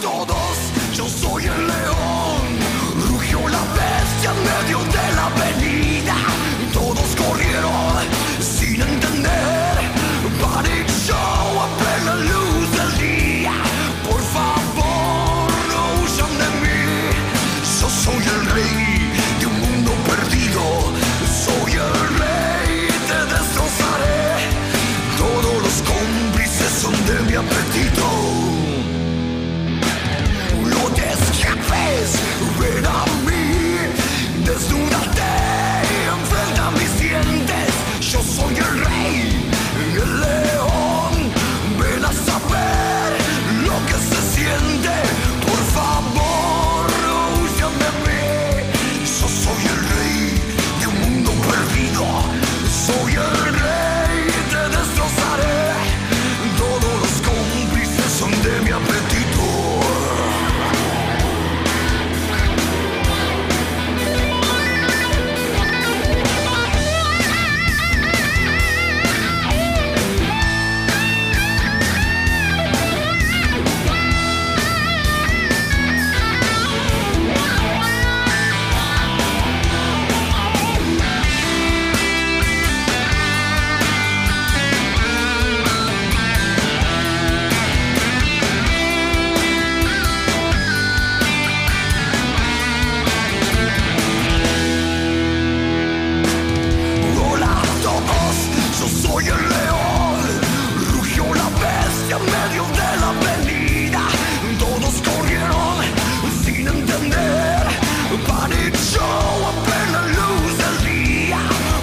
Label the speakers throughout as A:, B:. A: todos. Yo soy el león. Rugió la bestia en medio de la avenida. Todos corrieron sin entender. Panic Show a plena luz del día. Por favor, no huyan de mí. Yo soy el rey de un mundo perdido. Soy el rey, te destrozaré. Todos los cómplices son de mi apetito. No te escapes, ven a mí, desnúdate, enfrenta mis dientes. Yo soy el rey, el león, ven a saber lo que se siente. Por favor, no huyan de mí. Yo soy el rey de un mundo perdido, soy el rey, te destrozaré. Todos los cómplices son de mi apetito. Hola a todos, yo soy el león. Rugió la bestia en medio de la avenida. Todos corrieron sin entender. Panic show a plena luz del día.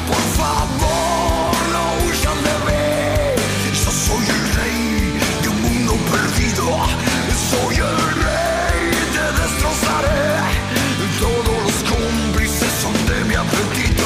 A: Por favor, no huyan de mí. Yo soy el rey de un mundo perdido. Soy el rey, te destrozaré. Todos los cómplices son de mi apetito.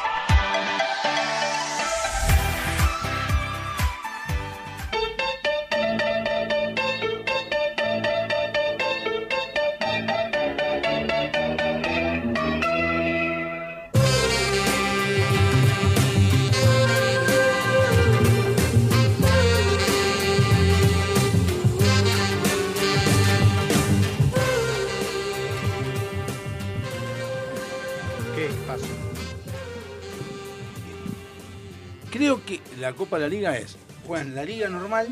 B: ¿Qué pasó? Creo que la Copa de la Liga es, juegan la Liga normal,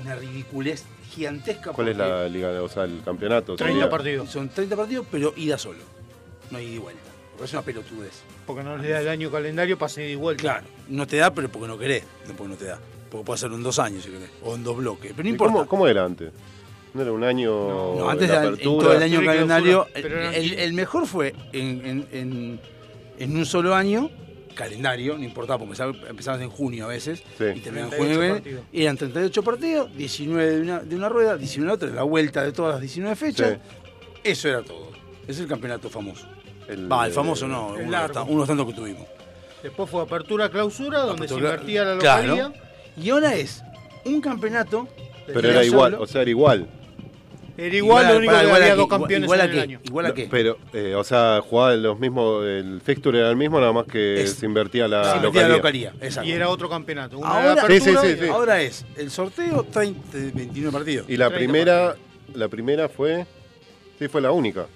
B: una ridiculez gigantesca.
C: ¿Cuál es
B: porque
C: la liga, de- o sea, el campeonato?
D: 30
C: sería?
D: partidos.
B: Son 30 partidos, pero ida solo. No hay ida y vuelta. Porque es una pelotudez.
D: Porque no les da el año calendario para seguir igual.
B: Claro, no te da, pero porque no querés. No porque no te da. Porque puede ser en dos años, si querés. O en dos bloques. Pero no
C: ¿Y
B: importa.
C: ¿Cómo, cómo era antes? ¿No era un año
B: No, antes
C: de
B: era en
C: apertura?
B: todo el año
D: Creo que
B: calendario.
D: fue una-
B: eh, El,
D: pero eran
B: el-
D: 15.
B: el mejor fue en, en- en- en un solo año, calendario, no importaba, porque empezaba- empezabas en junio a veces
C: Sí.
B: y terminaban en
D: 38
B: junio.
D: partidos.
B: y Eran 38 partidos, 19 de una, de una rueda, 19 de otra, la vuelta de todas las 19 fechas. Eso era todo. Es el campeonato famoso.
C: El-
B: Va, el famoso no,
D: el
B: unos,
D: largo.
B: tan- unos tantos que tuvimos.
D: Después fue apertura, clausura, donde se
B: Claro.
D: invertía la
B: Claro.
D: localidad.
B: Y ahora es un campeonato
C: Pero era igual, o sea, era igual.
D: Era igual, lo único
B: pará,
D: que
B: igual a
D: había
B: qué,
D: dos
B: igual-
D: campeones
B: igual a
D: en el
B: qué,
D: año.
B: Igual a qué.
C: Pero, eh, o sea, jugaba los mismos, el fixture era el mismo, nada más que
B: Es-
C: se invertía la
B: Se metía
C: localía.
B: la localía, exacto.
D: Y era otro campeonato. Una era
B: Ahora,
D: apertura
C: Sí, sí, sí,
D: y
C: sí.
B: ahora es el sorteo 30, 29 partidos.
C: Y la
D: 30
C: primera, la primera fue, sí, fue la única,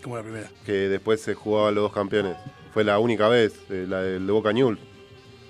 B: Como la primera.
C: que después se jugaba los dos campeones. Fue la única vez, eh, la del de Boca News.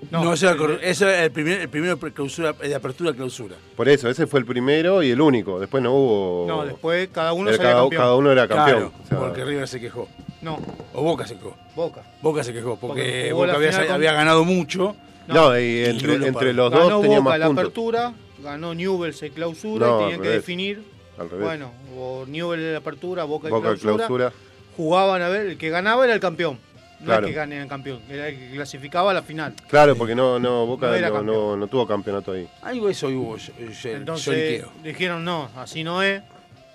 B: No, eso era, corre- eso era el primer, el primero pre- clausura, de apertura clausura.
C: Por eso, ese fue el primero y el único. Después no hubo...
D: No, después cada uno
C: era
D: salía
C: cada,
D: campeón.
C: cada uno era campeón.
B: Claro,
C: o sea,
B: porque River se quejó.
D: No,
B: O Boca se quejó.
D: Boca.
B: Boca se quejó, porque
D: Porque jugó
B: Boca
D: la
B: había,
D: final con-
B: había ganado mucho.
C: no, y
B: Y Lulo
C: entre, entre
B: para-
C: los
D: ganó
C: dos
D: Boca
C: tenía más
D: la
C: puntos.
D: apertura, ganó Newell's en clausura
C: No,
D: y
C: al
D: tenían que
C: revés.
D: definir.
C: Al revés.
D: Bueno, o Newell's en la apertura, Boca en
C: Boca
D: clausura.
C: clausura.
D: Jugaban a ver, el que ganaba era el campeón. No
C: Claro.
D: el que gane era el campeón, era el que clasificaba a la final.
C: Claro, porque no, no Boca
D: No era
C: no, no-
D: campeón.
C: no tuvo campeonato ahí.
B: Algo de eso hubo yo- yo-
D: Entonces
B: lloriqueo.
D: dijeron no, así no es.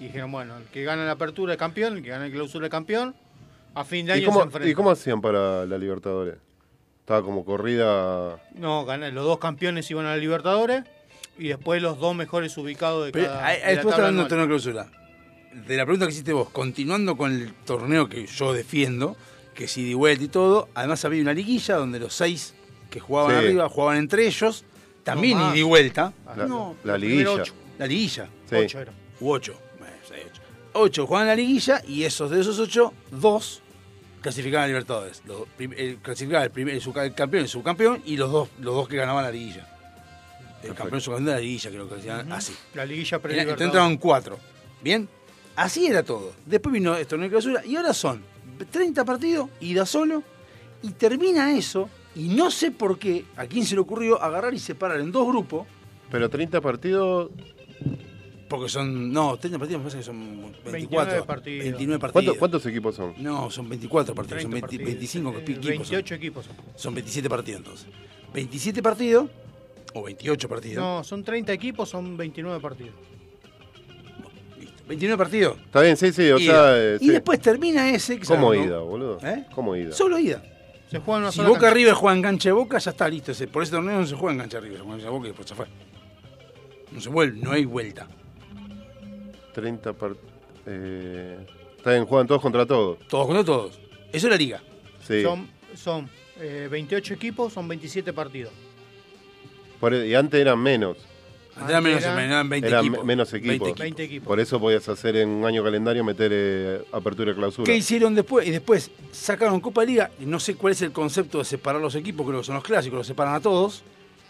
D: Y dijeron, bueno, el que gana la apertura es campeón, el que gana la clausura es campeón. A fin de año
C: ¿Y
D: se
C: cómo,
D: enfrentan.
C: ¿Y cómo hacían para la Libertadores? Estaba como corrida.
D: No, ganan- los dos campeones iban a la Libertadores y después los dos mejores ubicados de
B: Pero,
D: cada.
B: ah,
D: de la
B: después
D: tabla
B: hablando de
D: anual.
B: torneo clausura. De la pregunta que hiciste vos, continuando con el torneo que yo defiendo, que es ida y vuelta y todo, además había una liguilla donde los seis que jugaban
C: Sí.
B: arriba jugaban entre ellos, también
D: No más.
B: ida y vuelta.
C: La,
D: no,
C: la
D: los
C: liguilla.
D: primeros ocho.
B: La liguilla.
C: Sí.
D: Ocho era.
B: U ocho. Bueno, seis, ocho. Ocho jugaban la liguilla y esos de esos ocho, dos clasificaban a Libertadores. Los prim- el, clasificaba el, primer, el, subca- el campeón y el subcampeón y los dos, los dos que ganaban la liguilla. El campeón y subcampeón de la liguilla, creo que lo clasificaban así.
D: La liguilla
B: Era-
D: pre
B: Entonces entraron cuatro. Bien, así era todo. Después vino el torneo de clausura y ahora son 30 partidos, ida solo, y termina eso. Y no sé por qué a quién se le ocurrió agarrar y separar en dos grupos,
C: Pero 30 partidos.
B: porque son. No, 30 partidos me parece que son 24.
D: 29 partidos.
B: 29
C: ¿cuánto-
B: partidos.
C: ¿Cuántos equipos son?
B: No, son 24 partidos, son 20 25 equipos. son.
D: 28 equipos. son.
B: Son 27 partidos entonces. 27 partidos, o 28 partidos.
D: No, son 30 equipos, son 29 partidos.
B: Listo, 29 partidos.
C: Está bien, sí, sí. O
B: Ida.
C: sea, eh,
B: y
C: sí.
B: después termina ese. que se
C: ¿Cómo
B: armó.
C: ida, boludo?
B: ¿Eh?
C: ¿Cómo ida?
B: Solo ida.
D: Se juegan una
B: Si
D: sola
B: Boca
D: cancha.
B: River juega en cancha de Boca, ya está listo. ese- Por ese torneo no se juega en cancha de River, se juega en cancha de Boca y después se fue. No se vuelve, no hay vuelta.
C: 30 partidos. eh, está bien, juegan todos contra todos.
B: Todos contra todos. Eso es la liga.
C: Sí.
D: Son, son eh, 28 equipos, son 27 partidos.
C: Por e- y antes eran menos.
B: Antes eran menos,
D: Eran-
B: eran 20
C: eran
B: equipos.
C: me- menos equipos.
B: 20
D: 20 equipos.
C: Por eso podías hacer en un año calendario meter eh, apertura y clausura.
B: ¿Qué hicieron después? Y después sacaron Copa de Liga, y no sé cuál es el concepto de separar los equipos, creo que son los clásicos, los separan a todos,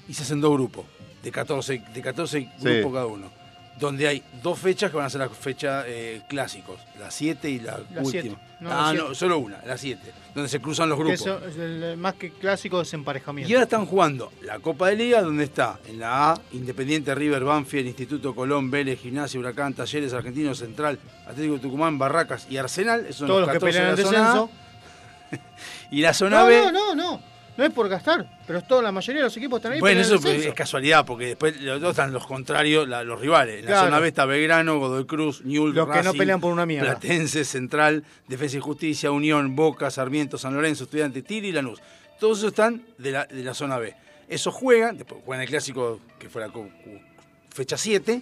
B: y se hacen dos grupos, de 14, de 14
C: Sí.
B: grupos cada uno. Donde hay dos fechas que van a ser las fechas eh, clásicos, la 7 y la,
D: La siete.
B: última.
D: No, la
B: ah, no,
D: siete.
B: solo una, la 7, donde se cruzan los
D: Que
B: grupos.
D: eso es el más que clásico desemparejamiento.
B: Y ahora están jugando la Copa de Liga, donde está en la A, Independiente, River, Banfield, Instituto Colón, Vélez, Gimnasia, Huracán, Talleres, Argentino, Central, Atlético de Tucumán, Barracas y Arsenal. Esos son
D: Todos los que
B: 14 de
D: pelean el
B: la zona A.
D: descenso.
B: Y la zona
D: No,
B: B.
D: no, no, no. No es por gastar, pero es todo, la mayoría de los equipos están ahí.
B: Bueno,
D: pelean el
B: eso pues,
D: descenso.
B: es casualidad, porque después los dos están los contrarios, la- los rivales. En la
D: Claro.
B: zona B está Belgrano, Godoy Cruz, Newell,
D: Los que no pelean por una mierda.
B: Platense, Central, Defensa y Justicia, Unión, Boca, Sarmiento, San Lorenzo, Estudiante, Tiri y Lanús. Todos esos están de la, de la zona B. Esos juegan, después juegan el clásico que fue la co- cu- fecha 7,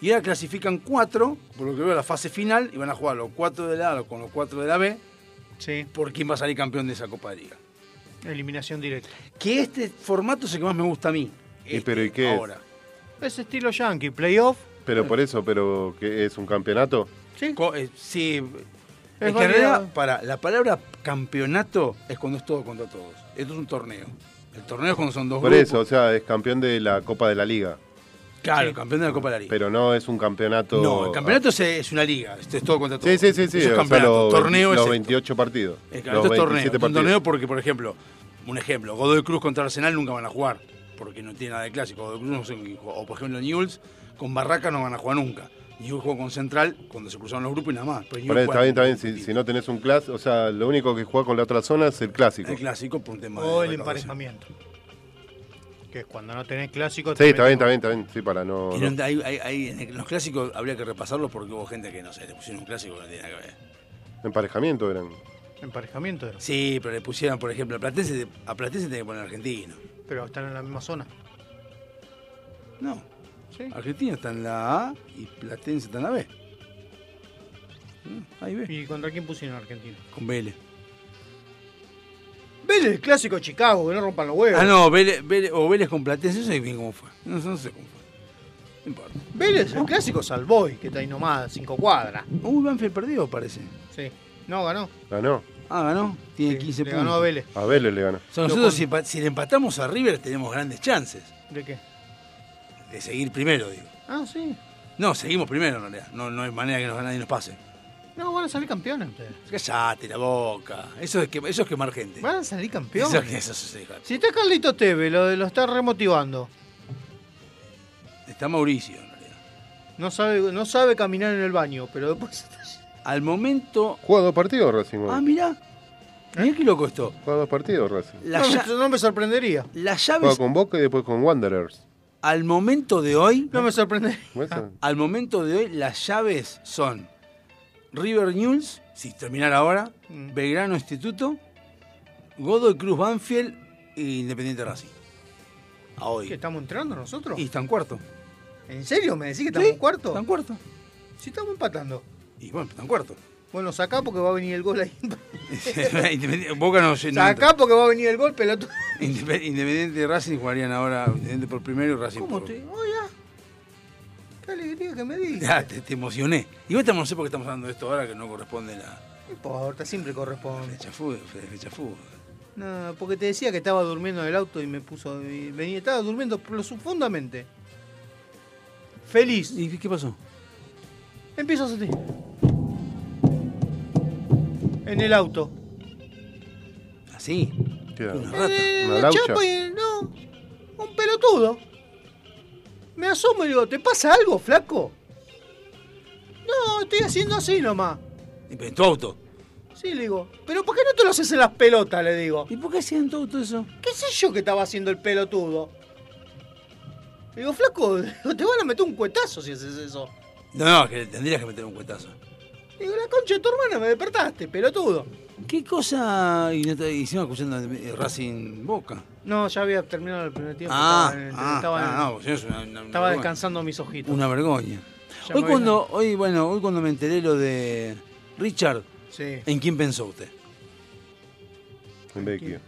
B: y ahora clasifican 4, por lo que veo, a la fase final, y van a jugar los 4 de la A con los 4 de la B,
D: Sí,
B: por quién va a salir campeón de esa Copa de Liga.
D: eliminación directa.
B: Que este formato es el que más me gusta a mí.
C: ¿Y
B: Este,
C: pero y qué es?
B: Ahora.
D: Es estilo yankee, playoff.
C: Pero por eso, pero que es un campeonato.
D: Sí,
B: Co- eh, sí.
D: Es
B: en realidad,
D: variado.
B: para, la palabra campeonato es cuando es todo contra todos. Esto es un torneo. El torneo es cuando son dos
C: Por
B: grupos.
C: eso, o sea, es campeón de la Copa de la Liga.
B: Claro,
D: Sí.
B: campeón de la Copa de la Liga.
C: Pero no es un campeonato.
B: no, el campeonato es, es una liga. Esto es todo contra todos.
C: Sí, sí, sí,
B: Eso
C: sí.
B: es
C: o sea,
B: campeonato.
C: los,
B: torneo es
C: los
B: esto.
C: 28 partidos.
B: El
C: los
B: campeonato es torneo.
C: 27
B: Es Un torneo porque, por ejemplo, un ejemplo, Godoy Cruz contra Arsenal nunca van a jugar, porque no tiene nada de clásico. Godoy Cruz no sé con quién juega. O, por ejemplo, Newell's con Barraca no van a jugar nunca. Newell's jugó con Central cuando se cruzaron los grupos y nada más. Pero
C: Por
B: Newell's
C: ahí, está
B: juega
C: bien, está bien.
B: con
C: Si,
B: Argentina.
C: si no tenés un clásico, o sea, lo único que juega con la otra zona es el clásico.
B: El clásico por un tema de
D: o el
B: recaudación.
D: emparejamiento. Que es cuando no tenés clásico.
C: Sí,
D: te
C: está bien, está
D: metemos-
C: bien, está bien. Sí, para no.
B: Y
C: no-
B: donde hay- hay- hay- en los clásicos habría que repasarlos porque hubo gente que no sé, le pusieron un clásico que no tiene nada que ver.
C: Emparejamiento eran.
D: Emparejamiento, era.
B: Sí, pero le pusieron, por ejemplo, a Platense, a Platense tiene que poner argentino.
D: pero están en la misma zona.
B: No,
D: Sí.
B: Argentina está en la A y Platense está en la B. Ahí ve.
D: ¿Y contra quién pusieron a Argentina?
B: Mm, Con Vélez.
D: Vélez, el clásico de Chicago, que no rompan los
C: Eh.
D: huevos.
B: Ah, no, Vélez, Vélez- o Vélez con Platense, no sé bien cómo fue. No, no sé cómo fue. No importa.
D: Vélez, el clásico Salvoy, que está ahí nomás, cinco cuadras.
B: Uy, Banfield perdió, parece.
D: Sí. No, ganó.
C: Ganó.
B: Ah, ganó. Tiene 15
D: Le
B: puntos.
D: ganó a Vélez.
C: A Vélez le ganó.
B: O sea, nosotros si, empa- si le empatamos a River tenemos grandes chances
D: ¿De qué?
B: de seguir primero, digo.
D: Ah, sí.
B: No, seguimos primero en realidad. No, no hay manera que nos- nadie nos pase.
D: No, van a salir campeones ustedes.
B: Callate la boca. Eso es, que, eso es quemar gente.
D: Van a salir
B: Eso es
D: campeones.
B: que eso se deja.
D: Si está Carlito Teve, lo, lo está remotivando.
B: Está Mauricio en realidad.
D: No sabe, no sabe caminar en el baño, pero después.
B: Al momento.
C: Juega dos partidos Racing. hoy.
B: Ah, mirá. Mirá qué loco esto. Eh,
C: Juega dos partidos Racing.
B: La
D: No,
B: ya-
D: me- no me sorprendería.
B: Las
C: Juega
B: llaves
C: con Boca y después con Wanderers.
B: al momento de hoy.
D: No me sorprendería.
C: ¿Cómo es eso?
B: Al momento de hoy, las llaves son River News, si terminar ahora,
D: Mm.
B: Belgrano Instituto, Godoy Cruz Banfield e Independiente Racing. A
D: ¿Que
B: hoy.
D: estamos entrando nosotros?
B: Y están cuarto.
D: ¿En serio? ¿Me decís que estamos en cuarto?
B: Están cuarto.
D: Si estamos empatando.
B: Y bueno, están cuarto.
D: Bueno, sacá porque va a venir el gol ahí.
B: Independiente, Boca no, no entra.
D: Sacá porque va a venir el gol, pelotudo.
B: Independ- Independiente y Racing jugarían ahora Independiente por primero y Racing
D: ¿Cómo
B: por
D: te.? Oiga. Qué alegría que me di.
B: Ya, te, te emocioné. Igual estamos, no sé por qué estamos hablando de esto ahora que no corresponde a la
D: No importa, siempre corresponde.
B: fecha fútbol. Fecha fútbol.
D: No, porque te decía que estaba durmiendo en el auto y me puso. y venía, estaba durmiendo profundamente. Feliz.
B: ¿Y qué- qué pasó?
D: Empiezo a sentir. En el auto.
B: ¿Así?
C: ¿Qué era?
B: Una
D: En
B: rata.
D: el
C: Una laucha.
D: chapa y el- no. Un pelotudo. Me asomo y digo, ¿te pasa algo, flaco? No, estoy haciendo así nomás.
B: Y, pero En tu auto.
D: Sí, le digo, ¿pero por qué no te lo haces en las pelotas? Le digo.
B: ¿Y por qué hacían todo, todo eso?
D: ¿Qué sé yo que estaba haciendo el pelotudo? Le digo, flaco, te van a meter un cuetazo si haces eso.
B: No, no, que tendrías que meter un cuetazo.
D: Le digo, la concha de tu hermana me despertaste, pelotudo.
B: ¿Qué cosa y no te- hicimos escuchando eh, Racing Boca?
D: No, ya había terminado el primer tiempo.
B: ah,
D: estaba en el-
B: ah,
D: estaba en-
B: ah, no, pues es una, una-
D: estaba
B: una vergüenza.
D: descansando mis ojitos.
B: Una vergüenza.
D: Ya
B: Hoy
D: me
B: cuando, hoy, bueno, hoy cuando me enteré lo de Richard,
D: Sí.
B: ¿en quién pensó usted?
C: En Vecchio.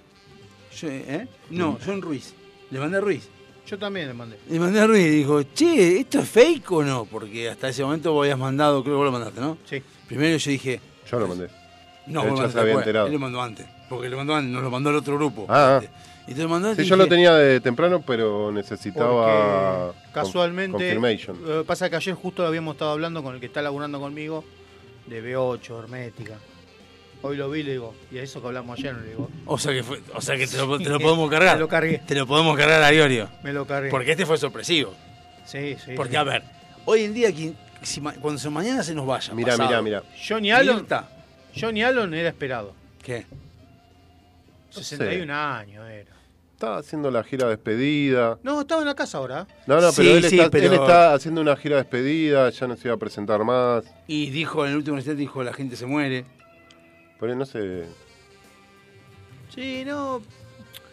B: Yo, ¿eh? No, yo en Ruiz. Le mandé a Ruiz.
D: Yo también le mandé.
B: Le mandé a Ruiz y dijo, che, ¿esto es fake o no? Porque hasta ese momento vos habías mandado, creo que vos lo mandaste, ¿no?
D: Sí.
B: Primero yo dije,
C: Yo lo mandé.
B: no,
C: Él
B: vos
C: ya
B: mandaste
C: se había
B: después.
C: enterado.
B: Él lo mandó antes. Porque lo mandó antes, nos lo mandó el otro grupo.
C: Ah, ah.
B: Y te lo mandó
C: Sí,
B: antes y
C: yo lo
B: dije,
C: tenía de temprano, pero necesitaba.
D: Porque
C: con-
D: casualmente.
C: Confirmation.
D: eh, pasa que ayer justo habíamos estado hablando con el que está laburando conmigo de B8, Hermética. Hoy lo vi, le digo, y a eso que hablamos ayer, le digo.
B: O sea que, fue- o sea que te, lo, te lo podemos cargar.
D: Me lo cargué.
B: Te lo podemos cargar a Iorio.
D: Me lo cargué.
B: Porque este fue sorpresivo.
D: Sí, sí.
B: Porque,
D: sí.
B: a ver, hoy en día, quien- si ma- cuando se- mañana se nos vaya.
C: Mirá,
B: pasado,
C: mirá, mirá.
D: Johnny Allen,
B: Mirta.
D: Johnny Allen era esperado.
B: ¿Qué?
D: 61 años era.
C: Estaba haciendo la gira de despedida.
D: No, estaba en la casa ahora. ¿eh?
C: No, no,
B: Sí,
C: pero, él,
B: sí,
C: está,
B: pero-
C: él está haciendo una gira de despedida, ya no se iba a presentar más.
B: Y dijo en el último instante, dijo, la gente se muere.
C: Por él no sé.
D: Sí, no.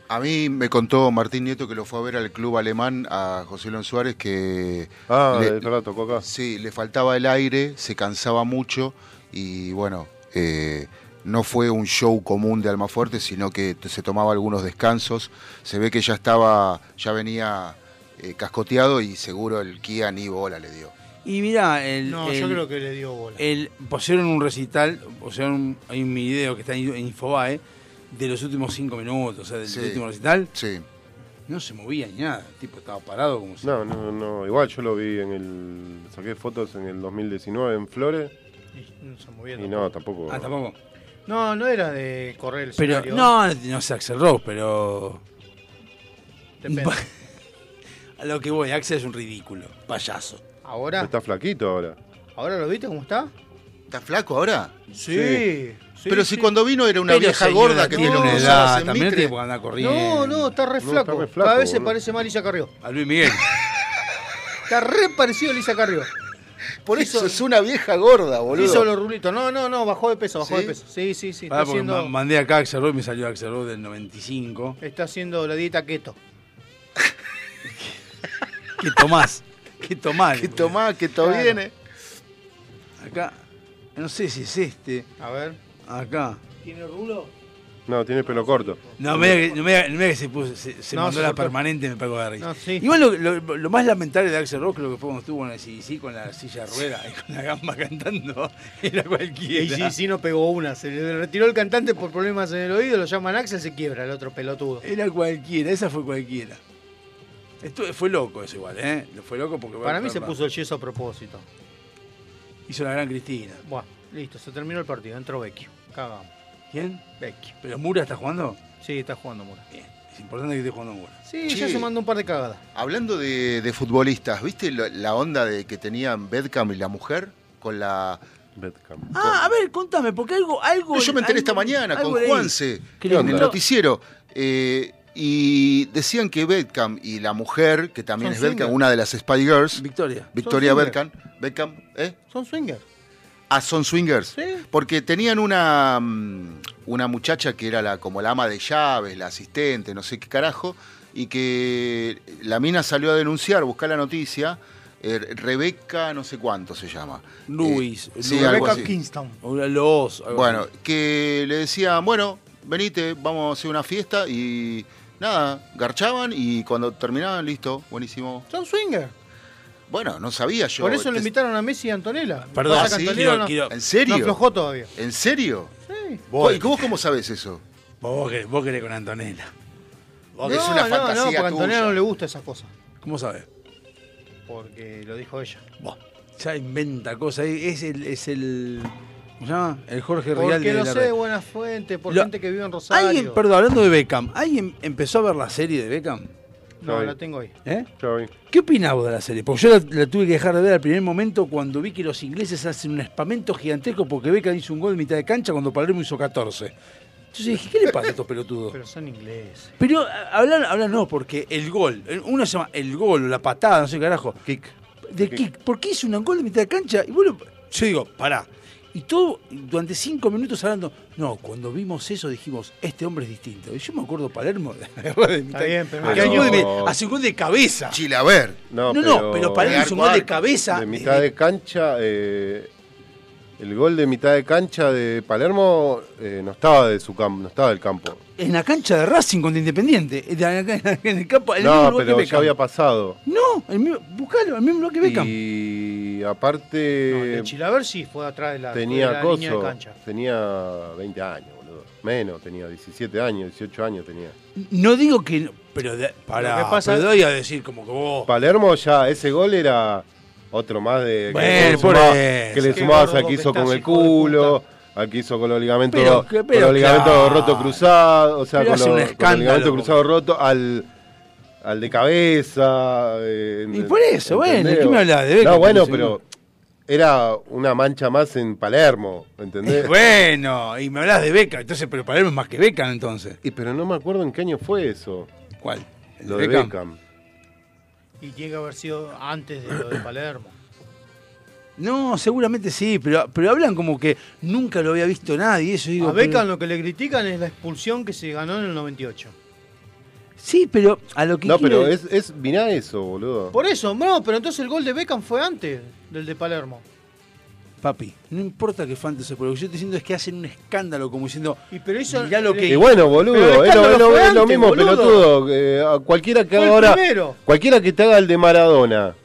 E: A mí me contó Martín Nieto que lo fue a ver al club alemán a José León Suárez que
C: Ah,
E: Le-
C: de verdad tocó acá.
E: sí, le faltaba el aire, se cansaba mucho y bueno, eh, no fue un show común de Almafuerte, sino que t- se tomaba algunos descansos. Se ve que ya estaba, ya venía eh, cascoteado y seguro el Kia ni bola le dio.
B: Y mirá, el,
D: No,
B: el-
D: yo creo que le dio bola.
B: el- pusieron un recital, pusieron un- hay un video que está en en Infobae, de los últimos cinco minutos, o sea, del
E: Sí.
B: último recital.
E: Sí.
B: No se movía ni nada. El tipo estaba parado como si...
C: No, no, no. Igual yo lo vi en el. Saqué fotos en el 2019 en Flores.
D: Y no se movió
C: Y no, tampoco.
B: Ah, tampoco.
D: No, no era de correr el
B: Pero,
D: escenario.
B: no, no sé Axel Rose, pero...
D: Depende.
B: A lo que voy, Axel es un ridículo, payaso.
D: Ahora,
C: Está flaquito ahora.
D: ahora lo viste cómo está.
E: ¿Está flaco ahora?
D: Sí. sí,
E: Pero si
D: sí.
E: cuando vino era una
B: Pero,
E: vieja
B: señora,
E: gorda que
B: tiene
E: todos
B: una
E: los
B: edad,
E: sábados en
B: también
E: Mitre.
B: tiene que andar corriendo.
D: No, no, está re
C: No,
D: flaco.
C: está re flaco,
D: Cada vez se
C: boludo.
D: parece más a Lisa Carrió.
B: A Luis Miguel.
D: Está re parecido a Lisa Carrió. Por eso
E: Eso es una vieja gorda, boludo.
D: hizo los rulitos. No, no, no, bajó de peso, bajó
E: ¿Sí?
D: de peso. Sí, sí, sí. Está
B: Pará, Ah, porque
D: haciendo,
B: ma- mandé acá a Axel Rose y me salió Axel Rose del 95.
D: está haciendo la dieta keto.
B: ¿Qué tomás? ¿Qué tomás?
E: Que tomá, que to
D: Claro.
E: viene.
B: Acá, No sé si es este.
D: A ver.
B: Acá.
D: ¿Tiene rulo?
C: No, tiene pelo corto.
B: No, me que, no me diga- no me diga que se, puso, se, se
D: No,
B: mandó
D: se
B: la
D: cortó.
B: permanente me pagó de risa.
D: No, sí.
B: Igual lo, lo- lo más lamentable de Axel Rock, lo que fue cuando estuvo en el CDC con la silla de rueda y con la gamba cantando, era
D: Y
B: cualquiera.
D: sí, sí, no pegó una. Se le retiró el cantante por problemas en el oído, lo llaman Axel, se quiebra el otro pelotudo.
B: Era cualquiera, esa fue cualquiera. Esto fue loco eso igual, ¿eh? Fue loco porque...
D: Para mí se puso el yeso a propósito.
B: Hizo la gran Cristina.
D: Bueno, listo, se terminó el partido, entró Vecchio. Cagamos.
B: ¿Quién?
D: Vecchio.
B: ¿Pero Mura está jugando?
D: Sí, está jugando Mura.
B: Bien. Es importante que esté jugando Mura.
D: Sí,
E: Sí.
D: ya se mandó un par de cagadas.
E: Hablando de, de futbolistas, ¿viste lo- la onda de que tenían Bedcam y la mujer? Con la.
C: Bedcam.
B: Ah, a ver, contame, porque algo... algo
E: Yo me enteré
B: algo-
E: esta mañana
B: algo
E: con
B: leí.
E: Juanse
B: ¿Qué le
E: en el
B: inventó?
E: noticiero. eh, y decían que Bedcam y la mujer, que también
D: Son
E: es Bedcam,
D: swingers.
E: una de las Spy Girls,
B: Victoria.
E: Victoria
D: swingers.
E: Bedcam, Bedcam, ¿eh?
D: Son swingers.
E: Ah, son swingers.
D: Sí.
E: Porque tenían una, mm, una muchacha que era la, como la ama de llaves, la asistente, no sé qué carajo, y que la mina salió a denunciar, buscar la noticia. eh, Rebeca, no sé cuánto se llama.
B: Luis,
E: Eh, sí,
B: Luis.
E: algo
D: Rebecca
E: así.
D: Kingston.
B: O una Los. algo
E: Bueno,
B: así.
E: que le decían, bueno, venite, vamos a hacer una fiesta y nada, garchaban y cuando terminaban, listo, buenísimo.
D: Son swingers.
E: Bueno, no sabía yo.
D: Por eso le
E: Te-
D: invitaron a Messi y a Antonella.
B: Perdón,
D: Pasa que
E: sí,
D: Antonella
B: quiero-
D: no-
B: quiero-
E: ¿En
D: no
E: serio?
D: aflojó todavía.
E: ¿En serio?
D: Sí.
E: ¿Y cómo, cómo sabes eso?
B: Vos querés, vos querés con Antonella.
E: Porque es una fantasía
D: No, porque a Antonella
E: tuya.
D: no le gusta esas cosas.
B: ¿Cómo sabes?
D: Porque lo dijo ella.
B: Buah, ya inventa cosas. Es el, es el. ¿Cómo se llama? El Jorge Rial
D: Porque
B: de
D: lo
B: la
D: sé de
B: red.
D: buena fuente, por
B: Lo-
D: gente que vive en Rosario.
B: Alguien, perdón, hablando de Beckham, ¿alguien empezó a ver la serie de Beckham?
D: No, la tengo ahí.
B: ¿Eh?
C: Ya vi.
B: ¿Qué opinás vos de la serie? Porque yo la, la tuve que dejar de ver al primer momento cuando vi que los ingleses hacen un espamento gigantesco porque Beckham hizo un gol en mitad de cancha cuando Palermo hizo 14. Entonces dije, ¿qué le pasa a estos pelotudos?
D: Pero son ingleses.
B: Pero a- hablar, hablar no, porque el gol, el- uno se llama el gol, la patada, no sé qué carajo. Kick. De kick. ¿Por qué hizo un gol de mitad de cancha? Y bueno, yo digo, pará. Y todo durante cinco minutos hablando, no, cuando vimos eso dijimos, este hombre es distinto. Y yo me acuerdo Palermo de de mitad-
D: bien, pero-
B: que hace un gol de-
C: Pero-
B: hace un gol de cabeza.
E: Chile, a ver.
B: No,
C: No,
B: no, pero, Palermo
E: Pegar
B: hizo un gol de
E: cuarto,
B: cabeza.
C: De mitad de cancha, eh, el gol de mitad de cancha de Palermo eh, no estaba de su campo, no estaba del campo.
B: En la cancha de Racing contra Independiente. En la- en el campo, el mismo
C: no,
B: lugar que
C: pero ya
B: Beckham.
C: había pasado.
B: No, el mismo, buscalo, el mismo lugar que Beckham.
C: Y
D: No,
B: Eh,
C: aparte
D: de Chilaver sí fue atrás de la, de
C: tenía
D: la línea de
C: coso,
D: cancha.
C: tenía 20 años, boludo. Menos, tenía 17 años, 18 años tenía.
B: No digo que. no, pero de, para.
D: Lo que pasa-
B: pero doy a decir como que vos.
C: Palermo ya, ese gol era otro más de
B: Bueno,
C: que, le
B: por
C: sumabas-
B: eso.
C: que le
D: Qué
C: sumabas
D: gordo
C: al que
D: que
C: hizo
D: estás,
C: con el
D: hijo de
C: culo,
D: puta.
C: al que hizo con los ligamentos,
B: Pero que-
C: con
B: pero
C: los ligamentos
B: claro.
C: roto cruzado, o sea,
B: Pero
C: con
B: hace
C: los,
B: un
C: con los
B: escándalo,
C: ligamentos
B: po.
C: cruzados roto, al, al de cabeza. eh,
B: Y por eso, bueno, ¿qué me hablas? De Beckham,
C: No, bueno,
B: como
C: pero
B: seguro.
C: era una mancha más en Palermo, ¿entendés?
B: Eh, bueno, y me hablas de Beckham, entonces, pero Palermo es más que Beckham entonces.
C: Y pero no me acuerdo en qué año fue eso,
B: ¿Cuál? ¿El
C: lo de Beckham.
D: Y tiene que haber sido antes de lo de Palermo.
B: No, seguramente sí, pero, pero hablan como que nunca lo había visto nadie. Eso digo.
D: A
B: pero-
D: Beckham lo que le critican es la expulsión que se ganó en el 98.
B: Sí, pero a lo que.
C: No,
B: quiero-
C: pero es, es mirá eso, boludo.
D: Por eso, no, pero entonces el gol de Beckham fue antes del de Palermo.
B: Papi, no importa que fue antes o después, lo que yo estoy diciendo es que hacen un escándalo como diciendo.
D: Y pero eso
B: Mirá lo que-
C: Y bueno, boludo,
D: Pero el
C: es lo,
D: escándalo
C: es lo-
D: fue
C: es lo
D: antes,
C: mismo,
D: boludo.
C: pelotudo. eh, a cualquiera que
D: Fue el
C: haga ahora.
D: primero.
C: Cualquiera que te haga el de Maradona.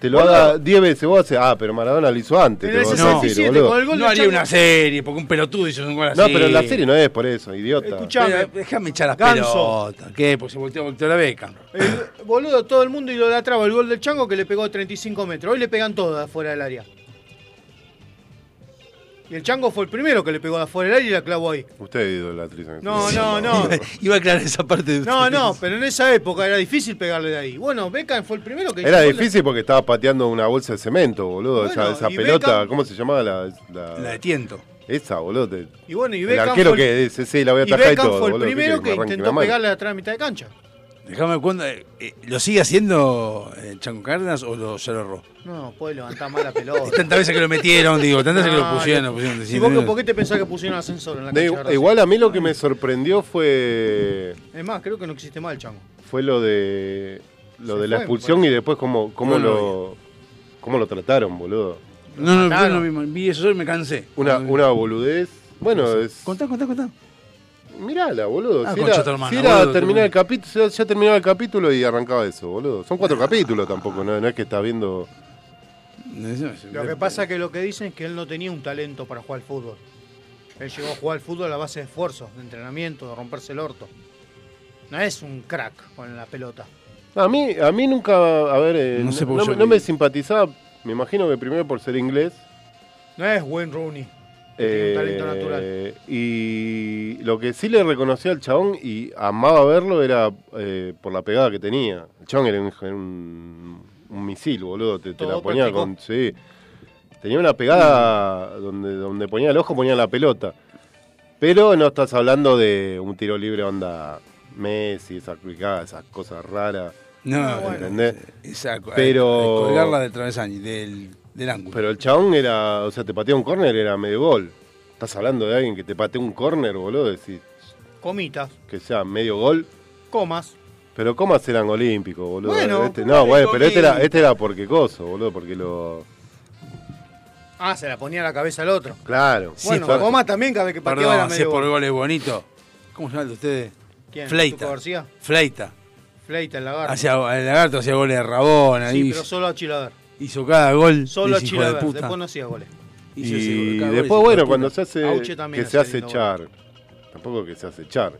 C: Te lo
D: Boludo.
C: haga 10 veces, vos haces, ah, pero Maradona lo hizo antes.
D: En
C: te
D: el
C: vas a decir,
D: 67
C: boludo.
D: con el gol
B: no
D: de
B: haría
D: Charlie-
B: una serie, porque un pelotudo hizo un gol así.
C: No, pero la serie no es por eso, idiota.
D: Escuchá.
B: Pero, déjame echar las
D: Ganso.
B: pelotas. ¿Qué? Porque se volteó, volteó la Beckham.
D: El- boludo, todo el mundo idolatraba el gol del Chango que le pegó 35 metros. Hoy le pegan todas de afuera del área. Y el Chango fue el primero que le pegó de afuera del área y la clavó ahí.
C: Usted es idolatriza.
D: No, no, no.
B: Iba a aclarar esa parte de
D: No,
B: ustedes.
D: no, pero en esa época era difícil pegarle de ahí. Bueno, Beckham fue el primero que... hizo
C: Era
D: el gol de-
C: difícil porque estaba pateando una bolsa de cemento, boludo. esa
D: Bueno,
C: esa
D: y
C: pelota,
D: Beckham-
C: ¿cómo se llamaba la, la-
B: La de tiento.
C: Esa, boludo. te-
D: Y bueno, y
C: el
D: Beckham
C: arquero
D: fue el-
C: que dice, sí, la voy a
D: Y
C: atajar y,
D: Beckham
C: todo.
D: fue el
C: boludo, ¿qué
D: primero
C: quiere
D: que
C: me arranque la
D: intentó
C: mano?
D: pegarle atrás de mitad de cancha.
B: Déjame cuando. eh, eh, ¿Lo sigue haciendo eh, Chanco Cárdenas o lo, ya lo erró?
D: No, puede levantar más la pelota.
B: Tantas veces que lo metieron, digo, tantas veces que lo pusieron, lo pusieron.
D: ¿Y
B: decían,
D: vos qué-
B: no,
D: por qué te pensás que pusieron ascensor en la
C: De-
D: cancha? de Racing?
C: igual a mí lo que me sorprendió fue
D: Es más, creo que no existe más el chango.
C: fue lo de lo
D: Se
C: de la
D: fue,
C: expulsión
D: por
C: y después cómo,
B: No
C: cómo
B: lo
C: lo cómo lo trataron, boludo.
B: No, no, no,
D: mataron.
B: no mismo. Vi eso hoy y me cansé.
C: Una,
B: Cuando-
C: una boludez. Bueno, es.
B: Contá, contá, contá.
C: Mirala, boludo.
B: Ah,
C: si
B: concha
C: era,
B: tu hermana, Eh.
C: si era
B: boludo,
C: terminar
B: tú-
C: el capítulo, ya, ya terminaba el capítulo y arrancaba eso, boludo. Son cuatro capítulos tampoco, no, no es que estás viendo.
D: Lo que pasa es que lo que dicen es que él no tenía un talento para jugar al fútbol. Él llegó a jugar al fútbol a base de esfuerzos, de entrenamiento, de romperse el orto. No es un crack con la pelota.
C: A mí, a mí nunca, a ver, eh,
B: No
C: no,
B: sé por qué
C: no
B: yo
C: me- no
B: vi.
C: me simpatizaba, me imagino que primero por ser inglés.
D: No es Wayne Rooney. que tiene un talento
C: eh,
D: natural.
C: Y lo que sí le reconocía al chabón y amaba verlo era eh, por la pegada que tenía. El chabón era un, era un- un misil, boludo, te, te la
D: Todo
C: ponía
D: práctico.
C: con... Sí. Tenía una pegada donde, donde ponía el ojo, ponía la pelota. Pero no estás hablando de un tiro libre onda Messi, esas, picadas, esas cosas raras.
B: No,
D: Ah, bueno.
C: ¿Entendés?
B: Exacto.
C: Pero-
B: Colgarla del travesaño, del, del ángulo.
C: Pero el chabón era, o sea, te pateaba un córner, era medio gol. Estás hablando de alguien que te patea un córner, boludo, decís
D: Comitas,
C: que sea medio gol.
D: comas.
C: Pero comas eran olímpicos, boludo.
D: Bueno,
C: Este-
D: ¿cómo
C: no,
D: le
C: bueno, pero este era,
D: comí?
C: este era porque coso, boludo, porque lo.
D: Ah, se la ponía a la cabeza al otro.
C: Claro.
D: bueno,
C: Claro.
D: comas Ah, también cada vez que pateaba era
B: Perdón, si es
D: medio...
B: por
D: gol.
B: goles bonitos. ¿Cómo se llama el de ustedes?
D: ¿Quién?
B: Fleita.
D: ¿Tuco García?
B: Fleita.
D: Fleita, el lagarto.
B: Hacía, el lagarto hacía goles de Rabón, ahí
D: sí, pero solo a Chilaver.
B: hizo cada gol.
D: Solo a
B: hijo de
D: Chilaver.
B: puta.
D: Después no hacía goles.
B: Hizo
C: Y,
B: ese gol, cada gol, hijo
C: después,
B: de
C: bueno,
B: puta.
C: cuando se hace.
D: Auche también
C: Que se
D: hacía
C: hace
D: lindo
C: echar. Tampoco que se hace echar.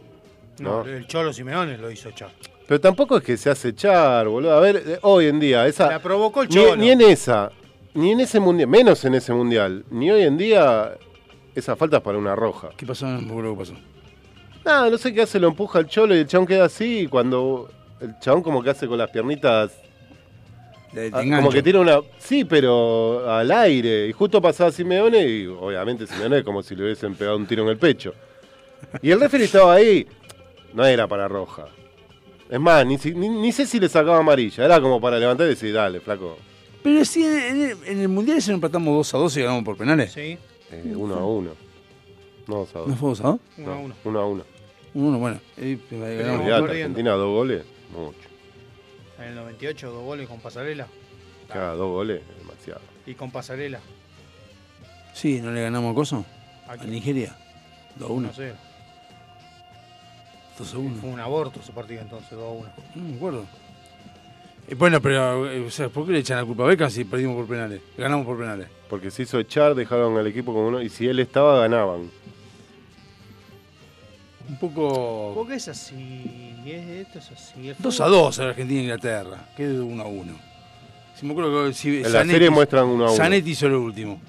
D: No,
C: No.
D: el Cholo Simeone lo hizo echar.
C: Pero tampoco es que se hace echar, boludo. A ver, eh, hoy en día, esa.
D: La provocó el
C: ni-
D: Cholo.
C: Ni, en esa, ni en ese mundial, menos en ese mundial, ni hoy en día, esa falta es para una roja.
B: ¿Qué pasó? No me acuerdo qué pasó.
C: Nada, no sé qué hace, lo empuja el cholo y el chabón queda así. Y cuando el chabón, como que hace con las piernitas
B: La de
C: Ah,
B: Tengancho.
C: Como que tira una. Sí, pero al aire. Y justo pasaba Simeone y obviamente Simeone es como si le hubiesen pegado un tiro en el pecho. Y el referee estaba ahí. No era para roja. Es más, ni, si- ni- ni sé si le sacaba amarilla. Era como para levantar y decir, dale, flaco.
B: Pero sí, en en el, en el Mundial ese nos empatamos 2 a 2 y ganamos por penales.
D: Sí,
C: Eh, uno a uno. No, o sea,
B: ¿No fue 2 a 2?
D: uno a
C: no,
D: uno.
C: uno a uno.
B: Uno, bueno. Eh, ganamos.
C: Olvidate,
D: perdiendo.
C: Argentina, dos goles. Mucho.
D: En el 98, dos goles con pasarela.
C: Cada dos goles, es demasiado.
D: Y con pasarela.
B: Sí, ¿no le ganamos a Coso? A Ah,
D: Aquí,
B: Nigeria. 2 a 1.
D: no sé.
B: 2 a 1.
D: Fue un aborto su partido entonces, 2 a 1.
B: No me acuerdo. Eh, bueno, pero eh, o sea, ¿por qué le echan la culpa a Beckham si perdimos por penales? Ganamos por penales.
C: Porque se hizo echar, dejaron al equipo como uno. Y si él estaba, ganaban.
B: Un poco.
D: Porque es así, es, esto es así. el
B: 2 a
D: fútbol-
B: 2 a Argentina e Inglaterra. Quedó 1 a 1. Si me acuerdo que si,
C: En la serie muestran uno a uno.
B: Zanetti hizo lo último.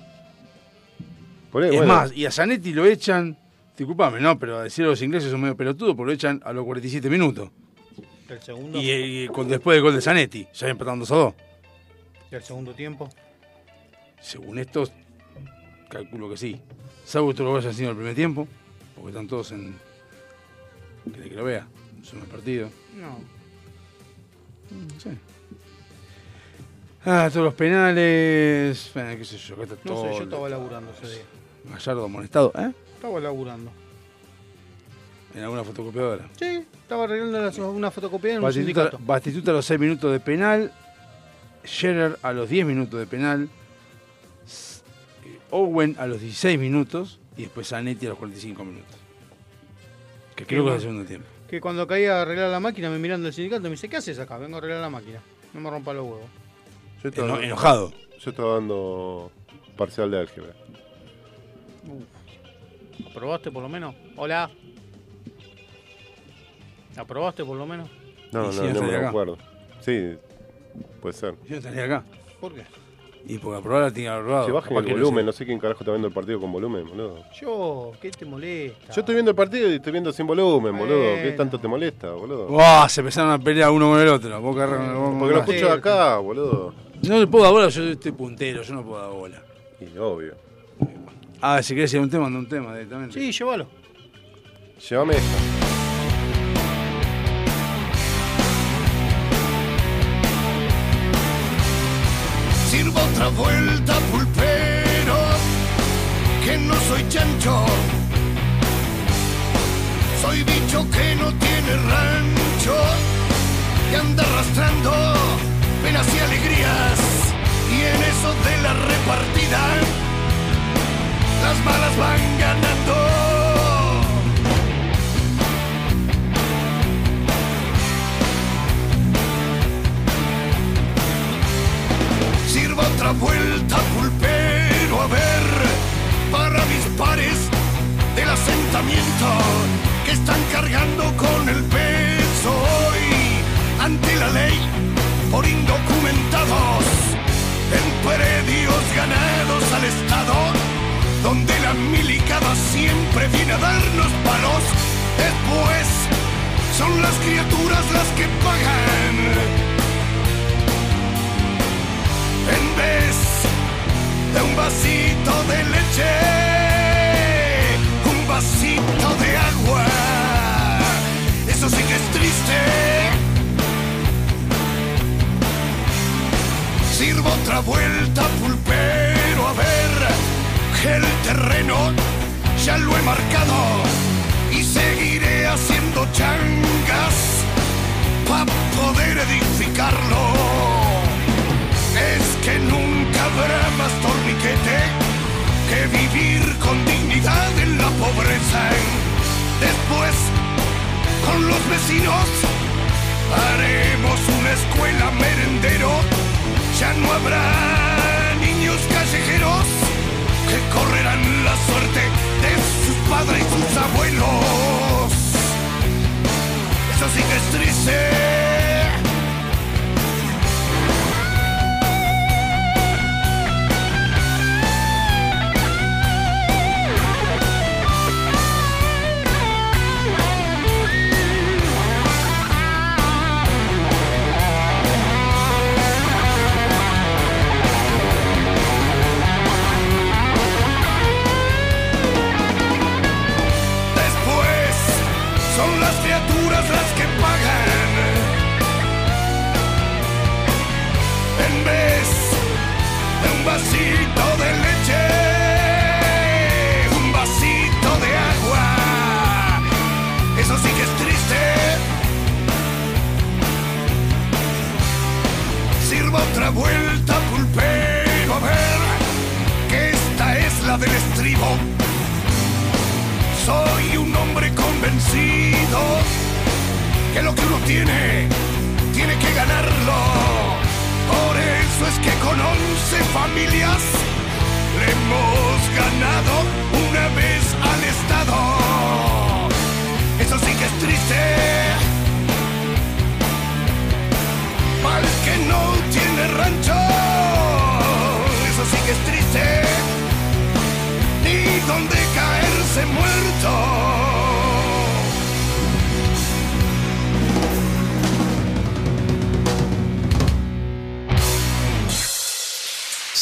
C: Por ahí,
B: es
C: bueno,
B: más, y a Zanetti lo echan. Disculpame, no, pero a decir a los ingleses son medio pelotudos porque lo echan a los 47 minutos.
D: Del segundo,
B: Y, eh, y con, después del gol de Zanetti, ya empataron 2 a 2.
D: del segundo tiempo.
B: Según estos, calculo que sí. Salvo que esto lo vayan haciendo el primer tiempo, porque están todos en. ¿Querés que lo vea? Son los partidos.
D: No. Mm,
B: No sé. Ah, todos los penales. Bueno, qué sé yo, acá está
D: No
B: todo.
D: sé, yo estaba laburando ese día.
B: Gallardo amonestado, ¿eh?
D: Estaba laburando.
B: En alguna fotocopiadora.
D: Sí, estaba arreglando las- una fotocopia en un
B: Batistuta,
D: sindicato.
B: Batistuta a los 6 minutos de penal. Scherer a los 10 minutos de penal. S- eh, Owen a los 16 minutos. Y después Zanetti a los 45 minutos. Que creo que es el segundo tiempo.
D: Que cuando caía a arreglar la máquina me miran del sindicato me dice, ¿qué haces acá? Vengo a arreglar la máquina. No me rompa los huevos.
C: yo estaba-
B: Eno- enojado.
C: Yo estaba dando parcial de álgebra.
D: ¿Aprobaste por lo menos? Hola. ¿Aprobaste por lo menos?
C: No,
B: Y si
C: no,
B: no
C: no me
B: salía acá.
C: acuerdo. Sí, puede ser.
B: Yo no estaría acá.
D: ¿Por qué?
B: Y porque aprobarla tiene que haber aprobado.
C: Che, bajen
B: Capaz que
C: el
B: no
C: volumen,
B: sé.
C: no sé quién carajo está viendo el partido con volumen, boludo.
D: Yo, ¿qué te molesta?
C: Yo estoy viendo el partido y estoy viendo sin volumen, boludo. ¿Qué
D: Bueno.
C: tanto te molesta, boludo?
B: Buah, se empezaron a pelear uno con el otro. Vos que- vos-
C: Porque lo
B: vos-
C: escucho de acá, boludo.
B: No le puedo dar bola, yo estoy puntero, yo no puedo dar bola.
C: Y obvio.
B: Ah, si querés ir a un tema, anda a un tema directamente.
D: Sí, llévalo.
C: Llévame esta.
F: Sirva otra vuelta, pulpero, que no soy chancho. Soy bicho que no tiene rancho y anda arrastrando penas y alegrías. Y en eso de la repartida, las malas van ganando. Sirva otra vuelta, pulpero, a ver, para mis pares del asentamiento que están cargando con el peso hoy ante la ley por indocumentados en predios ganados al Estado, donde la milicada siempre viene a darnos palos. Después son las criaturas las que pagan. En vez de un vasito de leche, un vasito de agua. Eso sí que es triste. Sirvo otra vuelta, pulpero, a ver que el terreno ya lo he marcado y seguiré haciendo changas para poder edificarlo. Es que nunca habrá más torniquete que vivir con dignidad en la pobreza. ¿eh? Después, con los vecinos, haremos una escuela merendero ya no habrá niños callejeros que correrán la suerte de sus padres y sus abuelos. Eso sí que es triste. Después son las criaturas las que pagan. En vez de un vasito de leche, un vasito de agua. Eso sí que es triste. Sirva otra vuelta, pulpero, a ver que esta es la del estribo. Soy un hombre convencido que lo que uno tiene, tiene que ganarlo. Por eso es que con 11 familias le hemos ganado una vez al Estado. Eso sí que es triste. Para el que no tiene rancho, eso sí que es triste ni donde caerse muerto.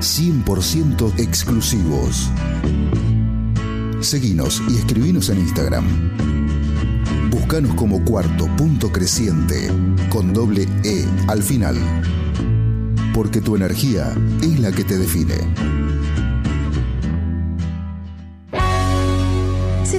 G: 100% exclusivos. Seguinos y escribinos en Instagram. Buscanos como cuarto punto creciente con doble E al final. Porque tu energía es la que te define.
H: Si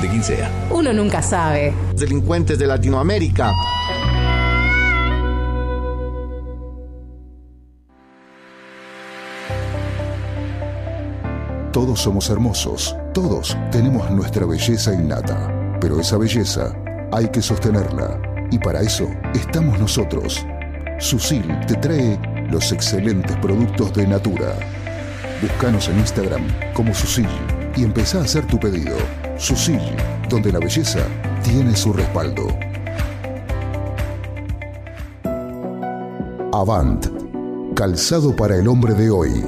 I: de quien sea.
H: Uno nunca sabe.
J: Delincuentes de Latinoamérica.
G: Todos somos hermosos, todos tenemos nuestra belleza innata, pero esa belleza hay que sostenerla y para eso estamos nosotros. Susil te trae los excelentes productos de Natura. Búscanos en Instagram como Susil y empezá a hacer tu pedido. Susil, donde la belleza tiene su respaldo. Avant, calzado para el hombre de hoy.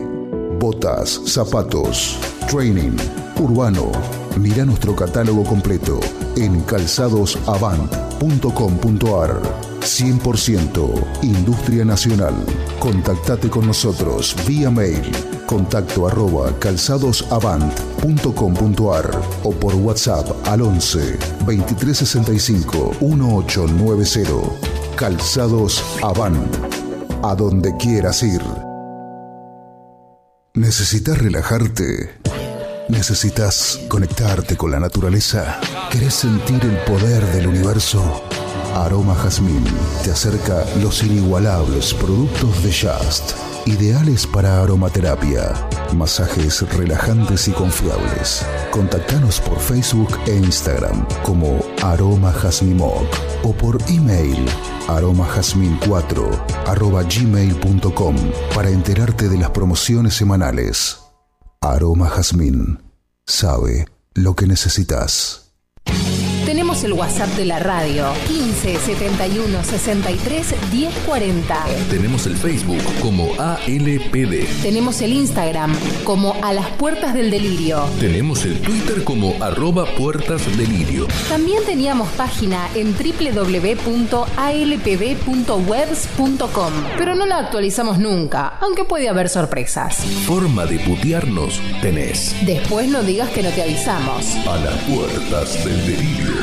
G: Botas, zapatos, training, urbano. Mira nuestro catálogo completo en calzadosavant.com.ar. 100% Industria Nacional. Contactate con nosotros vía mail. Contacto arroba calzadosavant.com.ar o por WhatsApp al 11 2365 1890. Calzados Avant. A donde quieras ir. ¿Necesitas relajarte? ¿Necesitas conectarte con la naturaleza? ¿Querés sentir el poder del universo? Aroma Jazmín te acerca los inigualables productos de Just, ideales para aromaterapia, masajes relajantes y confiables. Contactanos por Facebook e Instagram como Aroma Jazmimoc o por email aromajazmin4 arroba gmail.com para enterarte de las promociones semanales. Aroma Jazmín sabe lo que necesitas.
H: Tenemos el WhatsApp de la radio 15 71 63 1040.
I: Tenemos el Facebook como ALPD.
H: Tenemos el Instagram como a las puertas del delirio.
I: Tenemos el Twitter como arroba puertas delirio.
H: También teníamos página en www.alpd.webs.com, pero no la actualizamos nunca, aunque puede haber sorpresas.
I: Forma de putearnos tenés.
H: Después no digas que no te avisamos.
I: A las puertas del delirio.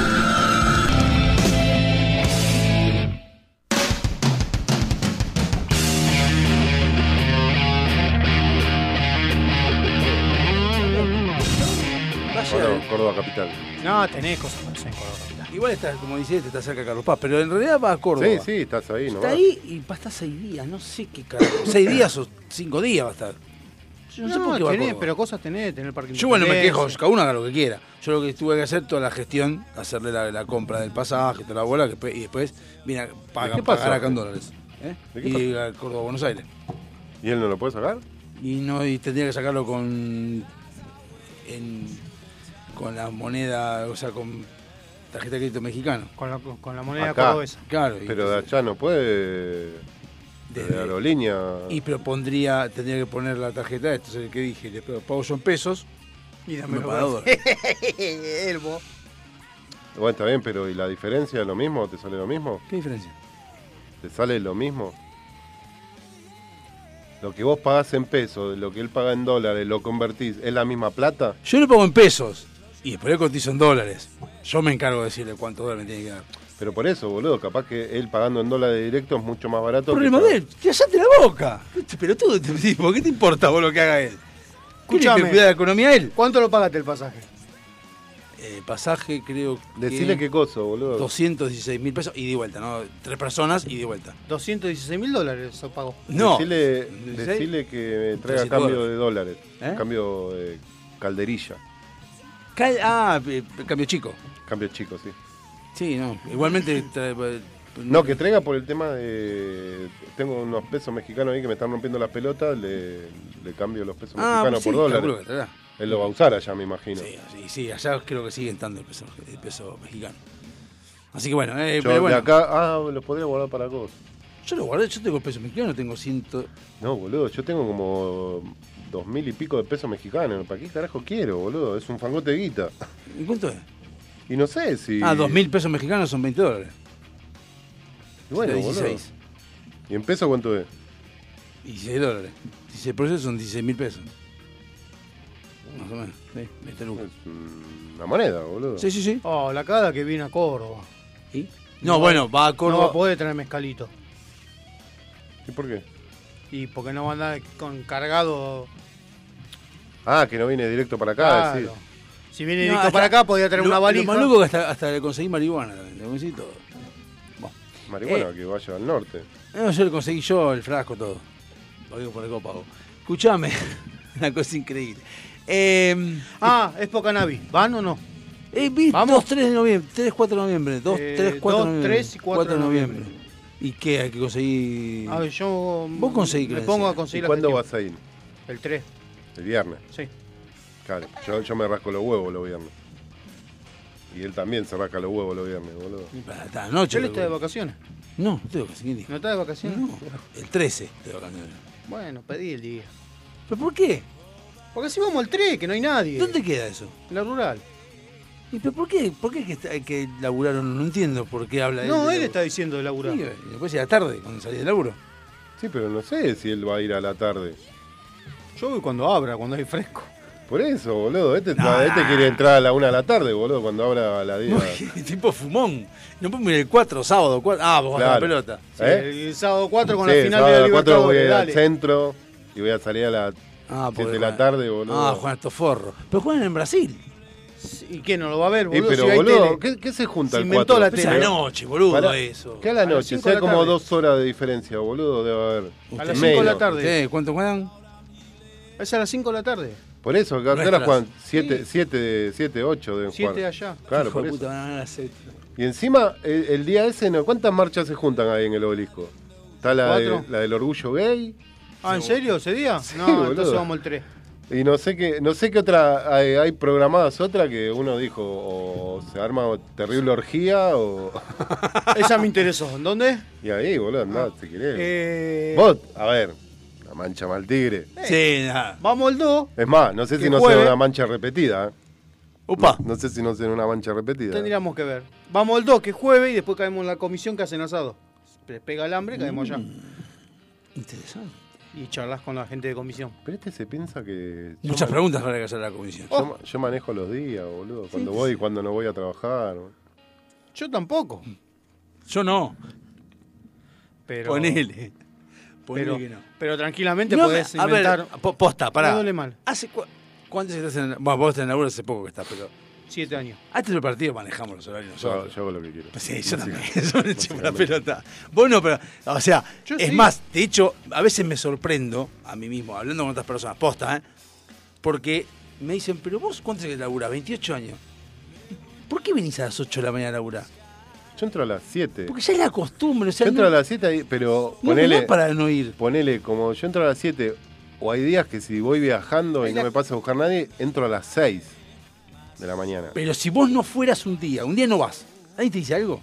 C: Córdoba, Córdoba Capital.
D: No, tenés cosas para hacer en Córdoba Capital.
B: Igual está, como dice este, está cerca de Carlos Paz, pero en realidad va a Córdoba.
C: Sí, sí, estás ahí, ¿no?
B: Está ahí y va a estar seis días, no sé qué carajo. seis días o cinco días va a estar. Yo no, sé por qué va a
D: tenés,
B: Córdoba.
D: pero cosas tenés, tenés el parque
B: Yo bueno, me quejo, cada uno haga lo que quiera. Yo lo que tuve que hacer, toda la gestión, hacerle la, la compra del pasaje, toda la bola, que, después- y después vine a pagar,
C: ¿De qué pasó?
B: pagar acá en dólares. ¿eh?
C: ¿De qué
B: Y a Córdoba, Buenos Aires.
C: ¿Y él no lo puede sacar?
B: Y no y tendría que sacarlo con. en- con la moneda, o sea, con tarjeta de crédito mexicano.
D: Con la, con la moneda
C: Acá.
D: cordobesa.
B: Claro. y-
C: Pero de allá no puede.
B: Desde-
C: De aerolínea.
B: Y pero pondría, tendría que poner la tarjeta, esto es el que dije, le pago- pago yo en pesos y dame
D: lo
B: para
D: vas.
B: dólares.
D: Elbo.
C: Bueno, está bien, pero ¿y la diferencia es lo mismo? ¿Te sale lo mismo?
B: ¿Qué diferencia?
C: ¿Te sale lo mismo? Lo que vos pagás en pesos, lo que él paga en dólares, lo convertís, ¿es la misma plata?
B: Yo le pago en pesos y después le cotizo en dólares. Yo me encargo de decirle cuánto dólar me tiene que dar.
C: Pero por eso, boludo, capaz que él pagando en dólares directos es mucho más barato. que
B: Problema
C: pagar-
B: de él, callate la boca. Este pelotudo, este tipo, ¿qué te importa vos lo que haga él?
D: Escuchame.
B: Escuchame. cuidar la economía a él?
D: ¿Cuánto lo pagaste el pasaje?
B: Eh, pasaje, creo que.
C: Decile qué coso, boludo.
B: 216 mil pesos y de vuelta, ¿no? Tres personas y de vuelta.
D: 216 mil dólares eso pagó.
B: No.
C: Decile,
B: ¿16?
C: decile que traiga
B: 300
C: cambio de dólares.
B: ¿Eh?
C: Cambio de calderilla.
B: Cal- ah, eh, cambio chico.
C: Cambio chico, sí.
B: Sí, no. Igualmente. tra- eh,
C: No, que traiga por el tema de. Tengo unos pesos mexicanos ahí que me están rompiendo las pelotas, le, le cambio los pesos
B: Ah,
C: mexicanos
B: sí,
C: por dólares.
B: calculo que traerá.
C: Él lo va a usar allá, me imagino.
B: Sí, sí, sí, allá creo que sigue entrando el peso, el peso mexicano. Así que bueno, eh,
C: Yo
B: pero bueno,
C: de acá, ah, los podría guardar para vos.
B: yo lo guardé, yo tengo peso mexicano, tengo ciento...
C: No, boludo, yo tengo como dos mil y pico de pesos mexicanos. ¿Para qué carajo quiero, boludo? Es un fangote de guita.
B: ¿Y ¿Cuánto es?
C: Y no sé si.
B: Ah, dos mil pesos mexicanos son 20 dólares.
C: Y Bueno,
B: Está
C: boludo.
B: 16.
C: ¿Y en peso cuánto es?
B: 16 dólares. 16 por eso son 16 mil pesos. Más o menos. Sí, 20 lucas.
C: Una Mm, moneda, boludo.
B: Sí, sí, sí.
D: Oh, la cada que viene a Córdoba.
B: No, bueno, va a
D: No va
B: Córdoba.
D: a poder traer mezcalito.
C: ¿Y por qué?
D: Y porque no va a andar con cargado.
C: Ah, que no viene directo para acá.
D: Claro.
C: sí.
D: Si viene
B: No,
D: directo
B: hasta-
D: para acá, podría traer
B: lo-
D: una
B: Lo
D: valija.
B: más loco que hasta, hasta le conseguí marihuana. también, Le conseguí todo.
C: Marihuana,
D: Eh,
C: que vaya al norte.
B: No, yo le conseguí yo el frasco, todo. Lo digo por el copago. Escuchame, una cosa increíble. Eh,
D: Ah, es por cannabis. ¿Van o no?
B: eh, vi
D: Vamos.
B: 2, 3 de noviembre, 3, 4 de noviembre, 2,
D: Eh,
B: 3, 4 de
D: dos,
B: noviembre.
D: tres y cuatro de noviembre.
B: ¿Y qué? Hay que conseguir...
D: A ver, yo. mm,
B: Vos conseguís
D: Me
B: credencial.
D: pongo a
C: ¿Y
D: conseguir la
C: cuándo
D: gestión.
C: vas a ir?
D: El 3,
C: El viernes.
D: sí.
C: Claro, yo, yo me rasco los huevos los viernes. Y él también se rasca los huevos los viernes, boludo.
B: Para esta noche.
D: Yo le
B: Ah, lo-
D: está de vacaciones.
B: No, no tengo que seguir. dijo.
D: ¿No está de vacaciones?
B: No, el 13 tengo que cambiar.
D: Bueno, pedí el día.
B: ¿Pero por qué?
D: Porque si vamos al 3, que no hay nadie.
B: ¿Dónde queda eso?
D: En la rural.
B: ¿Y pero por qué? ¿Por qué es que, está- que laburaron? No entiendo por qué habla
D: No,
B: de
D: él
B: laburo.
D: está diciendo de laburar.
B: Sí, eh, después de la tarde, cuando salí del laburo.
C: Sí, pero no sé si él va a ir a la tarde.
D: Yo voy cuando abra, cuando hay fresco.
C: Por eso, boludo. Este, este quiere entrar a la una de la tarde, boludo, cuando abra a la 10.
B: tipo fumón. No podemos ir el 4, sábado 4. Ah, vos vas a la
C: Claro.
B: pelota.
D: Sí,
C: ¿Eh?
D: El sábado 4 con
C: Sí,
D: la final
C: sábado
D: de
C: a
D: la
C: las cuatro voy a
D: Libertadores.
C: ir al
D: Dale.
C: centro y voy a salir a las
B: Ah, porque
C: 7 de la
B: juegan-
C: tarde, boludo.
B: Ah, Juan Forros. Pero juegan en Brasil.
D: ¿Y qué? ¿No lo va a ver,
C: Eh,
D: boludo?
C: pero,
D: si hay
C: boludo,
D: tele.
C: ¿qué, qué se
D: Se
C: junta el
D: inventó
C: 4?
D: la
B: Pero es a la noche, boludo, eso.
C: ¿Qué a la
D: A las
C: noche?
D: cinco de
C: Sea
D: la
C: como
D: tarde.
C: dos horas de diferencia, boludo, debe haber.
D: A las
C: Menos.
D: 5 de la tarde.
B: ¿Qué? ¿Cuánto juegan?
D: Es a las 5 de la tarde.
C: Por eso, acá
B: Nuestras.
C: ahora juegan 7, 7, 8 deben
D: Siete
C: jugar.
D: allá.
C: Claro,
B: Hijo
C: por
B: de
C: eso.
B: puta, van a ganar la set.
C: Y encima, el, el día ese, ¿no? ¿cuántas marchas se juntan ahí en el obelisco? Está la, de-
D: Cuatro.
C: la del orgullo gay
D: Ah, ¿en serio? ¿Ese día? no,
C: boludo.
D: entonces vamos el 3.
C: y no sé qué, no sé qué otra hay, hay programadas otra que uno dijo o se arma terrible orgía o
D: Esa me interesó. ¿En dónde?
C: y ahí boludo andá si querés.
D: Eh,
C: Vos, a ver, la mancha mal tigre.
B: Sí, nada.
D: vamos el 2.
C: Es más, no sé si
D: El
C: no será
D: jueves-
C: una mancha repetida. ¿eh?
B: Upa.
C: No sé si no será una mancha repetida.
D: Tendríamos que ver. Vamos el 2, que es jueves, y después caemos en la comisión que hacen asado. Pe- Pega el hambre, caemos allá.
B: Mm. Interesante.
D: Y charlas con la gente de comisión.
C: Pero este se piensa que yo,
B: Muchas preguntas para que hacer la comisión.
C: yo ma- yo manejo los días, boludo, cuando voy y cuando no voy a trabajar.
D: Yo tampoco.
B: Yo no.
D: Pero,
B: Ponele. Ponele
D: pero,
B: que no.
D: pero tranquilamente
B: No,
D: podés
B: me- a
D: inventar.
B: ver, po- posta, pará.
D: No duele mal.
B: ¿Hace cua- ¿Cuántos estás en el Bueno, vos estás en el laburo hace poco que estás, pero...
D: Siete años.
B: Antes del partido manejamos los horarios
C: Yo,
B: nosotros.
C: yo hago lo que quiero.
B: Sí, yo también. Yo le echo la pelota. Vos no, pero. O sea,
D: Yo
B: es
D: sí.
B: más, de hecho, a veces me sorprendo a mí mismo, hablando con otras personas, posta, ¿eh? Porque me dicen, pero vos, ¿cuánto es que laburás? 28 años. ¿Por qué venís a las 8 de la mañana a laburar?
C: Yo entro a las 7.
B: Porque ya es la costumbre, o sea,
C: Yo entro a
B: no,
C: las 7, pero
B: no me
C: ponele,
B: da para no ir.
C: ponele, como yo entro a las 7, o hay días que si voy viajando y no me pasa a buscar nadie, entro a las 6 de la mañana.
B: Pero si vos no fueras un día, un día no vas, ¿nadie te dice algo?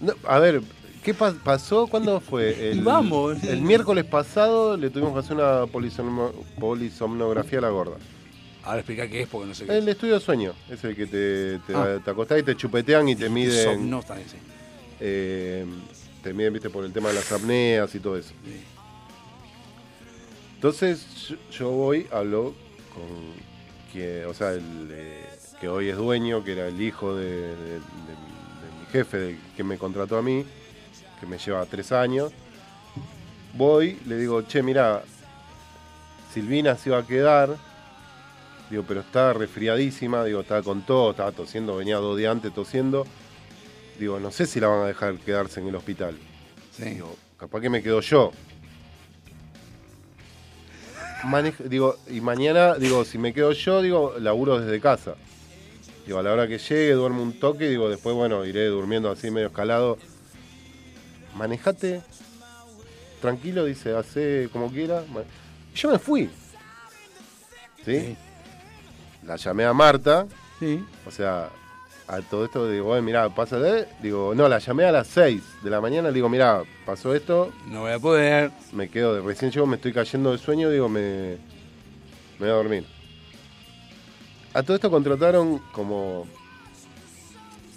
C: No, a ver, ¿qué pa- pasó? ¿Cuándo fue?
B: Y vamos.
C: El miércoles pasado le tuvimos que hacer una polisom- polisomnografía a la gorda.
B: Ahora explica qué es porque no sé qué.
C: El estudio de sueño, es el que te, te,
B: Ah.
C: te acostás y te chupetean y te miden.
B: Somnos también, sí.
C: eh, te miden, viste, por el tema de las apneas y todo eso. Entonces yo, yo voy, hablo con que, o sea, el, eh, que hoy es dueño, que era el hijo de, de- de mi- de mi jefe, del que me contrató a mí, que me lleva tres años. Voy, le digo, che, mira, Silvina se iba a quedar. Digo, pero está resfriadísima, digo, estaba con todo, estaba tosiendo, venía dos días antes tosiendo. Digo, no sé si la van a dejar quedarse en el hospital.
B: Sí.
C: Digo, capaz que me quedo yo. Manej- digo, y mañana, digo, si me quedo yo, digo, laburo desde casa. Digo, a la hora que llegue, duermo un toque, digo, después, bueno, iré durmiendo así medio escalado. Manejate tranquilo, dice, hace como quiera. Ma- Yo me fui. ¿Sí?
B: Sí.
C: La llamé a Marta,
B: Sí.
C: o sea, a todo esto digo, "Oye, mirá, pasa de. Digo, no, la llamé a las 6 de la mañana, le digo, mirá, pasó esto,
B: No voy a poder.
C: me quedo, de recién llego, me estoy cayendo de sueño, digo, me, me voy a dormir. A todo esto contrataron como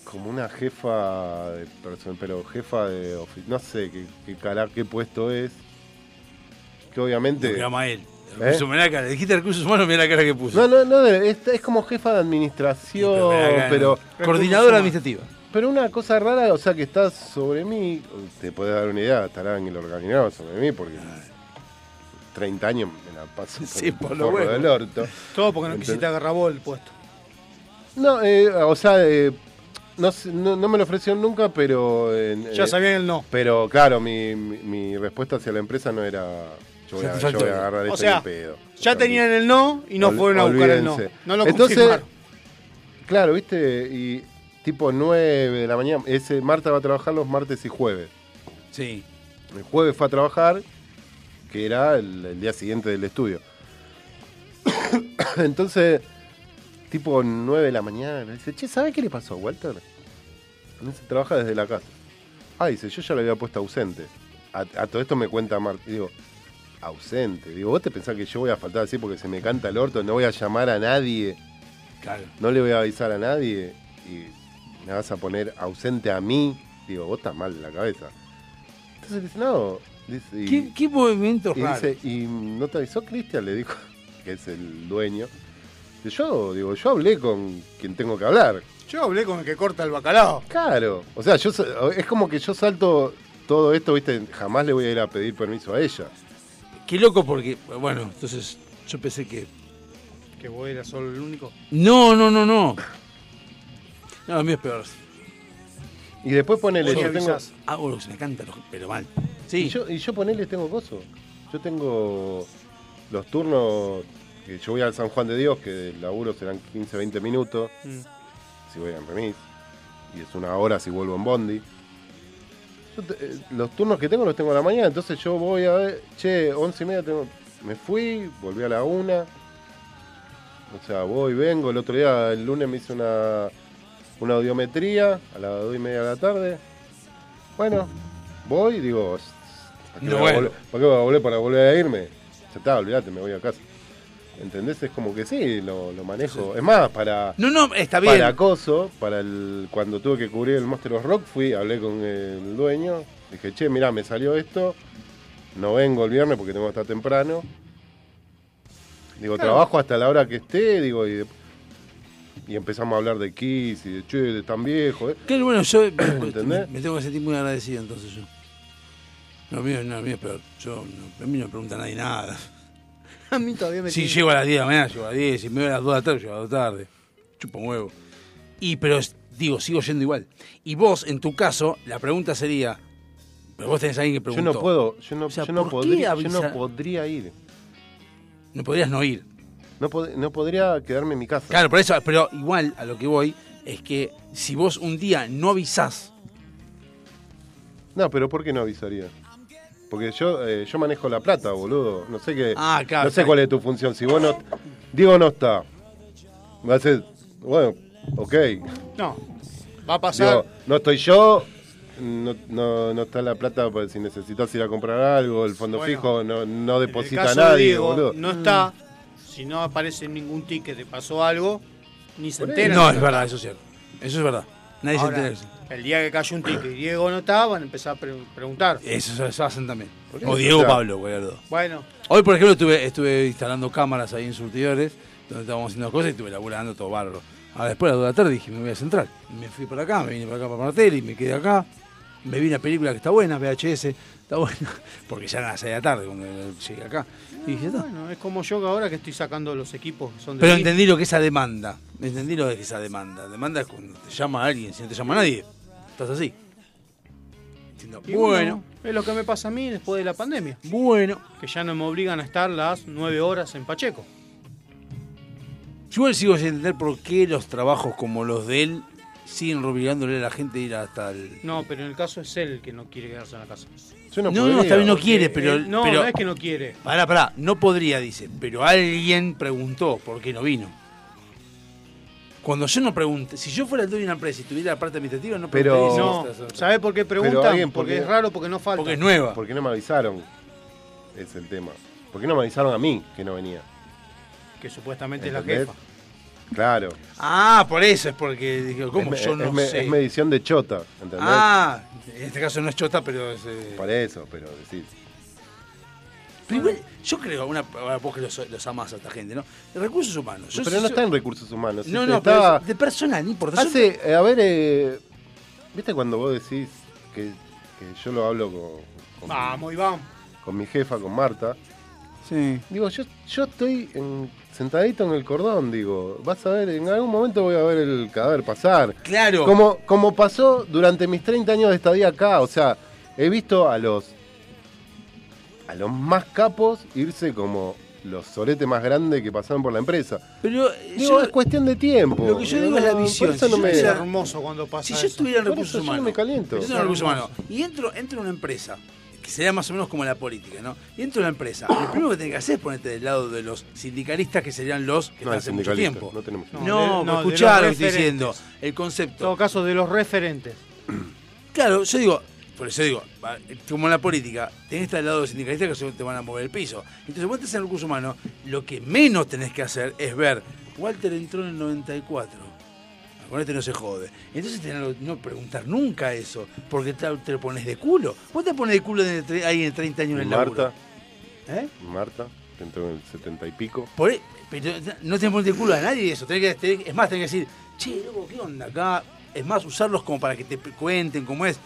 C: como una jefa de persona, pero jefa de ofi- no sé qué, qué carajo, qué puesto es. Que obviamente.
B: Lo llama él.
C: ¿Eh?
B: Recursos humanos, mirá la cara. Le dijiste recursos humanos, mirá la cara que puso.
C: No, no, no, es, es como jefa de administración,
B: Pero mirá la cara.
C: pero.
B: Coordinadora administrativa.
C: Pero una cosa rara, o sea, que está sobre mí, te podés dar una idea, estará en el organigrama sobre mí, porque 30 años me la paso por
B: Sí,
C: el
B: por lo
C: forro
B: bueno.
C: del orto.
D: Todo porque no
C: Enten-
D: quisiste agarrar vos el puesto.
C: No, eh, o sea, eh, no, sé, no, no me lo ofrecieron nunca, pero... en-
D: Ya
C: eh,
D: sabían el no.
C: Pero claro, mi, mi- mi respuesta hacia la empresa no era... Yo voy a, yo voy a agarrar
D: O
C: esto
D: sea,
C: ni pedo.
D: Ya tenían el no y no
C: Ol-
D: fueron a buscar el no.
C: olvídense.
D: No lo
C: Entonces,
D: confirmaron.
C: Claro, viste, y tipo 9 de la mañana, ese Marta va a trabajar los martes y jueves.
B: Sí.
C: El jueves fue a trabajar, que era el, el día siguiente del estudio. Entonces, tipo 9 de la mañana, le dice, che, ¿sabes qué le pasó a Walter? No se trabaja desde la casa. Ah, dice, yo ya lo había puesto ausente. A, a todo esto me cuenta Marta. Digo, ausente. Digo, ¿vos te pensás que yo voy a faltar así porque se me canta el orto? No voy a llamar a nadie,
B: Claro.
C: no le voy a avisar a nadie. Y me vas a poner ausente a mí. Digo, vos estás mal de la cabeza. Entonces le dice, no. Dice, y-
B: ¿Qué, qué movimientos
C: y
B: raros?
C: dice, ¿y no te avisó Cristian? Le dijo, que es el dueño. Y Yo, digo, yo hablé con quien tengo que hablar.
D: Yo hablé con el que corta el bacalao.
C: Claro. O sea, yo sa- es como que yo salto todo esto, ¿viste? Jamás le voy a ir a pedir permiso a ella.
B: Qué loco porque, bueno, entonces yo pensé que...
D: Que vos eras solo el único.
B: No, no, no, no. No, lo mío es peor.
C: Y después ponele,
D: Vos
C: yo
D: le
C: tengo,
D: avisás.
B: Ah, bueno, se me canta, lo- pero mal.
C: y,
B: Sí,
C: yo, y yo ponele, tengo coso. Yo tengo los turnos, que yo voy al San Juan de Dios, que del laburo serán 15, 20 minutos.
D: Mm.
C: si voy en remis. Y es una hora si vuelvo en Bondi. Yo te- eh, los turnos que tengo los tengo a la mañana, entonces yo voy a ver, che, once y media tengo. Me fui, volví a la una. O sea, voy, vengo. El otro día, el lunes me hice una, una audiometría a las dos y media de la tarde. Bueno, voy, digo, "S- s- ¿para qué,
B: No,
C: voy, a
B: bueno.
C: volver, ¿para qué voy a volver para volver a irme? Ya está, olvídate, me voy a casa. ¿Entendés? Es como que sí, lo, lo manejo. Es más, para.
B: No, no, está bien.
C: Para acoso, para el, cuando tuve que cubrir el Monster of Rock, fui, hablé con el dueño, dije, che, mirá, me salió esto, no vengo el viernes porque tengo que estar temprano. Digo, trabajo hasta la hora que esté, digo, y, de- y empezamos a hablar de Kiss y de che, de tan viejo. eh".
B: Claro, bueno, yo me,
C: ¿Entendés?
B: me tengo que sentir muy agradecido entonces yo. Lo mío, no, lo mío es peor. Yo, no, a mí no me pregunta nadie nada.
D: A mí todavía me
B: Si
D: tiene-
B: llego a las 10 de la mañana, llego a las 10. Si me voy a las 2 de la tarde, llego a las 2 de la tarde. Chupa un huevo. Y, pero, es- digo, sigo yendo igual. Y vos, en tu caso, la pregunta sería... Pero vos tenés a alguien que
C: Yo
B: preguntó.
C: no puedo, yo no,
B: O sea,
C: yo no
B: ¿por qué
C: podría, yo
B: avisar?
C: no podría ir.
B: No podrías no ir.
C: No, pod- no podría quedarme en mi casa.
B: Claro, por eso, pero igual a lo que voy es que si vos un día no avisás,
C: No, pero ¿por qué no avisaría? Porque yo, eh, yo manejo la plata, boludo. No sé qué.
B: Ah, claro,
C: No sé
B: claro.
C: cuál es tu función. Si vos no. Diego no está. Va a ser. Bueno, ok.
D: No. Va a pasar.
C: Digo, no estoy yo. No, no, no está la plata para si necesitas ir a comprar algo. El fondo
D: Bueno,
C: fijo no, no
D: en el
C: deposita a
D: caso de
C: nadie,
D: Diego,
C: boludo.
D: No está. Si no aparece ningún ticket, te pasó algo, ni se
C: Por
D: entera.
B: no, es verdad, eso es cierto. Eso es verdad. Nadie se
D: Ahora,
B: entera.
D: el día que cayó un ticket y Diego no está, van a empezar a pre- preguntar.
B: Eso, eso, hacen también.
C: Por eso,
B: O Diego
C: o sea-
B: Pablo, cualquiera de los dos.
D: Bueno,
B: Hoy, por ejemplo, estuve, estuve instalando cámaras ahí en surtidores, donde estábamos haciendo cosas y estuve laburando todo bárbaro. Ahora, después a las 2 de la tarde dije, me voy a central. Me fui para acá, me vine para acá para Martelli, me quedé acá. Me vi una película que está buena, VHS, está buena, porque ya eran las 6 de la tarde cuando llegué acá. Y dije, "Ta".
D: bueno, es como yo que ahora que estoy sacando los equipos que son de
B: Pero
D: mí.
B: entendí lo que es esa demanda. Entendí lo que es esa demanda. Demanda es cuando te llama alguien, si no te llama nadie, estás así. Diciendo,
D: Y
B: bueno,
D: Es lo que me pasa a mí después de la pandemia.
B: bueno.
D: Que ya no me obligan a estar las nueve horas en Pacheco.
B: Yo igual sigo sin entender por qué los trabajos como los de él siguen obligándole a la gente a ir hasta el.
D: No, pero en el caso es él que no quiere quedarse en la casa.
C: Yo
B: No, no, está bien, no quiere, pero.
D: Él- eh, no,
B: pero-
D: no es que no quiere.
B: Pará, pará, no podría, dice, pero alguien preguntó por qué no vino. Cuando yo no pregunte, si yo fuera el dueño de una empresa y tuviera la parte administrativa, no
C: Pero-
B: preguntaría si
D: No,
B: estás-
D: ¿sabes por qué preguntan?
C: alguien,
D: porque,
C: porque-
D: es raro, porque no falta.
B: Porque es nueva.
C: ¿Por qué no me avisaron? Es el tema. ¿Por qué no me avisaron a mí que no venía?
D: Que supuestamente es la
C: ¿Entendés?
D: jefa.
C: Claro.
B: Ah, por eso es porque digo, ¿cómo?
C: es,
B: Yo
C: me-
B: no
C: es me-
B: sé.
C: es medición de chota, ¿entendés?
B: ah, en este caso no es chota, pero es. eh,
C: Por eso, pero decís.
B: pero igual, yo creo, una, ahora vos que los, los amás a esta gente, ¿no? Recursos humanos. Yo
C: pero
B: sé-
C: no está en recursos humanos.
B: No,
C: este,
B: no, pero
C: está-
B: es de personal, no importa. Yo-
C: Hace, eh, a ver, eh, ¿viste cuando vos decís que, que yo lo hablo con, con,
B: Ah,
D: Vamos, Iván.
C: con mi jefa, con Marta?
B: Sí.
C: Digo, yo, yo estoy en- sentadito en el cordón, digo, vas a ver, en algún momento voy a ver el cadáver pasar.
B: Claro.
C: Como, como pasó durante mis 30 años de estadía acá, o sea, he visto a los a los más capos irse como los soretes más grandes que pasaron por la empresa.
B: Pero eh,
C: Digo,
B: yo,
C: es cuestión de tiempo.
B: lo que yo digo es la
C: No, por
B: visión.
C: eso
B: Si
C: no
B: yo
C: me-
D: Es
B: Mira,
D: hermoso cuando pasa
B: si yo
D: eso.
B: estuviera en
C: Por
B: recursos
C: eso yo no
B: humanos.
C: me caliento.
B: yo estuviera en recursos humanos. Y entro, entro en una empresa, que sería más o menos como la política, ¿no? Y entro en una empresa. Lo primero que tenés que hacer es ponerte del lado de los sindicalistas, que serían los que
C: No
B: están
C: hay
B: hace mucho
C: sindicalistas,
B: tiempo.
C: no tenemos.
B: No,
D: No, de-
B: me
D: no, de
B: escucharon,
D: los
B: estoy
D: referentes.
B: diciendo. El
D: En
B: concepto.
D: todo caso, de los referentes.
B: Claro, yo digo, por eso digo, va, como en la política, tenés que estar al lado de los sindicalistas que seguro te van a mover el piso. Entonces, vos estás en recursos humanos, lo que menos tenés que hacer es ver, Walter entró en el 94. Con este no se jode. Entonces tenés que no preguntar nunca eso, porque te, te lo pones de culo. Vos te pones de culo de tre- ahí en 30 años en el laburo.
C: Marta,
B: ¿Eh?
C: Marta, que entró en el 70 y pico.
B: Por e- pero no te pones de culo a nadie eso. Tenés que, tenés- es más, tenés que decir, che, loco, ¿qué onda acá? Es más, usarlos como para que te cuenten cómo es.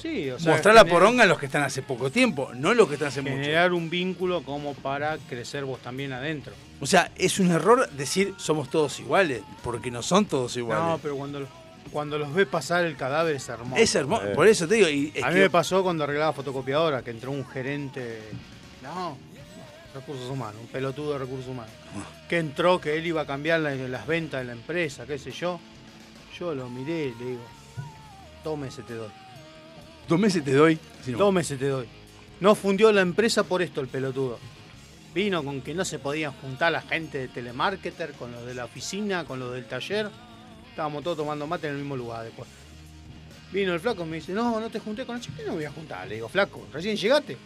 D: Sí, o sea.
B: Mostrar la
D: genera-
B: poronga a los que están hace poco tiempo, no los que están hace mucho.
D: Generar un vínculo como para crecer vos también adentro.
B: O sea, es un error decir somos todos iguales, porque no son todos iguales.
D: No, pero cuando, cuando los ves pasar el cadáver es hermoso.
B: es hermoso,
C: Eh.
B: por eso te digo. y es
D: a mí
B: que-
D: me pasó cuando arreglaba fotocopiadora, que entró un gerente. No, recursos humanos, un pelotudo de recursos humanos. Que entró, que él iba a cambiar la- las ventas de la empresa, qué sé yo. Yo lo miré y le digo, tome ese te doy.
B: dos meses te doy. Si no.
D: Tome ese te doy. No fundió la empresa por esto el pelotudo. Vino con que no se podían juntar la gente de telemarketer, con los de la oficina, con los del taller. Estábamos todos tomando mate en el mismo lugar después. Vino el flaco y me dice, no, no te junté con el chico, no me voy a juntar. Le digo, flaco, recién llegaste.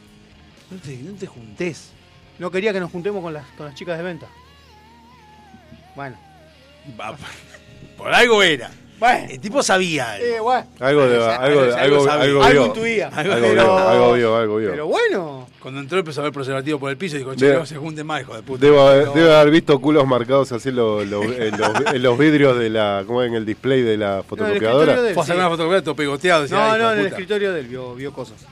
B: No, te, no te juntés.
D: No quería que nos juntemos con las, con las chicas de venta. Bueno.
B: Va, por algo era.
D: Bueno.
B: El tipo sabía. algo.
D: Eh, bueno.
C: Algo, de- algo, de-
B: algo
C: algo,
B: sabe.
C: algo
D: Algo
C: vio.
D: intuía.
C: Algo
D: Pero-
C: vio, algo vio, algo vio.
D: Pero bueno.
B: Cuando entró empezó a ver preservativo por el piso y dijo, che,
C: Veo.
B: no se junten más, hijo de puta.
C: Debo haber, debe haber visto culos marcados así en, lo- lo- en los, en los vidrios de la. ¿Cómo en el display de la
D: No, en el
C: fotocopiadora?
D: escritorio de él,
B: Fue a
D: sí.
B: sacar una fotografía todo pegoteado. decía, "Ay,
D: No,
B: hijo
D: no,
B: de
D: en el
B: puta".
D: escritorio de él vio, vio cosas.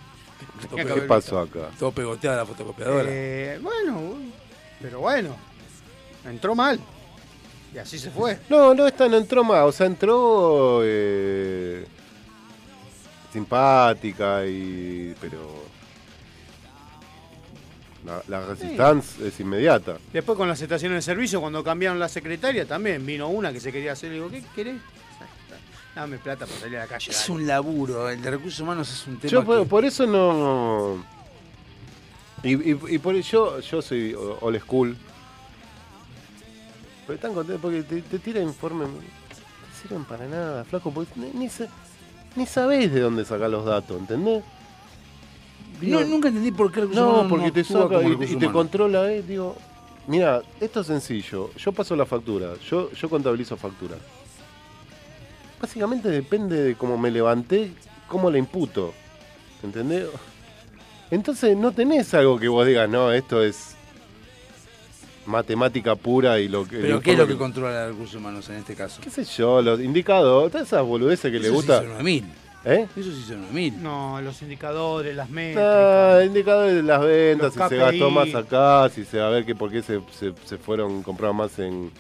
B: Todo, pe-
C: ¿Qué pasó acá?
B: todo pegoteado a la fotocopiadora.
D: Eh, bueno, pero bueno. Entró mal. Y así se fue.
C: No, no, esta no entró más. O sea, entró. eh, simpática y. Pero. La, la resistencia es inmediata.
D: Después con las estaciones de servicio, cuando cambiaron la secretaria, también vino una que se quería hacer. Le digo, ¿qué querés? Dame plata para salir a la calle.
B: Es
D: dale".
B: un laburo, el de recursos humanos es un tema.
C: Yo por,
B: que-
C: por eso no. Y, y- y por yo, yo soy o- old school. Pero están contentos porque te, te tira informe. No sirven para nada, flaco. porque ni, ni, sa- ni sabés de dónde sacar los datos, ¿entendés? Digo,
B: No, nunca entendí por qué recursos
C: no,
B: humanos
C: porque te
B: actúa
C: saca
B: como
C: y, te-
B: recursos
C: y te
B: humanos.
C: controla, eh, digo, mira, esto es sencillo, yo paso la factura, yo, yo contabilizo factura. Básicamente depende de cómo me levanté, cómo la imputo. ¿Entendés? Entonces no tenés algo que vos digas, no, esto es matemática pura y lo que... el
B: Pero ¿qué es lo que
C: informe
B: controla los recursos humanos en este caso?
C: ¿Qué sé yo? Los indicadores, todas esas boludeces que le gusta.
B: Eso sí son 9000.
C: ¿Eh?
B: Eso sí son 9000.
D: No, los indicadores, las
C: Ah,
D: métricas.
C: indicadores de las ventas, si
D: Los
C: se
D: KPI.
C: gastó más acá, si se va a ver que por qué se, se, se fueron compraron más en,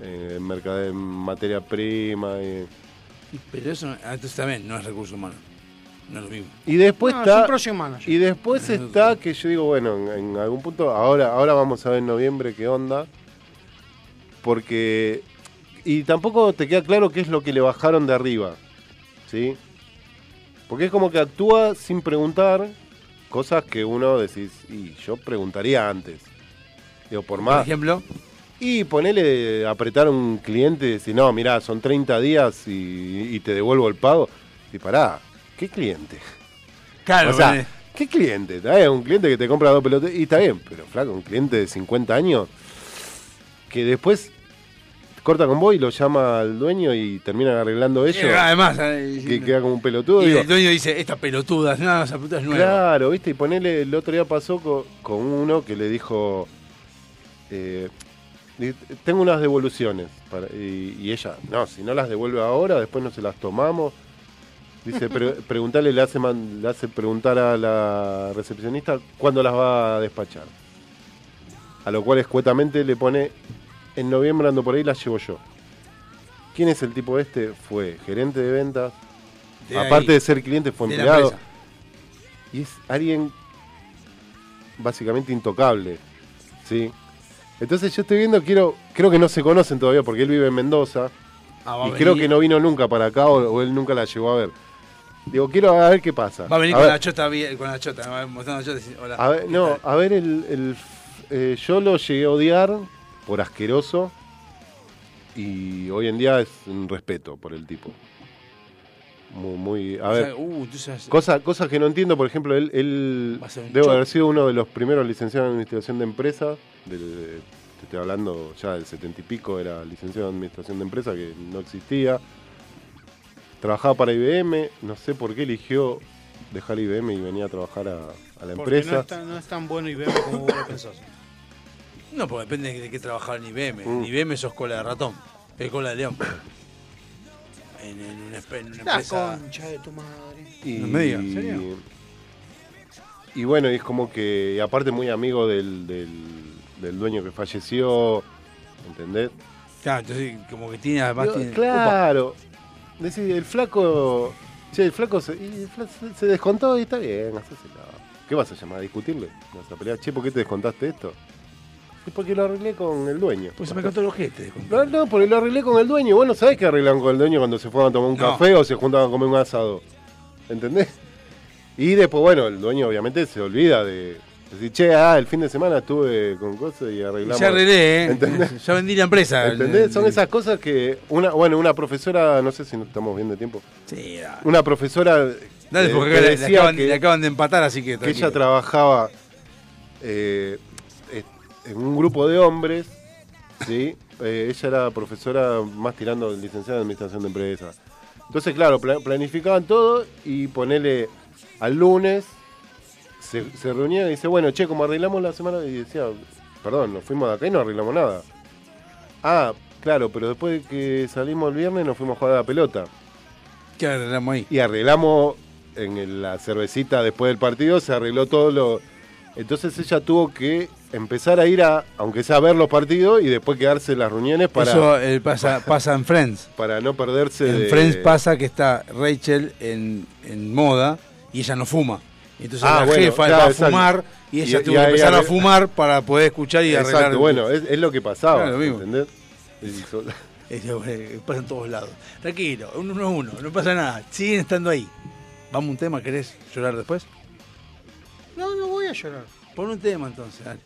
C: en, mercade- en materia prima. Y,
B: Pero eso no- ah, entonces también no es recursos humanos. No es lo mismo.
C: y después
D: No, es un
C: está.
D: project manager.
C: Y después está que yo digo, bueno, en, en algún punto, ahora, ahora vamos a ver en noviembre qué onda. Porque. Y tampoco te queda claro qué es lo que le bajaron de arriba. ¿Sí? Porque es como que actúa sin preguntar cosas que uno decís, y yo preguntaría antes. Digo, por
B: Por
C: más.
B: ejemplo,
C: Y ponele apretar a un cliente y decir, no, mirá, son 30 días y, y te devuelvo el pago. Y pará, ¿qué cliente?
B: claro,
C: O sea,
B: vale.
C: ¿qué cliente? Está bien, un cliente que te compra dos pelotas y está bien, pero flaco, un cliente de 50 años que después corta con vos y lo llama al dueño y terminan arreglando ellos.
B: Eh, además, eh,
C: que queda como un pelotudo.
B: y
C: digo,
B: el dueño dice, estas pelotudas, no, esa puta es nueva.
C: Claro, viste, y ponele, el otro día pasó co- con, uno que le dijo, eh, di- tengo unas devoluciones, para- y, y ella, no, si no las devuelve ahora, después no se las tomamos. Dice, pre- preguntale, le hace, man- le hace preguntar a la recepcionista cuándo las va a despachar. A lo cual escuetamente le pone, en noviembre ando por ahí, las llevo yo. ¿Quién es el tipo este? Fue gerente de ventas.
B: De
C: Aparte
B: ahí,
C: de ser cliente, fue
B: de la
C: empleado.
B: empresa.
C: Y es alguien básicamente intocable. ¿sí? Entonces yo estoy viendo, quiero, creo que no se conocen todavía porque él vive en Mendoza.
B: Ah, va a
C: y creo
B: venir-
C: que no vino nunca para acá o, o él nunca la llegó a ver. Digo, quiero a ver qué pasa.
B: Va a venir
C: A
B: con
C: ver,
B: la chota, bien- con la chota, va a ir mostrando la chota y dice, hola.
C: a ver,
B: ¿qué
C: no,
B: tal?
C: a ver, el, el- eh, yo lo llegué a odiar por asqueroso y hoy en día es un respeto por el tipo. Muy, muy, a
B: O sea,
C: ver,
B: uh, entonces-
C: Cosa- cosas que no entiendo, por ejemplo, él, él
B: Va a ser un
C: debe
B: choque.
C: haber sido uno de los primeros licenciados en administración de empresas. Del, te estoy hablando ya del setenta y pico, era licenciado en administración de empresas que no existía. Trabajaba para IBM, no sé por qué eligió dejar IBM y venía a trabajar a, a la
D: Porque
C: empresa.
D: no es, tan, no es tan bueno IBM como vos lo pensás.
B: No, porque depende de qué trabajar en IBM. En
C: Mm.
B: IBM sos cola de ratón, es cola de león. En, en una, espe- en una
D: La
B: empresa...
D: concha de tu madre.
C: Y,
B: No me digas, ¿en serio?
C: y bueno, y es como que, y aparte muy amigo del, del- del dueño que falleció, ¿entendés?
B: Claro, entonces como que tiene además...
C: Digo,
B: tiene-
C: claro. Decís, el flaco. Che, el flaco se, y el fla- se- se descontó y está bien, hacéselo. ¿Qué vas a llamar? ¿A discutirle? ¿Vas a pelear? Che, ¿por qué te descontaste esto? Y porque lo arreglé con el dueño.
B: Pues se me contó el ojete.
C: No, no, porque lo arreglé con el dueño. Vos no sabés que arreglan con el dueño cuando se fueron a tomar un
B: No.
C: café o se juntaban a comer un asado. ¿Entendés? Y después, bueno, el dueño obviamente se olvida de decir, che, ah, el fin de semana estuve con cosas y arreglamos.
B: Ya arreglé, ¿eh?
C: ¿Entendés?
B: Ya vendí la empresa.
C: ¿Entendés? Son esas cosas que una, bueno, una profesora, no sé si nos estamos viendo de tiempo,
B: Sí, da-
C: una profesora
B: dale,
C: eh,
B: porque
C: que
B: le- le
C: decía
B: acaban,
C: que,
B: le acaban de empatar, así que
C: que ella
B: tranquilo. Ah.
C: trabajaba eh, eh, en un grupo de hombres, ¿sí? Eh, ella era profesora más tirando licenciada en administración de empresas. Entonces, claro, pla- planificaban todo y ponele al lunes, se, se reunían y dice, bueno, che, como arreglamos la semana, y decía, perdón, nos fuimos de acá y no arreglamos nada. Ah, claro, pero después de que salimos el viernes nos fuimos a jugar a la pelota.
B: ¿Qué arreglamos ahí?
C: Y arreglamos en el- la cervecita después del partido, se arregló todo lo. Entonces ella tuvo que empezar a ir a, aunque sea a ver los partidos y después quedarse en las reuniones para,
B: Eso eh, pasa, pasa en Friends.
C: para no perderse.
B: En
C: de-
B: Friends pasa que está Rachel en, en moda y ella no fuma. Entonces
C: Ah,
B: la
C: bueno,
B: jefa
C: claro,
B: va a
C: exacto.
B: fumar y ella
C: Y-
B: tuvo
C: y
B: que
C: ahí
B: empezar a
C: arregla-
B: fumar para poder escuchar y
C: Exacto,
B: arreglar.
C: bueno, es, es lo que pasaba.
B: Claro, lo mismo.
C: ¿entendés? Y so-
B: Eso, eh, pasa en todos lados. Tranquilo, uno uno, uno, no pasa nada. Siguen estando ahí. Vamos a un tema, ¿querés llorar después?
D: No, no voy a llorar.
B: Pon un tema entonces, dale.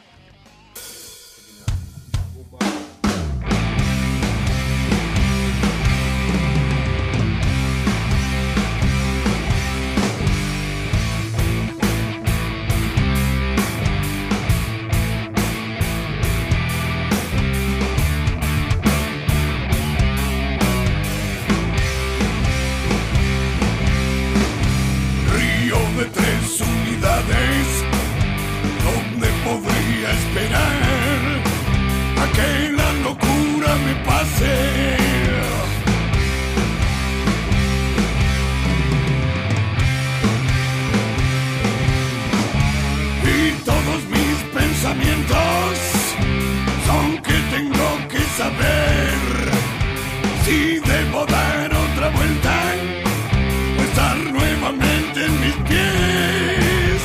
F: Río de tres unidades, donde podría esperar a que la locura me pase. Y todos mis pensamientos son que tengo que saber si debo dar otra vuelta o estar nuevamente en mis pies.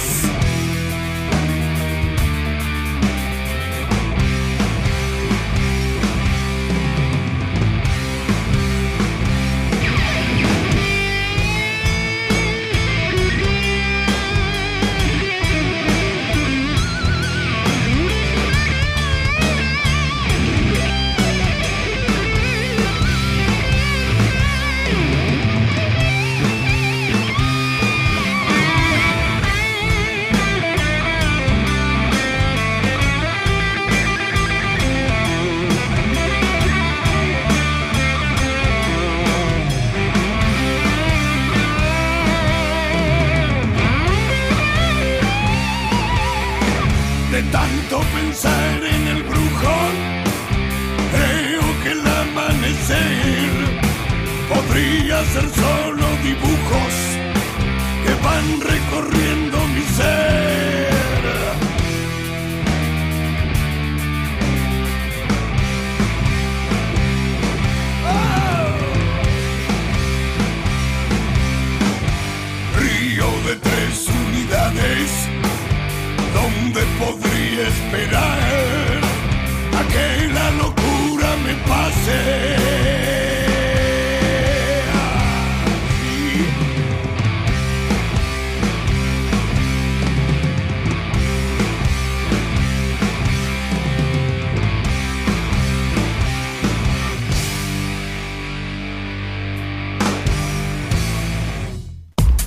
F: podría ser solo dibujos que van recorriendo mi ser. ¡Oh! Río de tres unidades, donde podría esperar a que la locura me pase.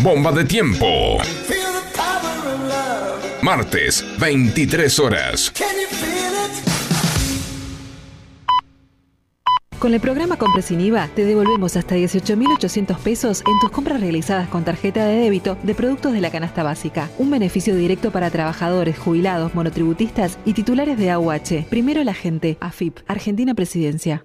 K: Bomba de tiempo. Martes, 23 horas.
L: Con el programa Compre sin IVA te devolvemos hasta 18.800 pesos en tus compras realizadas con tarjeta de débito de productos de la canasta básica. Un beneficio directo para trabajadores, jubilados, monotributistas y titulares de AUH. Primero la gente. AFIP. Argentina Presidencia.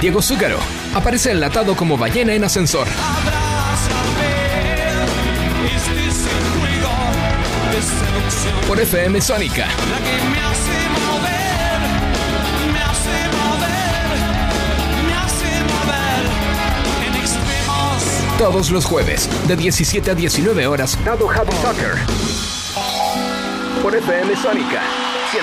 M: Diego Zúcaro aparece enlatado como ballena en ascensor. Por FM Sónica.
F: La que me hace mover, me hace mover, me hace mover en extremos.
M: Todos los jueves, de 17 a 19 horas. Dado Javi Soccer. Por FM Sónica. 105.9.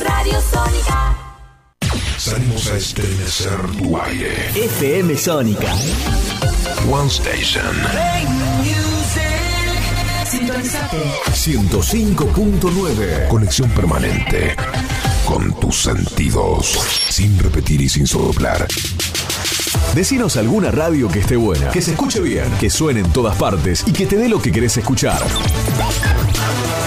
F: Radio Sónica.
I: Salimos a estremecer tu aire.
M: FM Sónica.
I: One Station
F: Sintonizate.
I: 105.9. Conexión permanente con tus sentidos. Sin repetir y sin soplar.
M: Decinos alguna radio que esté buena, que se escuche bien, que suene en todas partes y que te dé lo que querés escuchar.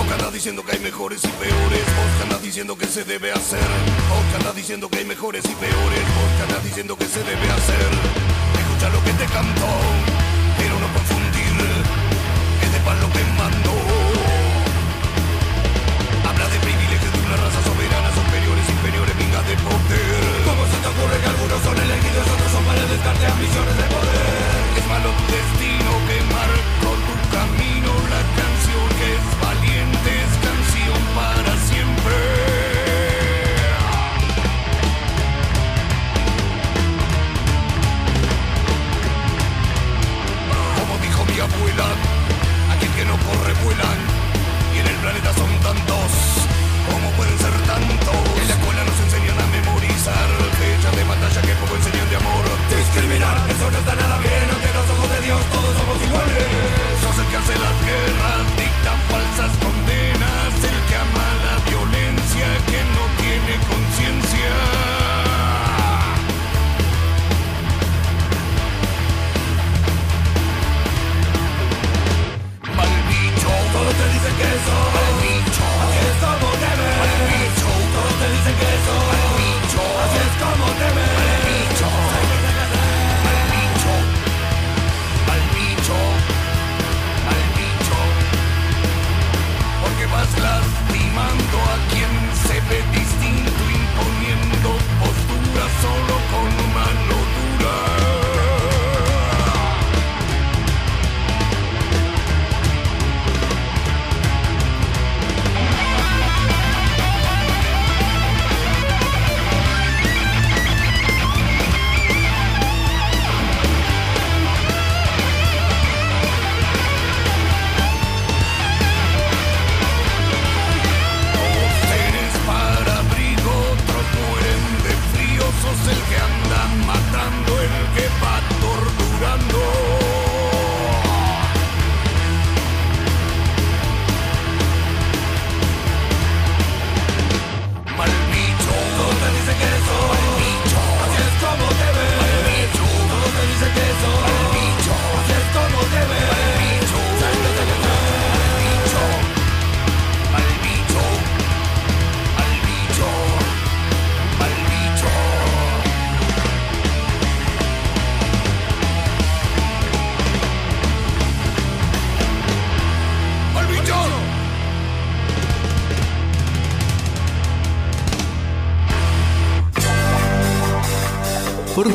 F: Oca anda diciendo que hay mejores y peores, Oca anda diciendo que se debe hacer. Oca anda diciendo que hay mejores y peores, Oca anda diciendo que se debe hacer. Escucha lo que te cantó, pero no confundir, que sepas lo que mandó. Habla de privilegios de una raza soberana, superiores, inferiores, mingas de poder. ¿Cómo se te ocurre que algunos son elegidos, otros son para descarte ambiciones de poder? Es malo tu destino que marcó tu camino, la canción que es valiente, es canción para siempre. Como dijo mi abuela, aquel que no corre vuelan. Y en el planeta son tantos, como pueden ser tantos. En la escuela nos enseñan a memorizar fechas de batalla que poco enseñan de amor. Discriminar, eso no está nada bien ante los ojos de Dios, todos somos iguales. Sos el que hace las guerras, dicta falsas condenas, el que ama la violencia, que no tiene conciencia. Mal bicho, todo te dice que eso. Mal bicho, así es como te ven. Mal bicho, todo te dice que eso. Mal bicho, así es como te ven. Mal bicho, mal bicho, mal bicho, mal bicho. Porque vas lastimando a quien se ve distinto, imponiendo postura solo con mano dura. Eres para abrigo, otros mueren de frío, sos el que anda matando, el que va torturando. Mal bicho, todo te dice que eso. Mal bicho, así es como te ven. Mal bicho, todo te dice que eso. Mal bicho, así es como te ven. Mal bicho, sácate de acá. Mal bicho, mal bicho. Al bicho, al bicho. Al bicho.
N: ¿Por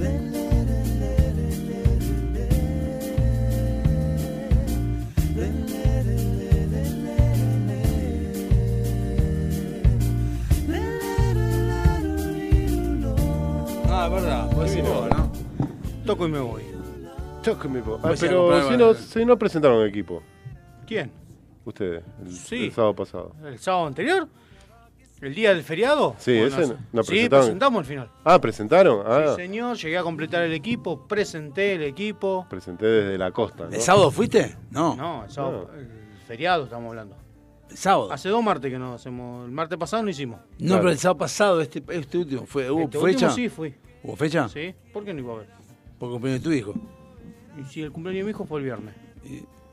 F: Let
A: Ah,
D: Ah, toco y me voy.
C: Toco y me voy. Ah,
D: Voy a
C: pero
D: comprar-
C: si no, si no presentaron equipo,
D: ¿Quién?
C: ustedes, el,
D: Sí.
C: el sábado pasado.
D: ¿El sábado anterior? ¿El día del feriado?
C: Sí,
D: Bueno,
C: ese no, no
D: Sí,
C: presentaron.
D: presentamos al final.
C: Ah, presentaron. Ah,
D: Sí, señor, llegué a completar el equipo, presenté el equipo.
C: presenté desde la costa. ¿no?
B: ¿El sábado fuiste? No.
D: No, el sábado, el feriado estamos hablando.
B: ¿El sábado?
D: Hace dos martes que no hacemos. El martes pasado no hicimos.
B: No, pero el sábado pasado, este, este último, fue, ¿hubo
D: Este
B: fecha?
D: último sí fui.
B: ¿Hubo fecha?
D: Sí, ¿por qué no iba a haber?
B: Por cumpleaños de tu hijo.
D: Y si el cumpleaños de mi hijo fue el viernes.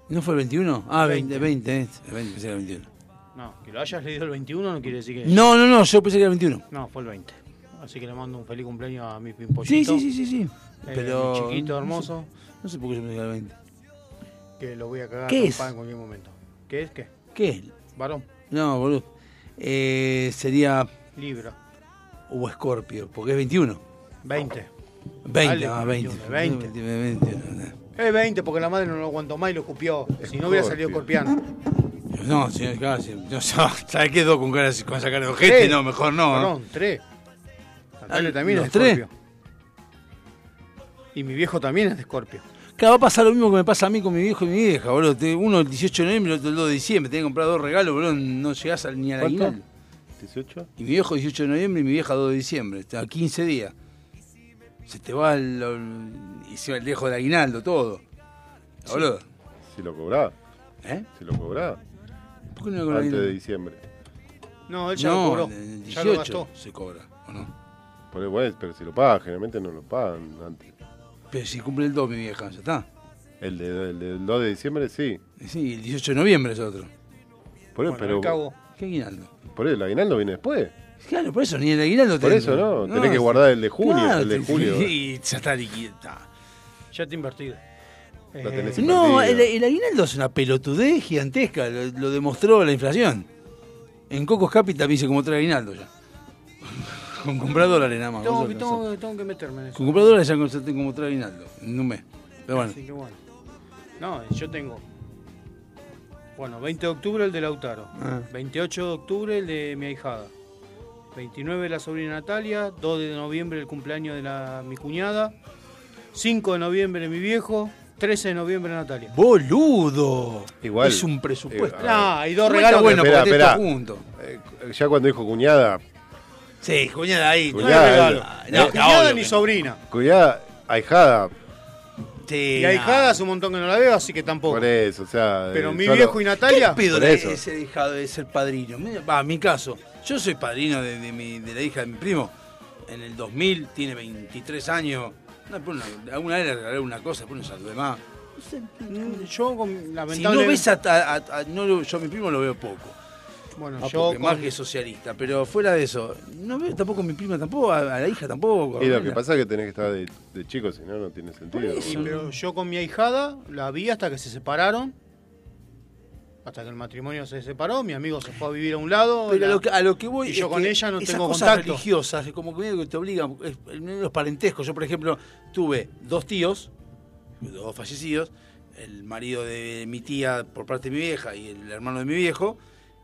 B: ¿No fue el 21? Ah, 20, 20, eh. El 20, pensé que era el 21.
D: No, que lo hayas leído el 21 no quiere decir que.
B: No, no, no, yo pensé que era el 21.
D: No, fue el 20. Así que le mando un feliz cumpleaños a mi pimpollito.
B: Sí, sí, sí, sí, sí.
D: Eh,
B: Pero.
D: mi chiquito hermoso.
B: No sé, no sé por qué yo me diga el 20.
D: Que lo voy a cagar
B: ¿Qué
D: a
B: es?
D: trompada en cualquier momento. ¿Qué es qué?
B: ¿Qué es?
D: Varón,
B: No, boludo. Eh, sería.
D: Libra.
B: O Escorpio, porque es 21.
D: 20.
B: 20,
D: Dale,
B: ah, 20.
D: 20.
B: 20, 20,
D: Es 20 porque la madre no lo aguantó más y lo escupió. Si no hubiera salido escorpiano.
B: No, señor, claro, sí. no, ¿sabes qué? Dos con, cara, con esa cara de ojete,
D: Tres.
B: no, mejor no. ¿eh?
D: Varón, 3. Natalia
B: Ah,
D: también
B: ¿los
D: es de Escorpio. Y mi viejo también es de Escorpio.
B: Claro, va a pasar lo mismo que me pasa a mí con mi viejo y mi vieja, boludo. Te- Uno el 18 de noviembre y el otro el 2 de diciembre. Tenés que comprar dos regalos, boludo. No llegás al- ni al
C: ¿Cuánto?
B: aguinaldo.
C: ¿18?
B: Y mi viejo 18 de noviembre y mi vieja 2 de diciembre. Está a 15 días. Se te va el, el- y se va lejos del aguinaldo, todo. Boludo.
C: Si lo cobraba.
B: ¿Eh?
C: Si lo cobraba.
B: ¿Por qué no lo cobraba
C: Antes de
B: bien?
C: diciembre.
D: No, él ya
B: No,
D: lo cobró.
B: en el
D: ya lo
B: 18
D: gastó.
B: se cobra, ¿o no?
C: Por ahí, bueno, pero si lo paga, generalmente no lo pagan antes.
B: Pero si cumple el 2 mi vieja, ya está.
C: El, de, el del 2 de diciembre sí.
B: Sí, el 18 de noviembre es otro.
C: Por ahí,
B: Bueno,
C: pero,
B: al cabo. ¿Qué aguinaldo?
C: por ahí el aguinaldo viene después.
B: Claro, por eso, ni el aguinaldo
C: Por
B: te
C: eso,
B: entra.
C: ¿no? Tenés que guardar el de junio,
B: claro,
C: el de
B: te-
C: julio.
B: Y ya está liquidado.
D: Ya te invertido. Eh,
C: Lo tenés
B: Eh, No, el,
C: invertido.
B: el aguinaldo es una pelotudez gigantesca, lo, lo demostró la inflación. En Cocos Capital me hice como tres aguinaldos ya. Con comprar dólares nada más.
D: Tengo,
B: vos sabés,
D: tengo- tengo que meterme en
B: no sé.
D: eso.
B: Con comprar dólares ya contraté como tres aguinaldos en un mes. Pero bueno,
D: Así que bueno. No, yo tengo. Bueno, 20 de octubre el de Lautaro.
B: Ah.
D: 28 de octubre el de mi ahijada. 29 de la sobrina Natalia. 2 de noviembre el cumpleaños de la, mi cuñada. 5 de noviembre mi viejo. 13 de noviembre Natalia.
B: ¡Boludo!
C: Igual.
B: Es un presupuesto.
C: Eh, a
D: Ah,
C: ver.
D: y dos
B: No
D: regalos.
B: está bueno
C: Esperá,
B: porque
C: esperá.
B: esté todo junto.
C: Eh, Ya cuando dijo cuñada,
B: Sí, cuñada ahí. no
C: Cuñada,
B: hay regalo.
C: eh,
B: No,
C: eh,
D: Cuñada
B: obvio
D: ni
B: que no.
D: sobrina.
C: cuñada, ahijada,
B: Sí,
D: Y ahijada hace un montón que no la veo, así que tampoco.
C: por eso, o sea.
D: Pero
C: eh,
D: mi
C: solo-
D: viejo y Natalia.
B: ¿Qué pedo
C: Por
B: le-
C: eso.
B: ese dejado de ser padrino? Mira, Va, en mi caso, yo soy padrino de, de mi- de la hija de mi primo. En el 2000, tiene 23 años. No, pero una- alguna vez le regalé una cosa, después no saludé más.
D: Mm, Yo, con-
B: Si no
D: lamentablemente.
B: ves a, a- a- a- no lo- yo a mi primo lo veo poco.
D: bueno,
B: Ah,
D: yo
B: porque más
D: con-
B: que socialista, pero fuera de eso, no veo tampoco a mi prima tampoco, a, a la hija tampoco.
C: Y lo
B: a
C: que
B: la-
C: pasa es que tenés que estar de, de chico, si no, no tiene sentido.
D: Sí, pero yo con mi ahijada la vi hasta que se separaron. Hasta que el matrimonio se separó, mi amigo se fue a vivir a un lado.
B: Pero a
D: la-
B: lo que, a lo que voy.
D: Y yo
B: es
D: con
B: que
D: ella no
B: esas
D: tengo
B: cosas
D: contacto.
B: religiosas, como que medio que te obligan, es- medio los parentescos. Yo, por ejemplo, tuve dos tíos, dos fallecidos, el marido de mi tía por parte de mi vieja y el hermano de mi viejo,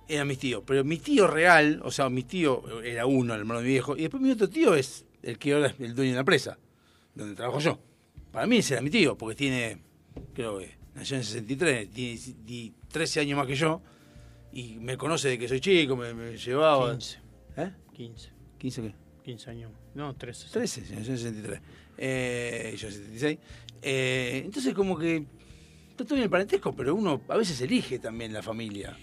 B: eran mis tíos. Pero mi tío real, o sea, mi tío era uno, el hermano de mi viejo, y después mi otro tío es el que ahora es el dueño de la empresa, donde trabajo yo. Para mí ese era mi tío, porque tiene, creo que nació en el 63, tiene 10 13 años más que yo, y me conoce de que soy chico, me, me llevaba...
D: 15.
B: ¿Eh?
D: 15.
B: 15 qué?
D: 15 años. No, 13.
B: 13, sí, yo en 63. Eh, yo en 76. Eh, entonces como que está todo bien el parentesco, pero uno a veces elige también la familia.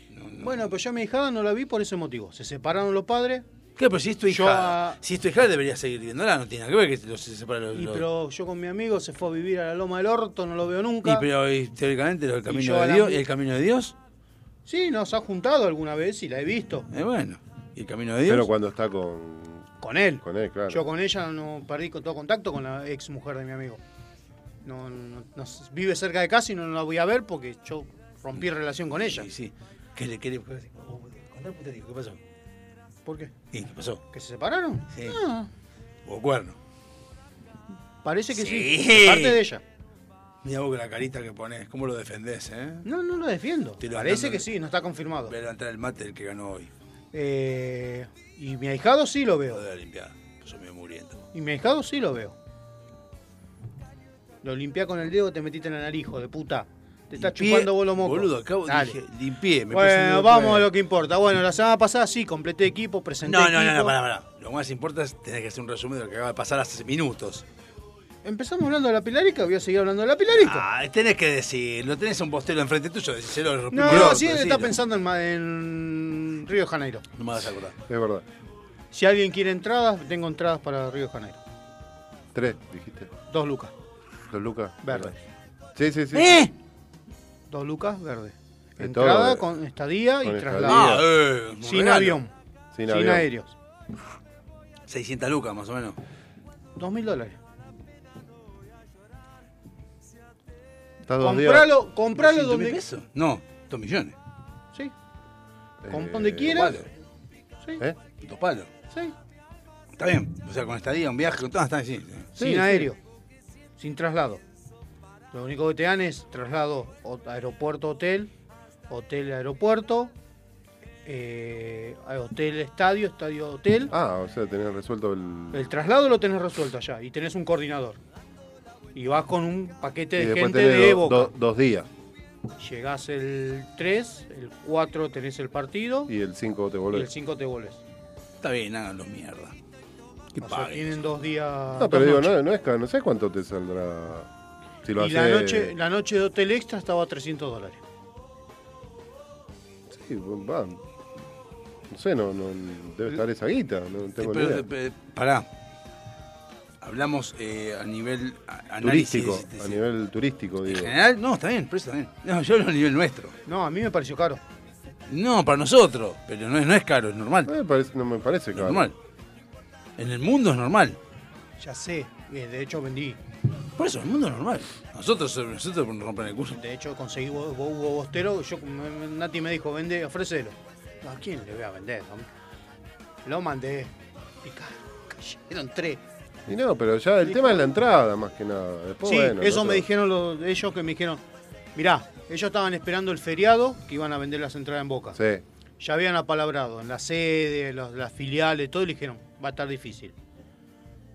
D: Bueno, pues yo a mi ahijada no la vi por ese motivo. Se separaron los padres.
B: ¿Qué? Pero si es tu
D: Yo
B: hija,
D: a-
B: si es tu hija deberías seguir viéndola, no tiene nada que ver que los se separen los...
D: Y
B: los-
D: pero yo con mi amigo se fue a vivir a la Loma del Orto, no lo veo
B: Y
D: nunca.
B: pero y teóricamente los- el
D: yo
B: camino,
D: a
B: de
D: la
B: Dios,
D: mu-
B: el camino de Dios,
D: Sí, nos ha juntado alguna vez y la he visto.
B: eh, bueno, y el camino de Dios.
C: Pero cuando está con.
D: Con él.
C: Con él, claro.
D: Yo con ella no perdí con todo contacto con la ex mujer de mi amigo. No, no- no- vive cerca de casa y no la voy a ver porque yo rompí relación con ella.
B: Sí, sí. ¿Qué le qué le- Oh, contá, puta, ¿Qué pasó?
D: ¿Por qué?
B: ¿Y qué pasó?
D: ¿Que se separaron?
B: Sí.
D: Ah,
B: ¿O cuerno?
D: parece que sí.
B: Sí.
D: de parte de ella.
B: Mira vos con la carita que pones, ¿cómo lo defendés, eh?
D: No, no lo defiendo.
B: Estoy
D: Parece
B: levantando-
D: que sí, no está confirmado.
B: Voy a levantar el mate el que ganó hoy.
D: Eh, y mi ahijado sí lo
B: Lo pues
D: veo.
B: de la Olimpiada. Yo soy medio muriendo.
D: Y mi ahijado sí lo veo. Lo limpiá con el dedo, te metiste en la nariz, hijo de puta. Te está
B: Limpié,
D: chupando vos los mocos.
B: Boludo, acabo de
D: Dale.
B: dije, limpié. Me puse
D: Bueno,
B: medio
D: vamos a
B: cuero.
D: lo que importa. Bueno, la semana pasada sí, completé equipo, presenté
B: No, no, no, no,
D: equipo.
B: pará, pará. Lo más importante es tener que hacer un resumen de lo que acaba de pasar hace minutos.
D: Empezamos hablando de la pilarica, voy a seguir hablando de la pilarica.
B: Ah, tenés que decirlo. Tenés un postero enfrente tuyo, decíselo. al
D: no,
B: pulgón,
D: sí, él
B: decilo.
D: está pensando en, ma- en Río de Janeiro.
B: No me vas a acordar.
C: Es verdad.
D: Si alguien quiere entradas, tengo entradas para Río de Janeiro.
C: Tres, dijiste.
D: Dos lucas.
C: Dos lucas.
D: Verde.
C: Sí, sí, sí.
D: ¿Eh? Dos lucas verde.
C: De
D: Entrada
C: todo, eh.
D: con estadía
C: Con
D: y
C: estadía.
D: traslado.
C: Ah, eh, un
D: Sin
B: regalo.
D: avión.
C: Sin
D: Sin
C: avión.
D: aéreos.
B: 600 lucas más o menos.
D: Dos mil dólares.
C: Estás dos días.
D: Compralo, compralo
B: 200.000
D: donde.
B: pesos. No, 2 millones.
D: Sí. Con
B: Eh,
D: donde quieras.
B: dos palos.
D: Sí.
C: ¿Eh?
B: Dos palos.
D: Sí.
B: Está bien. O sea, con estadía, un viaje, con todas están así.
D: sin aéreo. Sin traslado. Lo único que te dan es traslado o- aeropuerto-hotel, hotel-aeropuerto, eh, hotel-estadio, estadio-hotel.
C: Ah, o sea, tenés resuelto el.
D: El traslado lo tenés resuelto allá y tenés un coordinador. Y vas con un
C: y
D: paquete de
C: después
D: gente
C: tenés
D: de
C: do-
D: Boca.
C: do- dos días.
D: Llegás el 3, el 4 tenés el partido
C: Y el 5 te
D: y
C: volvés.
D: el 5 te volvés.
B: Está bien, háganlo mierda.
D: O sea, tienen dos días.
C: No, pero
D: dos
C: digo,
D: noches.
C: no, no es caro, no sé cuánto te saldrá. Si lo
D: y
C: haces.
D: la noche, la noche de hotel extra estaba a 300 dólares.
C: Sí, va. No sé, no, no- debe estar esa guita. No tengo ni
B: Pero,
C: idea.
B: pe- pará. Hablamos eh, a nivel a- análisis.
C: Turístico,
B: de- de-
C: a nivel turístico, digo.
B: general, no, está bien, por eso está bien. No, yo hablo a nivel nuestro.
D: No, a mí me pareció caro.
B: No, para nosotros, pero no es, no es caro, es normal. No
C: me Eh, parece, caro.
B: Normal. En el mundo es normal.
D: Ya sé, eh, de hecho vendí.
B: Por eso, el mundo es normal. Nosotros, eh, nosotros nos rompen el curso.
D: De hecho conseguí bo- bo- Hugo Bostero, yo, me- me- Nati me dijo, vende, ofrécelo. No, ¿A quién le voy a vender? hombre? Lo mandé. Y ca- cayeron tres.
C: Y no, pero ya el tema es la entrada, más que nada. Después,
D: sí,
C: bueno,
D: eso
C: no
D: me
C: sé.
D: dijeron los- ellos que me dijeron, mirá, ellos estaban esperando el feriado que iban a vender las entradas en Boca.
C: Sí.
D: Ya habían apalabrado en la sede, los- las filiales, todo, y le dijeron, va a estar difícil.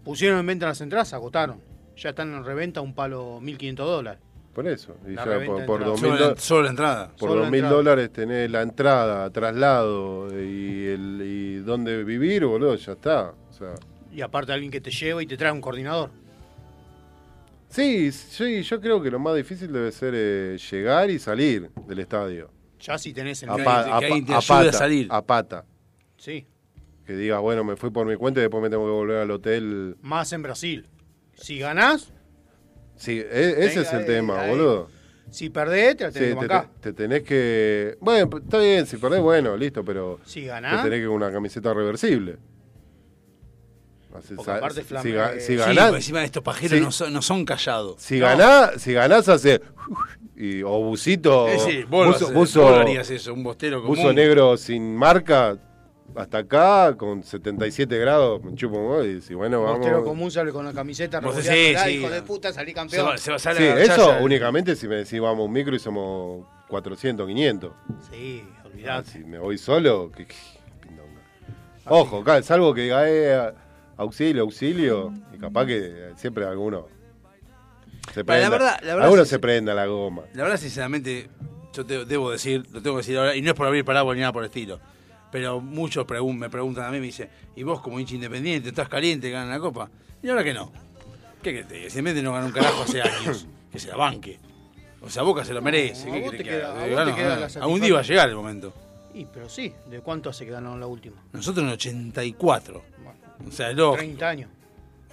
D: Pusieron en venta las entradas, se agotaron. Ya están en reventa un palo 1.500 dólares.
C: Por eso. Y
D: La
C: ya
D: reventa
C: por,
D: de
C: por
D: entradas.
C: 2.000
D: Solo la-
C: do-
D: solo la entrada.
C: Por
D: Solo la
C: 2.000
D: entrada.
C: dólares tenés la entrada, traslado y, el, y dónde vivir, boludo, ya está. O sea,
D: Y aparte alguien que te lleva y te trae un coordinador.
C: sí, sí, yo creo que lo más difícil debe ser eh, llegar y salir del estadio.
D: Ya si tenés el
C: A,
D: medio.
C: pa- a pa- a pata, a pata.
D: Sí,
C: Que digas, bueno, me fui por mi cuenta y después me tengo que volver al hotel.
D: más en Brasil. Si ganás,
C: Sí, e- ese
D: Venga,
C: es el
D: eh,
C: tema,
D: ahí.
C: boludo.
D: si perdés, te la
C: Sí,
D: tenés
C: te,
D: que bancar.
C: te- te tenés que. Bueno, pues, está bien, si perdés, bueno, listo, pero.
D: Si ganás.
C: Te tenés que una camiseta reversible. Así,
B: Porque
C: sa-
B: aparte
C: si,
B: Flamen-
D: eh,
C: ga- si
B: Sí,
C: ganás.
B: por encima de estos pajeros
C: si-
B: no, son, no son callados.
C: Si ganás, si ganás hace y, o busito,
B: Eh, sí, vos lo
C: buzo,
B: haces,
C: buzo-
B: vos lo harías eso, un bostero común.
C: buzo negro sin marca hasta acá con 77 grados, me chupo un gol y si bueno, vamos.
D: Bostero común sale con la camiseta
B: Vos
D: revoleándola,
B: decís, sí.
D: hijo de puta, salí campeón.
C: Sí, eso únicamente si me decís vamos a un micro y somos 400, 500.
D: Sí,
C: Ah,
D: olvidate.
C: si me voy solo, que- que- pindonga.
B: Ah,
C: Ojo, cal- salvo que diga eh, auxilio, auxilio, y capaz que eh, siempre alguno se
B: Para la
C: prenda,
B: verdad- la verdad
C: alguno
B: sí,
C: se
B: sí.
C: prenda la goma.
B: La verdad, sinceramente, yo te- debo decir, lo tengo que decir ahora, y no es por abrir paraguas ni nada por el estilo. Pero muchos pregun- me preguntan a mí, me dicen, ¿y vos como hincha independiente estás caliente, ganan la copa? Y ahora que no. ¿Qué que te diga? Independiente no ganó un carajo hace años. Que se la banque. O sea, Boca se lo merece.
D: a
B: ¿Qué
D: vos
B: querés
D: te
B: que
D: queda-
B: haga?
D: a vos
B: Digo,
D: te
B: no,
D: queda
B: no.
D: la
B: Algún día va a
D: satisfacción.
B: llegar el momento.
D: Y pero sí, ¿de cuánto hace que ganaron la última?
B: Nosotros en el 84. O sea, loco.
D: 30 años.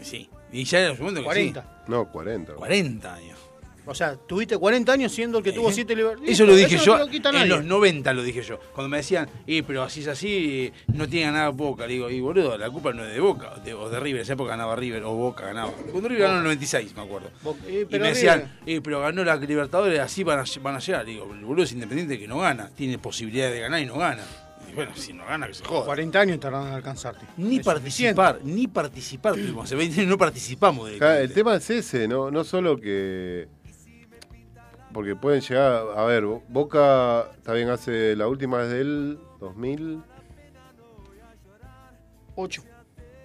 B: Sí. Y ya en el momento que
D: 40.
B: sí.
C: No, 40.
B: 40 años.
D: O sea, tuviste 40 años siendo el que tuvo 7 libertades.
B: Eso lo dije
D: no
B: yo.
D: te lo quita nadie.
B: en los 90 lo dije yo. Cuando me decían, eh, pero así es así, no tiene ganada Boca. Le digo, y boludo, la culpa no es de Boca, de- o de River. En esa época ganaba River, o Boca ganaba. Cuando River ganó en el 96, me acuerdo.
D: Bo- eh,
B: Y
D: pero
B: me
D: River-
B: decían, eh, pero ganó la Libertadores, así van a, van a llegar. Le digo, el boludo es independiente que no gana, tiene posibilidades de ganar y no gana. Y bueno, si no gana, que se joda.
D: 40 años tardaron en alcanzarte.
B: Ni participar, ni participar tuvimos. Hace 20 años no participamos de
C: Claro, el tema es ese, no, no solo que. Porque pueden llegar. A ver, Bo- Boca también hace la última desde el 2008,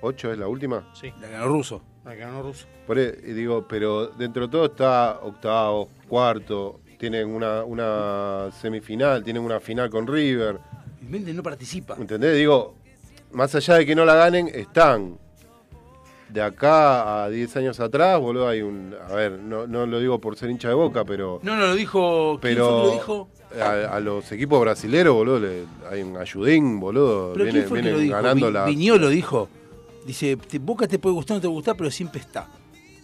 D: 8.
C: ¿es la última?
D: Sí.
B: La ganó Russo.
D: Al ganó ruso.
C: Por e- y digo, pero dentro de todo está octavo, cuarto, tienen una, una semifinal, tienen una final con River.
B: Mende no participa.
C: ¿Entendés? Digo, más allá de que no la ganen, están. De acá a 10 años atrás, boludo, hay un. A ver, no, no lo digo por ser hincha de boca, pero.
B: No, no, lo dijo. ¿quién
C: Pero-
B: fue que lo dijo?
C: A, a los equipos brasileros, boludo, le- hay un ayudín, boludo.
B: ¿Pero
C: Vienen,
B: quién fue que
C: vienen
B: lo dijo?
C: ganando
B: Vi-
C: la.
B: Viñolo dijo. Dice, te- Boca te puede gustar o no te gusta, pero siempre está.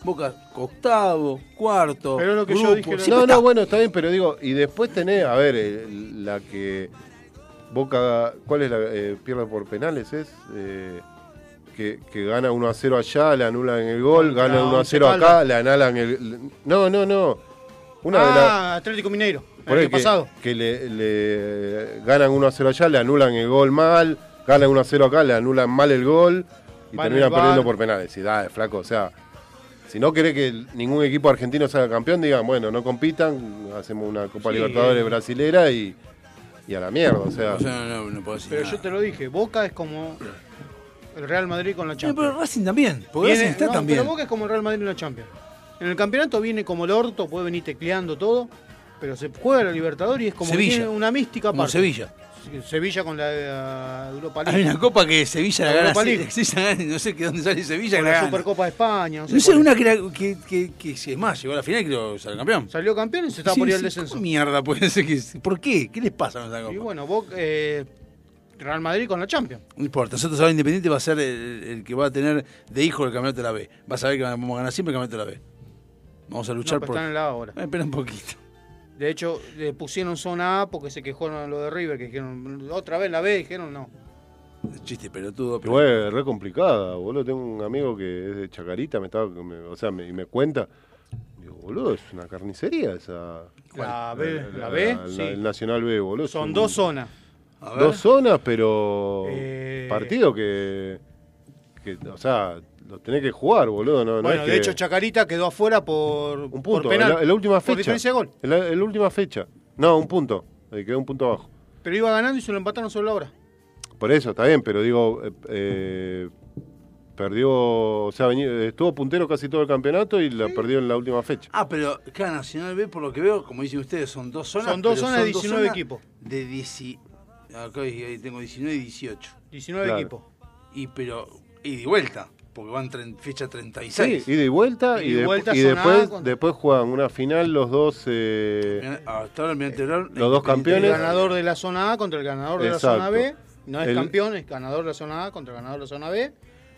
B: Boca octavo, cuarto,
C: Pero lo que
B: grupo,
C: yo dije.
B: siempre
C: No,
B: está.
C: no, bueno, está bien, pero digo, y después tenés, a ver, el- la que Boca, ¿cuál es la eh, pierde por penales? Es eh, que, que gana 1 a 0 allá, le anulan el gol,
D: Contra
C: gana 1 a
D: Once
C: 0 acá,
D: Caldas.
C: le anulan el. No, no, no. Una de las.
D: ah, Atlético Mineiro.
C: Por
D: El
C: ahí
D: año
C: que,
D: pasado.
C: que le, le ganan 1 a 0 allá, le anulan el gol mal, ganan 1 a 0 acá, le anulan mal el gol y
D: Van al
C: terminan
D: VAR.
C: perdiendo por penales. Y da, flaco, o sea, si no querés que el- ningún equipo argentino salga campeón, digan, bueno, no compitan, hacemos una Copa
D: Sí,
C: Libertadores
D: eh.
C: brasilera y, y a la mierda, o sea.
B: O sea, no, no, no puedo decir
D: Pero
B: nada.
D: yo te lo dije, Boca es como el Real Madrid con la
B: Sí,
D: Champions.
B: pero Racing también, porque
D: Viene-
B: Racing está
D: no,
B: también.
D: Pero Boca es como el Real Madrid en la Champions. En el campeonato viene como el orto, puede venir tecleando todo, pero se juega la Libertadores y es como que
B: Sevilla.
D: tiene una mística
B: Como
D: aparte.
B: Sevilla.
D: Se- Sevilla con la eh, Europa League.
B: Hay una copa que Sevilla la
D: La
B: gana,
D: Europa
B: sí,
D: League.
B: Sevilla la gana, no sé qué dónde sale Sevilla
D: con
B: que la
D: la
B: gana.
D: Supercopa de España. No sé
B: No sé,
D: cuál
B: una que, era- que, que, que- si es más, llegó a la final y creo que salió campeón.
D: Salió campeón y se estaba
B: Sí,
D: por ir al
B: sí,
D: descenso.
B: ¿cómo mierda puede ser que.? ¿Por qué? ¿Qué les pasa con esa copa?
D: Y bueno, Boca, eh, Real Madrid con la Champions.
B: No importa, nosotros ahora Independiente va a ser el, el que va a tener de hijo el campeonato de la B. Vas a ver que vamos a ganar siempre el campeonato de la B. Vamos a luchar
D: No, pero
B: por. Eh,
D: están en la ahora.
B: espera un poquito.
D: De hecho, le pusieron zona A porque se quejaron a lo de River, que dijeron otra vez la B, dijeron no.
B: Chiste pelotudo. pero-
C: Igual es re complicada, boludo. Tengo un amigo que es de Chacarita, me estaba, me- o sea, me, y me cuenta. Digo, boludo, es una carnicería esa.
D: La B, la B, sí.
C: El Nacional B, boludo. es
D: Son
C: un-
D: dos zonas.
C: Dos zonas, pero.
D: Eh.
C: Partido que, que, O sea, lo tenés que jugar, boludo. No, no
D: Bueno,
C: es
D: de
C: que-
D: hecho, Chacarita quedó afuera por, un
C: un punto.
D: por penal.
C: en, la, en la última fecha.
D: Por diferencia de gol.
C: En la, en la última fecha. No, un punto. eh, quedó un punto abajo.
D: Pero iba ganando y se lo empataron sobre la hora.
C: Por eso, está bien, pero digo. eh, eh, perdió. O sea, veni- estuvo puntero casi todo el campeonato y la perdió en la última fecha.
B: Ah, pero cada Nacional B, por lo que veo, como dicen ustedes, son dos zonas.
D: Son dos
B: Ah, pero
D: zonas de
B: dos
D: 19 equipos.
B: De 10. Acá ahí- ahí tengo 19 y 18.
D: 19
C: Claro.
D: equipos.
B: Y pero. Y de vuelta, porque van tren- fecha 36.
C: Sí, ida y vuelta.
B: Ida
C: Y,
B: y
C: de-
B: vuelta
C: y
B: son nada
C: después,
B: con-
C: después juegan una final los dos. eh,
B: Hasta ahora el anterior.
C: los dos
D: El
C: campeones.
D: ganador de la zona A contra el ganador de
C: Exacto.
D: la zona B. No es
C: El-
D: campeón, es ganador de la zona A contra el ganador de la zona B.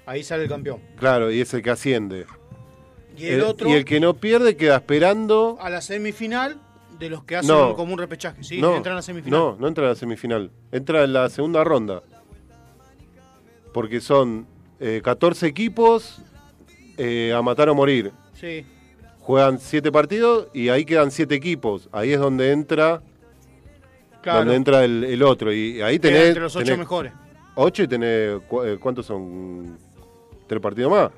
D: Ahí sale el campeón.
C: Claro, y es el que asciende.
D: Y el otro-
C: y el que no pierde queda esperando.
D: A la semifinal de los que hacen
C: No.
D: como un repechaje. Sí,
C: no,
D: entran a la semifinal.
C: No, no entra a la semifinal. Entra en la segunda ronda. Porque son eh, 14 equipos eh, a matar o morir.
D: Sí.
C: Juegan 7 partidos y ahí quedan 7 equipos. Ahí es donde entra
D: Claro.
C: donde entra el, el otro. Y ahí
D: Queda
C: tenés.
D: entre los ocho
C: tenés
D: mejores.
C: ocho y tenés. cu- eh, ¿Cuántos son? ¿Tres partidos más?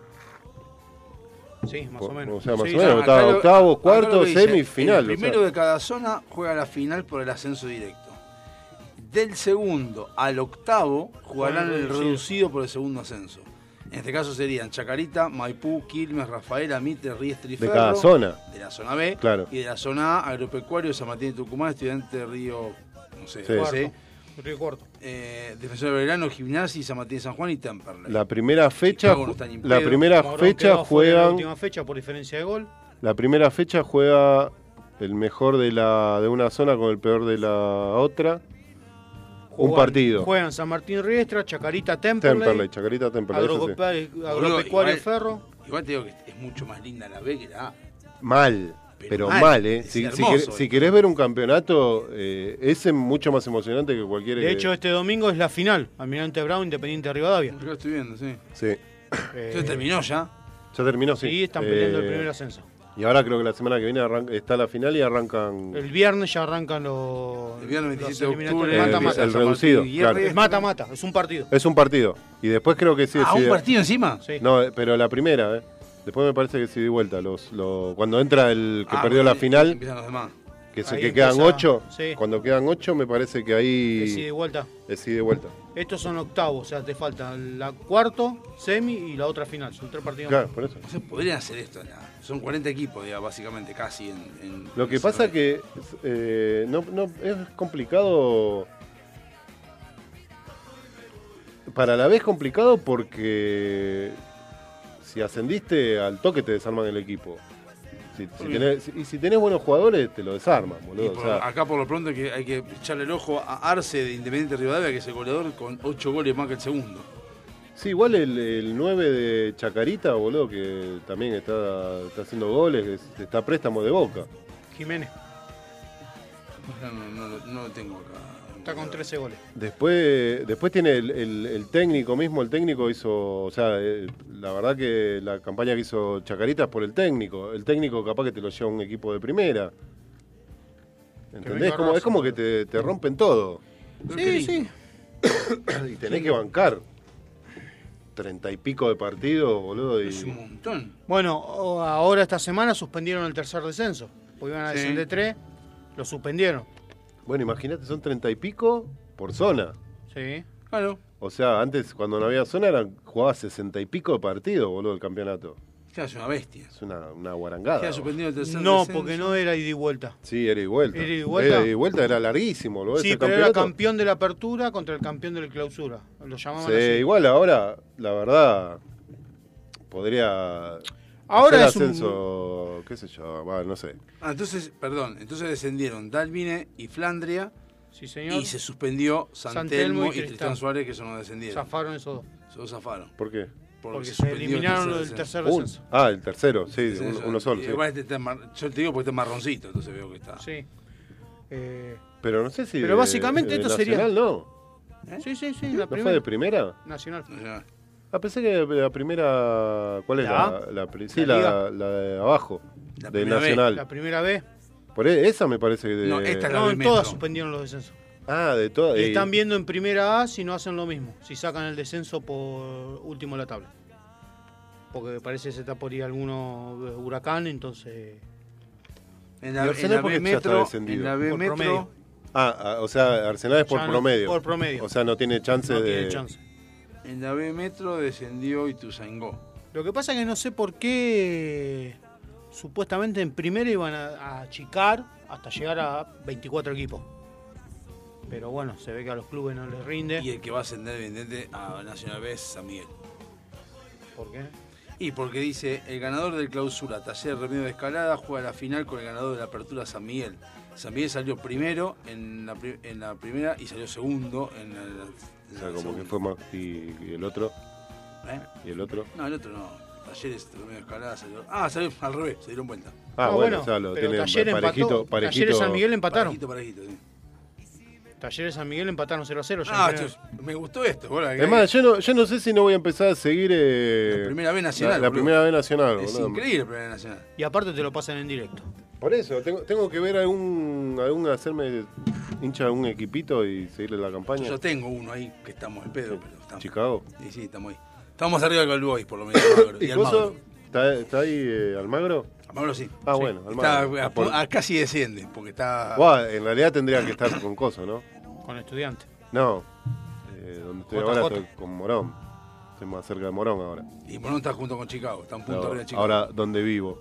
D: Sí, más o menos.
C: O sea, más
D: Sí,
C: o menos.
D: acá
C: está
D: lo-
C: octavo,
B: Acá lo
C: cuarto,
B: que dice, El
C: semifinal. o sea.
B: primero de cada zona juega la final por el ascenso directo. Del segundo al octavo
D: Juegan
B: jugarán el
D: reducido.
B: reducido por el segundo ascenso. En este caso serían Chacarita, Maipú, Quilmes, Rafaela, Mitre, Riestre y
C: De
B: Ferro.
C: cada zona.
B: De la zona B.
C: Claro.
B: Y de la zona A, Agropecuario, San Martín y Tucumán, Estudiante de Río, no sé,
C: Sí.
B: no
C: Cuarto.
B: sé,
D: Río Cuarto.
B: eh, Defensor de Belgrano, Gimnasia, y San Martín de San Juan y Temperley.
C: La primera fecha,
B: Chicago no está ni en
C: la
B: pedo.
C: primera
B: Morón
C: fecha
D: quedó afuera en La
C: juegan,
D: última fecha por diferencia de gol.
C: la primera fecha juega el mejor de la de una zona con el peor de la otra. un
D: Juegan-
C: partido.
D: Juegan San Martín Riestra, Chacarita Temperley.
C: Temperley, Chacarita Temperley. eso sí.
D: Agropecuario,
B: Boludo,
D: Agropecuario
B: igual-
D: Ferro.
B: Igual te digo que es mucho más linda la B que la A.
C: Mal, pero
B: mal,
C: mal, eh.
B: es
C: Si, si
B: hermoso
C: querés,
B: esto.
C: si querés ver un campeonato, eh, ese es mucho más emocionante que cualquier.
D: De hecho, este domingo es la final. Almirante Brown, Independiente de Rivadavia.
B: Yo estoy viendo, sí.
C: sí.
D: Eh.
B: Entonces terminó ya.
C: Ya terminó, sí. Eh,
D: Sí, están peleando el primer ascenso.
C: Y ahora creo que la semana que viene arran- está la final y arrancan.
D: El viernes ya arrancan los. El
B: viernes
D: 27
B: de octubre,
C: el-
D: mata-mata.
C: el reducido, claro.
D: Es mata-mata, es un partido.
C: Es un partido. Y después creo que sí.
D: Ah,
C: sí,
D: ¿un
C: de-
D: partido encima? Sí.
C: No, eh, pero la primera, ¿eh? Después me parece que sí, de vuelta. Los, lo- cuando entra el que
B: Ah,
C: perdió la
B: porque
C: final,
B: Empiezan los demás.
C: que que es
D: Ahí
C: el que quedan
D: empieza-
C: ocho.
D: sí.
C: Cuando quedan ocho, me parece que ahí.
D: Decide vuelta.
C: Decide vuelta.
D: Estos son octavos, o sea, te falta la cuarto, semi y la otra final. Son tres partidos.
C: Claro, por eso.
B: No se podrían hacer esto. nada. Son 40 equipos, digamos, básicamente, casi. En, en-
C: Lo que
B: en
C: pasa
B: San Lorenzo.
C: que eh, no, no, es complicado. Para la vez complicado porque si ascendiste al toque te desarman el equipo. Si- si
B: Sí.
C: tenés- y si tenés buenos jugadores te lo desarman,
B: Y
C: boludo.
B: por-
C: o sea,
B: acá por lo pronto hay que, hay que echarle el ojo a Arce de Independiente Rivadavia, que es el goleador con 8 goles más que el segundo.
C: sí, igual el, el 9 de Chacarita, boludo, que también está, está haciendo goles, es- está a préstamo de boca.
D: eh. Jiménez
B: No, no, no lo- no lo tengo acá.
D: está con 13 goles.
C: Después, después tiene el, el- el técnico mismo, el técnico hizo, o sea, eh, la verdad que la campaña que hizo Chacarita es por el técnico. El técnico capaz que te lo lleva un equipo de primera. ¿Entendés?
D: venga
C: Como- es
D: Racing,
C: como que te, te rompen todo.
D: Sí, sí.
C: Y tenés que bancar. Treinta y pico de partidos, boludo. Y...
D: Bueno, o- ahora esta semana suspendieron el tercer descenso. Porque iban a
C: Sí.
D: descender Ah, tres, lo suspendieron.
C: Bueno, imagínate, son treinta y pico por zona.
D: Sí. Claro.
C: O sea, antes cuando no había zona eran, jugaba sesenta y pico de partidos, boludo, el campeonato.
B: Claro, es una bestia.
C: Es una, una guarangada.
B: Queda suspendido el tercer
D: No,
B: descenso.
D: porque no era ida y vuelta.
C: Sí, era y vuelta.
D: Era ida y vuelta.
C: Era, vuelta, era larguísimo, boludo.
D: Sí,
C: ese
D: pero era
C: campeonato.
D: campeón de la apertura contra el campeón de la clausura. Lo llamaban
C: Sí,
D: así.
C: igual ahora, la verdad, podría.
D: Ahora
C: hacer
D: es un-
C: ascenso, qué sé yo, va, no sé.
B: Ah, entonces, perdón, entonces descendieron Dalvine y Flandria.
D: Sí, señor.
B: Y se suspendió San,
D: San
B: Telmo
D: Telmo y
B: y Tristán.
D: Tristán
B: Suárez, que eso no descendieron.
D: Zafaron esos dos.
B: Eso zafaron.
C: ¿Por qué?
D: Porque se
B: suspendió
D: eliminaron lo del tercer
C: Un- ah, el tercero, sí,
B: Entonces,
C: uno,
B: eso-
C: uno solo. sí.
B: Igual este está mar- yo te digo porque está marroncito, entonces veo que está.
D: Sí. Eh,
C: Pero no sé si.
D: Pero
C: de-
D: básicamente
C: de
D: esto
C: Nacional,
D: sería-
C: No,
B: ¿Eh?
D: Sí, sí, sí.
C: ¿No
D: La
C: fue de
D: primera.
C: primera.
D: Nacional.
C: Ah, pensé que la primera. ¿Cuál es
D: ¿La
C: la?
D: A?
C: la pri- sí,
D: ¿La
C: la,
D: Liga?
C: la de abajo.
B: La
C: de
B: primera B.
C: Nacional.
D: La primera vez.
C: Por e- esa me parece que. de-
B: No, esta es la
D: No,
B: B
D: en
B: Metro.
D: todas suspendieron los descensos.
C: Ah, de todas.
D: Y
C: eh,
D: están viendo en primera A si no hacen lo mismo, si sacan el descenso por último de la tabla. Porque parece que se está por ir alguno eh, huracán, entonces.
B: En
C: ¿Y
B: la, en
C: Arsenal
B: la
C: por qué
B: B
C: ya está
B: Metro,
C: descendido?
B: en la B
D: Por
B: Metro,
D: promedio.
C: Ah, ah, o sea, Arsenal es por
D: Ya no-
C: promedio.
D: por promedio.
C: O sea, no tiene chance
D: No
C: de.
D: tiene chance.
B: en la B Metro descendió Ituzaingó.
D: Lo que pasa es que no sé por qué supuestamente en primera iban a, a achicar hasta llegar a 24 equipos. Pero bueno, se ve que a los clubes no les rinde.
B: Y el que va a ascender evidentemente a Nacional B es San Miguel.
D: ¿Por qué?
B: Y porque dice, el ganador del clausura, Taller Remedio de Escalada, juega la final con el ganador de la apertura San Miguel. San Miguel salió primero en la, pri- en la primera y salió segundo en la, en
C: O
B: la
C: sea, como que
B: segunda.
C: fue más. Y, y el otro.
B: ¿Eh?
C: Y el otro.
B: No, el otro no. Talleres Remedio de Escalada salió. Ah, salió al revés, se dieron vuelta.
C: Ah, bueno, o sea, lo
D: pero
C: tiene
D: Talleres
C: parejito.
D: empató.
C: parejito
D: Talleres San Miguel empataron.
B: Parejito, parejito, sí.
D: Talleres San Miguel empataron 0 a 0. ya
B: Ah,
D: en primera.
B: esto- me gustó esto. bola, que-
C: Es más, yo no, yo no sé si no voy a empezar a seguir. eh,
B: La primera B nacional,
C: La, la
B: boludo.
C: primera B nacional,
B: es
C: boludo.
B: increíble el Primera Nacional.
D: Y aparte te lo pasan en directo.
C: Por eso, tengo, tengo que ver algún, algún. hacerme hincha de un equipito y seguirle la
B: Yo
C: campaña.
B: ya tengo uno ahí que estamos al pedo, pero estamos.
C: Chicago.
B: Sí, sí, estamos ahí. Estamos arriba del Boys, por lo menos. Almagro,
C: ¿Y
B: y
C: Coso?
B: Almagro.
C: ¿Está, está ahí eh, Almagro?
B: Almagro sí.
C: Ah,
B: Sí.
C: bueno,
B: Está
C: Almagro.
B: a-
C: Por-
B: a- casi desciende, porque está.
C: Buah, en realidad tendría que estar con Coso, ¿no?
D: Con estudiantes.
C: No, eh, donde estoy
B: JJ.
C: ahora estoy con Morón. Estoy más cerca de Morón ahora.
B: Y Morón está junto con Chicago, está un punto
C: No,
B: arriba de Chicago.
C: ahora donde vivo.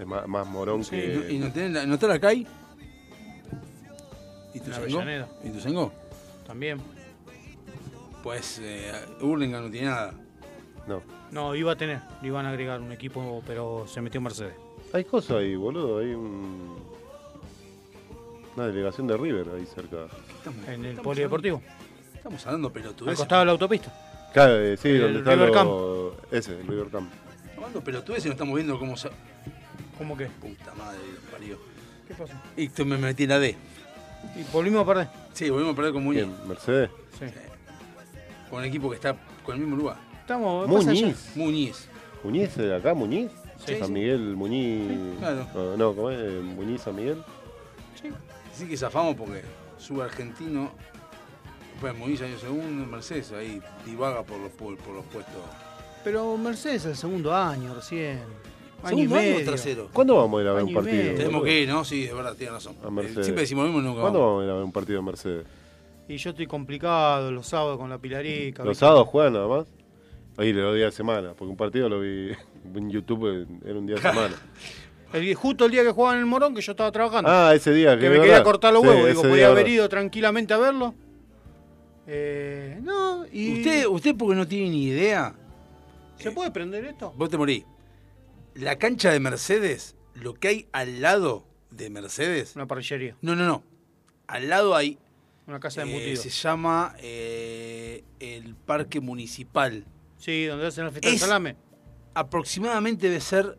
C: Es más, más Morón
B: Sí,
C: que.
B: ¿y no- ¿Y no, tenés la- no está la CAI? ¿Y
D: En
B: Tuzengo?
D: Avellaneda.
B: ¿Y Tuzengo?
D: También.
B: Pues eh, Hurlingham no tiene nada.
C: No.
D: No, iba a tener, le iban a agregar un equipo, pero se metió Mercedes.
C: Hay cosas ahí, boludo. Hay un- una delegación de River ahí cerca.
D: En el polideportivo.
B: Estamos hablando
D: Al
B: pelotudeces.
D: costado de la autopista.
C: Claro, eh, sí,
D: El
C: donde está
D: River
C: lo-
D: Camp.
C: Ese, el River Camp.
B: Estamos hablando pelotudeces y no estamos viendo cómo se.
D: ¿Cómo qué?
B: Puta madre, los parió.
D: ¿Qué pasó?
B: Y tú me metí en la D.
D: Y volvimos a perder.
B: Sí, volvimos a perder con Muñiz.
C: ¿Quién? ¿Mercedes?
D: Sí.
B: Con el equipo que está con el mismo lugar.
D: Estamos. pasa allá.
C: Muñiz.
B: Muñiz.
C: ¿Muñiz de acá? ¿Muñiz?
B: Sí,
C: San
B: sí.
C: Miguel, Muñiz.
B: claro.
C: Ah, no, ¿cómo es? Eh, Muñiz, San Miguel.
B: Así que zafamos porque sube argentino. Pues Muñiz año segundo, Mercedes ahí divaga por los, pu- por los puestos.
D: Pero Mercedes es el segundo año recién.
B: Año y
C: Segundo año eh.
B: medio.
C: trasero. ¿Cuándo vamos a ir a ver un partido?
B: Tenemos
C: boludo?
B: que ir, ¿no? Sí, es verdad, tiene razón. Eh,
C: A Mercedes.
B: Siempre decimos lo mismo y nunca
C: ¿Cuándo vamos a ir a ver un partido en Mercedes?
D: Y yo estoy complicado los sábados con la pilarica.
C: Los sábados juegan nada más. Oye, los días de semana, porque un partido lo vi en YouTube, en- era un día de semana.
D: El- justo el día que jugaban en el Morón, que yo estaba trabajando.
C: Ah, ese día,
D: Que
C: que
D: me
C: es
D: quería
C: verdad.
D: cortar los
C: Sí,
D: huevos.
C: ese
D: Digo,
C: día,
D: podía haber
C: verdad.
D: ido tranquilamente a verlo. Eh, no, y.
B: Usted, usted porque no tiene ni idea,
D: ¿Se puede prender esto?
B: vos te morís. La cancha de Mercedes, lo que hay al lado de Mercedes.
D: Una parrillería.
B: No, no, no. Al lado hay.
D: Una casa de
B: eh,
D: embutidos.
B: se llama eh, el Parque Municipal.
D: Sí, donde hacen la fiesta del
B: Es-
D: salame.
B: Aproximadamente debe ser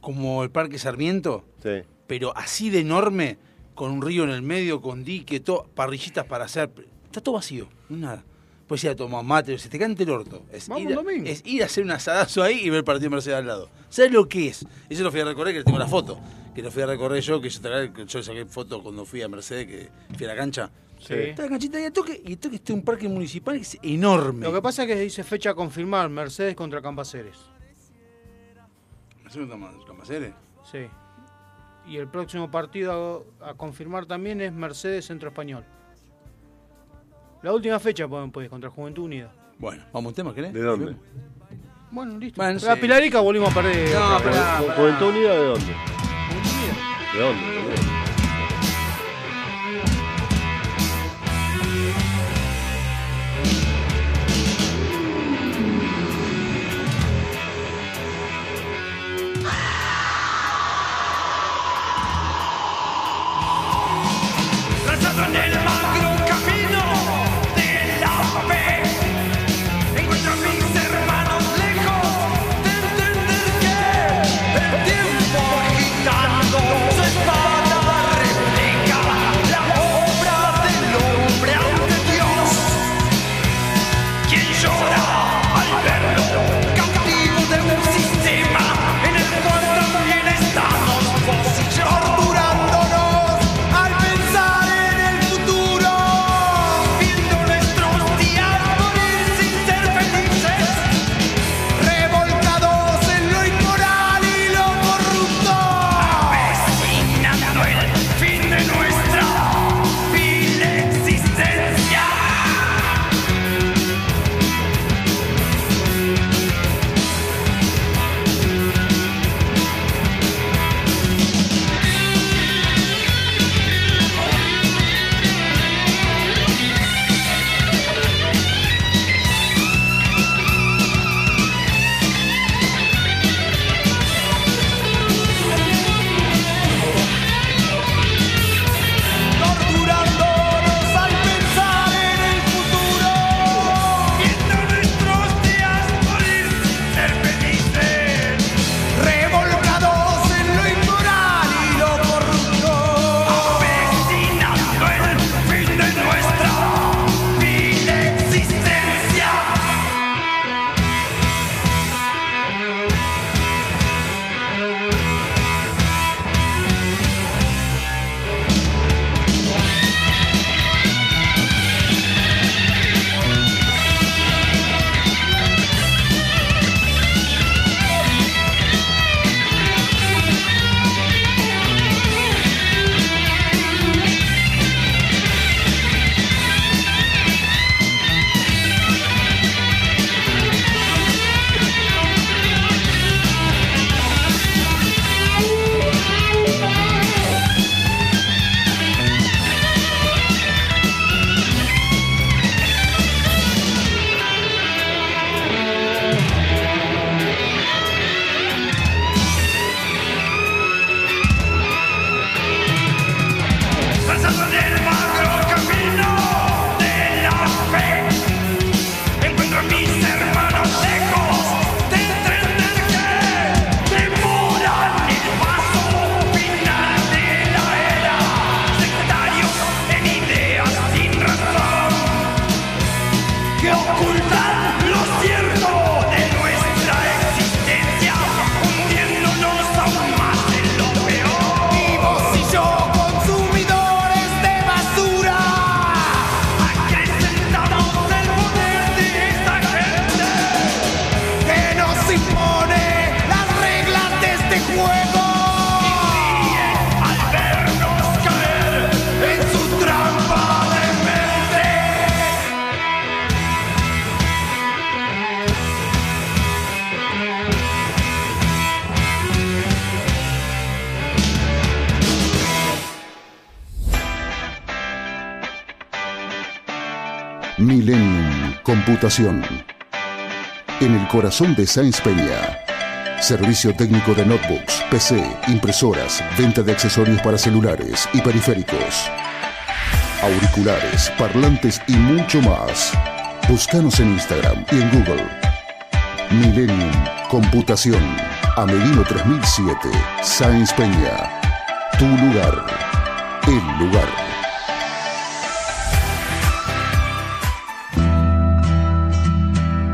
B: como el Parque Sarmiento,
C: Sí.
B: pero así de enorme, con un río en el medio, con dique, todo, parrillitas para hacer. Está todo vacío, no hay nada. Pues ya tomar mate, se te canta el orto. Es
D: Vamos
B: ir, a-
D: un domingo.
B: es ir a hacer un asadazo ahí y ver el partido de Mercedes al lado. ¿Sabes lo que es? Eso lo fui a recorrer, que le tengo la foto. Que lo fui a recorrer yo, que yo, tra- que yo saqué foto cuando fui a Mercedes, que fui a la cancha.
D: Sí.
B: Está la canchita ahí a toque, y a toque está un parque municipal que es enorme.
D: Lo que pasa es que dice fecha a confirmar: Mercedes contra Cambaceres.
B: ¿Mercedes contra Cambaceres?
D: Sí. Y el próximo partido a, a confirmar también es Mercedes Centro Español. La última fecha pueden pues, contra Juventud Unida.
B: Bueno, vamos a un tema, ¿querés?
C: ¿De dónde?
D: Bueno, listo.
B: Bueno,
D: la
B: sí.
D: Pilarica volvimos a perder.
B: No,
D: otra vez.
B: pará,
C: ¿Ju-
B: pará.
C: ¿Juventud Unida de dónde? ¿De dónde?
F: Trazado en el magro camino de la fe Encuentro a mis hermanos lejos de entender que El tiempo agitando su espada este
G: Millennium Computación. En el corazón de Sáenz Peña. Servicio técnico de notebooks, PC, impresoras, venta de accesorios para celulares y periféricos. Auriculares, parlantes y mucho más. Búscanos en Instagram y en Google. Millennium Computación. Amelino 3007. Sáenz Peña. Tu lugar. El lugar.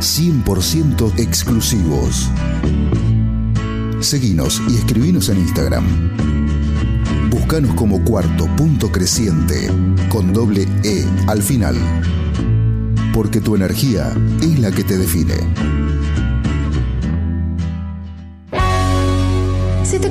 G: 100% exclusivos. Seguinos y escribinos en Instagram. Buscanos como cuarto punto creciente con doble E al final. Porque tu energía es la que te define.
H: ¿Se te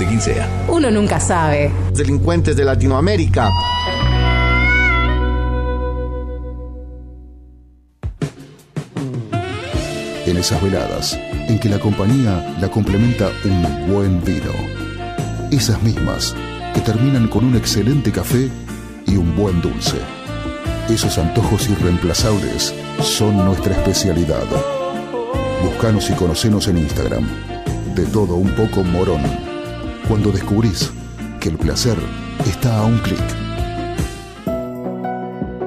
N: de quien sea.
H: Uno nunca sabe.
J: Delincuentes de Latinoamérica.
G: en esas veladas en que la compañía la complementa un buen vino. Esas mismas que terminan con un excelente café y un buen dulce. Esos antojos irreemplazables son nuestra especialidad. Buscanos y conocenos en Instagram. De todo un poco morón. Cuando descubrís que el placer está a un clic.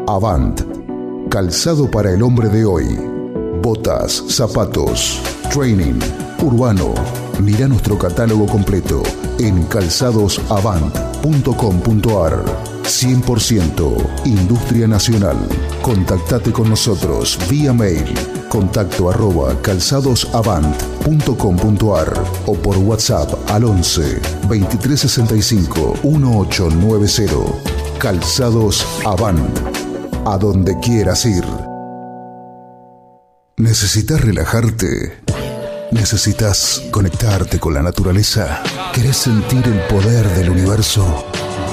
G: Avant. Calzado para el hombre de hoy. Botas, zapatos, training, urbano. Mira nuestro catálogo completo en calzadosavant.com.ar. 100% Industria Nacional. Contactate con nosotros vía mail contacto arroba calzadosavant.com.ar o por WhatsApp al 11 2365 1890. Calzados Avant. A donde quieras ir. ¿Necesitas relajarte? ¿Necesitas conectarte con la naturaleza? ¿Querés sentir el poder del universo?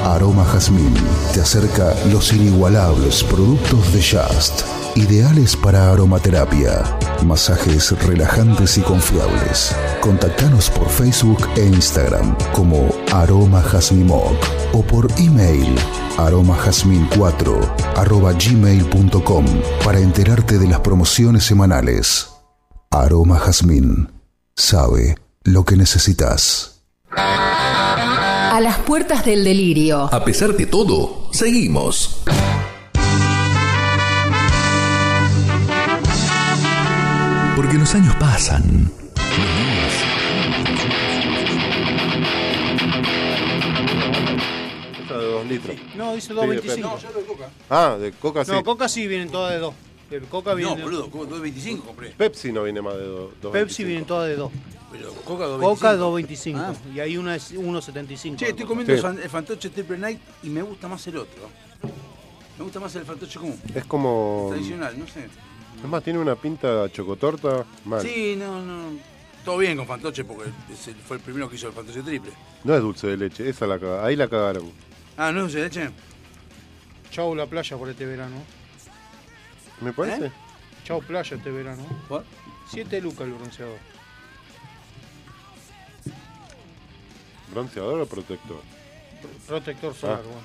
G: Aroma Jazmín te acerca los inigualables productos de Just, ideales para aromaterapia, masajes relajantes y confiables. Contactanos por Facebook e Instagram como Aroma Jazmimoc o por email aromajazmin4 arroba gmail.com para enterarte de las promociones semanales. Aroma Jazmín sabe lo que necesitas.
H: A las puertas del delirio.
N: A pesar de todo, seguimos. Porque los años pasan.
C: Esa de dos litros.
D: No, dice
C: Sí,
D: 2.25.
C: depende. Ah, de coca sí.
D: No, coca sí vienen todas de dos. De coca viene
B: No, boludo, ¿cómo 2.25 compré?
C: Pepsi no viene más de do- dos.
D: Pepsi vienen todas de dos.
B: Pero Coca 2.25.
D: Coca 2.25.
B: Ah.
D: Y hay una es 1.75.
B: Che, estoy comiendo el fan- el fantoche Triple Night y me gusta más el otro. Me gusta más el fantoche común.
C: Es como.
B: Tradicional, no sé.
C: Es más, tiene una pinta chocotorta. Mal.
B: Sí, no, no. Todo bien con fantoche porque es el- fue el primero que hizo el fantoche triple.
C: No es dulce de leche, esa la caga- ahí la cagaron.
B: Ah, ¿no es dulce de leche?
D: Chau la playa por este verano.
C: ¿Me parece?
B: ¿Eh?
D: Chau playa este verano.
B: ¿Por?
D: 7 lucas el bronceador.
C: ¿Bronceador o protector?
D: Protector solar,
C: Ah.
D: bueno.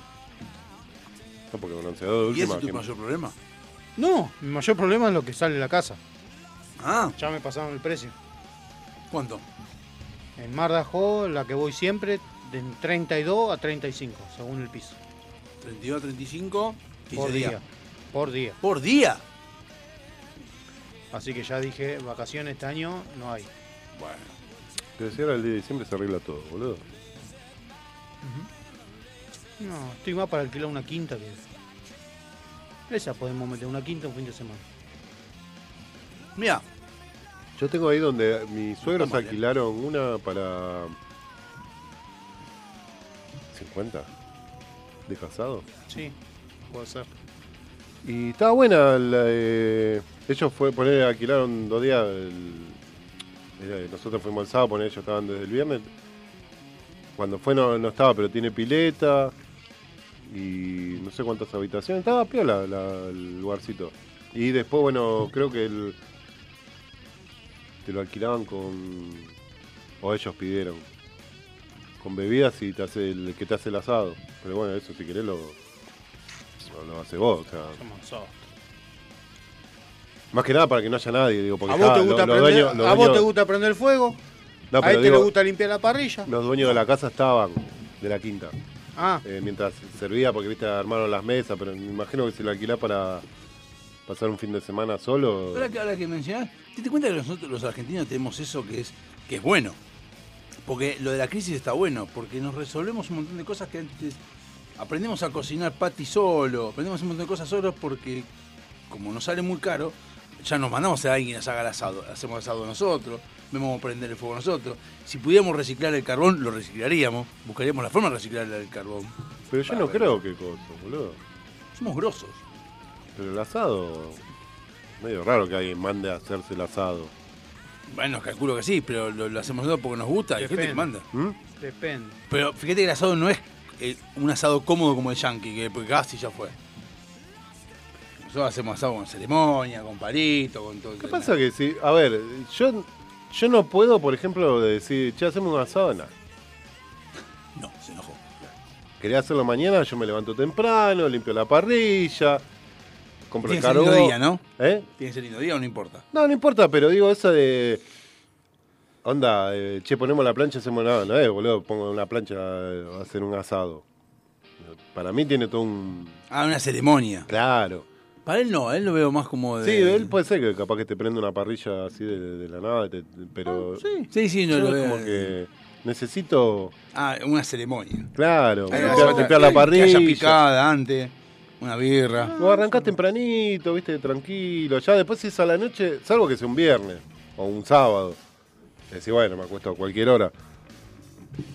C: No, porque bronceador de
B: ¿Y ese
C: última.
B: es tu
C: que-
B: mayor problema?
D: No, mi mayor problema es lo que sale de la casa.
B: Ah.
D: Ya me pasaron el precio.
B: ¿Cuánto?
D: En Mardajo, la que voy siempre, de 32 a 35, según el piso.
B: 32, 35, 15
D: Por día.
B: días.
D: Por día.
B: ¿Por día?
D: Así que ya dije, vacaciones este año no hay.
C: Bueno. Que si ahora el día de diciembre se arregla todo, boludo.
D: No, estoy más para alquilar una quinta que. Esa podemos meter una quinta un fin de semana. Mira,
C: Yo tengo ahí donde mis suegros alquilaron una para. 50 de casado.
D: sí, puede ser.
C: Y estaba buena. la, eh, ellos fue poner, alquilaron dos días. el- era- nosotros fuimos el sábado, poner, ellos estaban desde el viernes. Cuando fue no, no estaba, pero tiene pileta. Y no sé cuántas habitaciones. Estaba piola la- el lugarcito. Y después, bueno, creo que el, te lo alquilaban con. O ellos pidieron. Con bebidas y te hace el que te hace el asado. Pero bueno, eso si querés lo. Lo, lo hace vos, o sea.
D: Somos sos.
C: Más que nada para que no haya nadie, digo, porque
D: ¿A vos,
C: ya
D: te
C: lo-
D: gusta
C: los
D: prender,
C: dueños- los
D: ¿A vos
C: dueños-
D: te gusta prender el fuego?
C: No,
D: ¿A
C: pero
D: este
C: digo-
D: le gusta limpiar la parrilla?
C: los dueños de la casa estaban de la quinta.
D: Ah.
C: Eh, mientras servía, porque viste, armaron las mesas, pero me imagino que si lo alquilás para pasar un fin de semana solo.
B: Ahora que, ahora que mencionás, ¿te das cuenta que nosotros los argentinos tenemos eso que es, que es bueno? Porque lo de la crisis está bueno, porque nos resolvemos un montón de cosas que antes... Aprendemos a cocinar pati solo, aprendemos un montón de cosas solos porque como nos sale muy caro, ya nos mandamos a alguien que nos haga el asado. Hacemos asado nosotros, vemos cómo prender el fuego nosotros. Si pudiéramos reciclar el carbón, lo reciclaríamos. Buscaríamos la forma de reciclar el carbón.
C: Pero yo no creo que coso, boludo.
B: Somos grosos.
C: Pero el asado. Medio raro que alguien mande a hacerse el asado.
B: Bueno, calculo que sí, pero lo, lo hacemos nosotros porque nos gusta. Hay gente que manda.
C: ¿Mm?
D: Depende.
B: Pero fíjate que el asado no es eh, un asado cómodo como el yankee, que pues, casi ya fue. Nosotros hacemos asado con ceremonia, con palito, con todo.
C: ¿Qué pasa que si, a ver, yo, yo no puedo, por ejemplo, decir, che, hacemos un asado, nada.
B: No, se enojó.
C: Quería hacerlo mañana, yo me levanto temprano, limpio la parrilla, compro
B: Tiene
C: el
B: que ser lindo
C: carbón.
B: día, ¿no?
C: ¿Eh?
B: Tiene ese lindo día o no importa.
C: No, no importa, pero digo, eso de. Onda, eh, che, ponemos la plancha, hacemos nada, no es, boludo, pongo una plancha a hacer un asado. Para mí tiene todo un.
B: Ah, una ceremonia.
C: Claro.
B: Para él no, a él lo veo más como de.
C: Sí, él puede ser que capaz que te prenda una parrilla así de, de la nada, te- te- pero. Ah, sí,
B: sí, sí, no
C: yo
B: lo
C: es
B: veo.
C: como que necesito.
B: Ah,
C: ¿eh?
B: una ceremonia.
C: Claro,
B: Ahí
C: limpiar,
B: va.
C: limpiar la
B: Que haya
C: parrilla.
B: picada antes, una birra.
C: Lo arrancás tempranito, viste, tranquilo. Ya después si es a la noche, salvo que sea un viernes o un sábado. Decís, bueno, me acuesto a cualquier hora.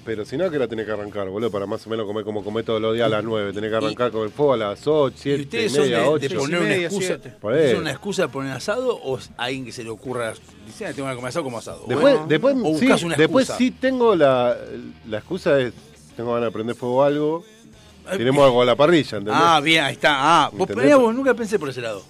C: Pero si no, que la tenés que arrancar, boludo, para más o menos comer como comé todos los días a las 9. Tenés que arrancar con el fuego a las 8, 7,
B: ¿Ustedes son de,
C: media,
B: de
C: 8.
B: poner una excusa?
C: Por
B: ¿Es
C: eso.
B: una excusa de poner asado o es alguien que se le ocurra? Dice, "Ah, tengo que comer asado como asado.
C: Después,
B: Bueno,
C: después,
B: o
C: sí,
B: buscas una
C: después
B: excusa.
C: sí tengo la, la excusa es, tengo ganas de prender fuego a algo. Tenemos algo a la parrilla, ¿entendés?
B: Ah, bien, ahí está. Ah, vos,
C: ¿Entendés? Ah,
B: mirá, vos nunca pensé por ese lado.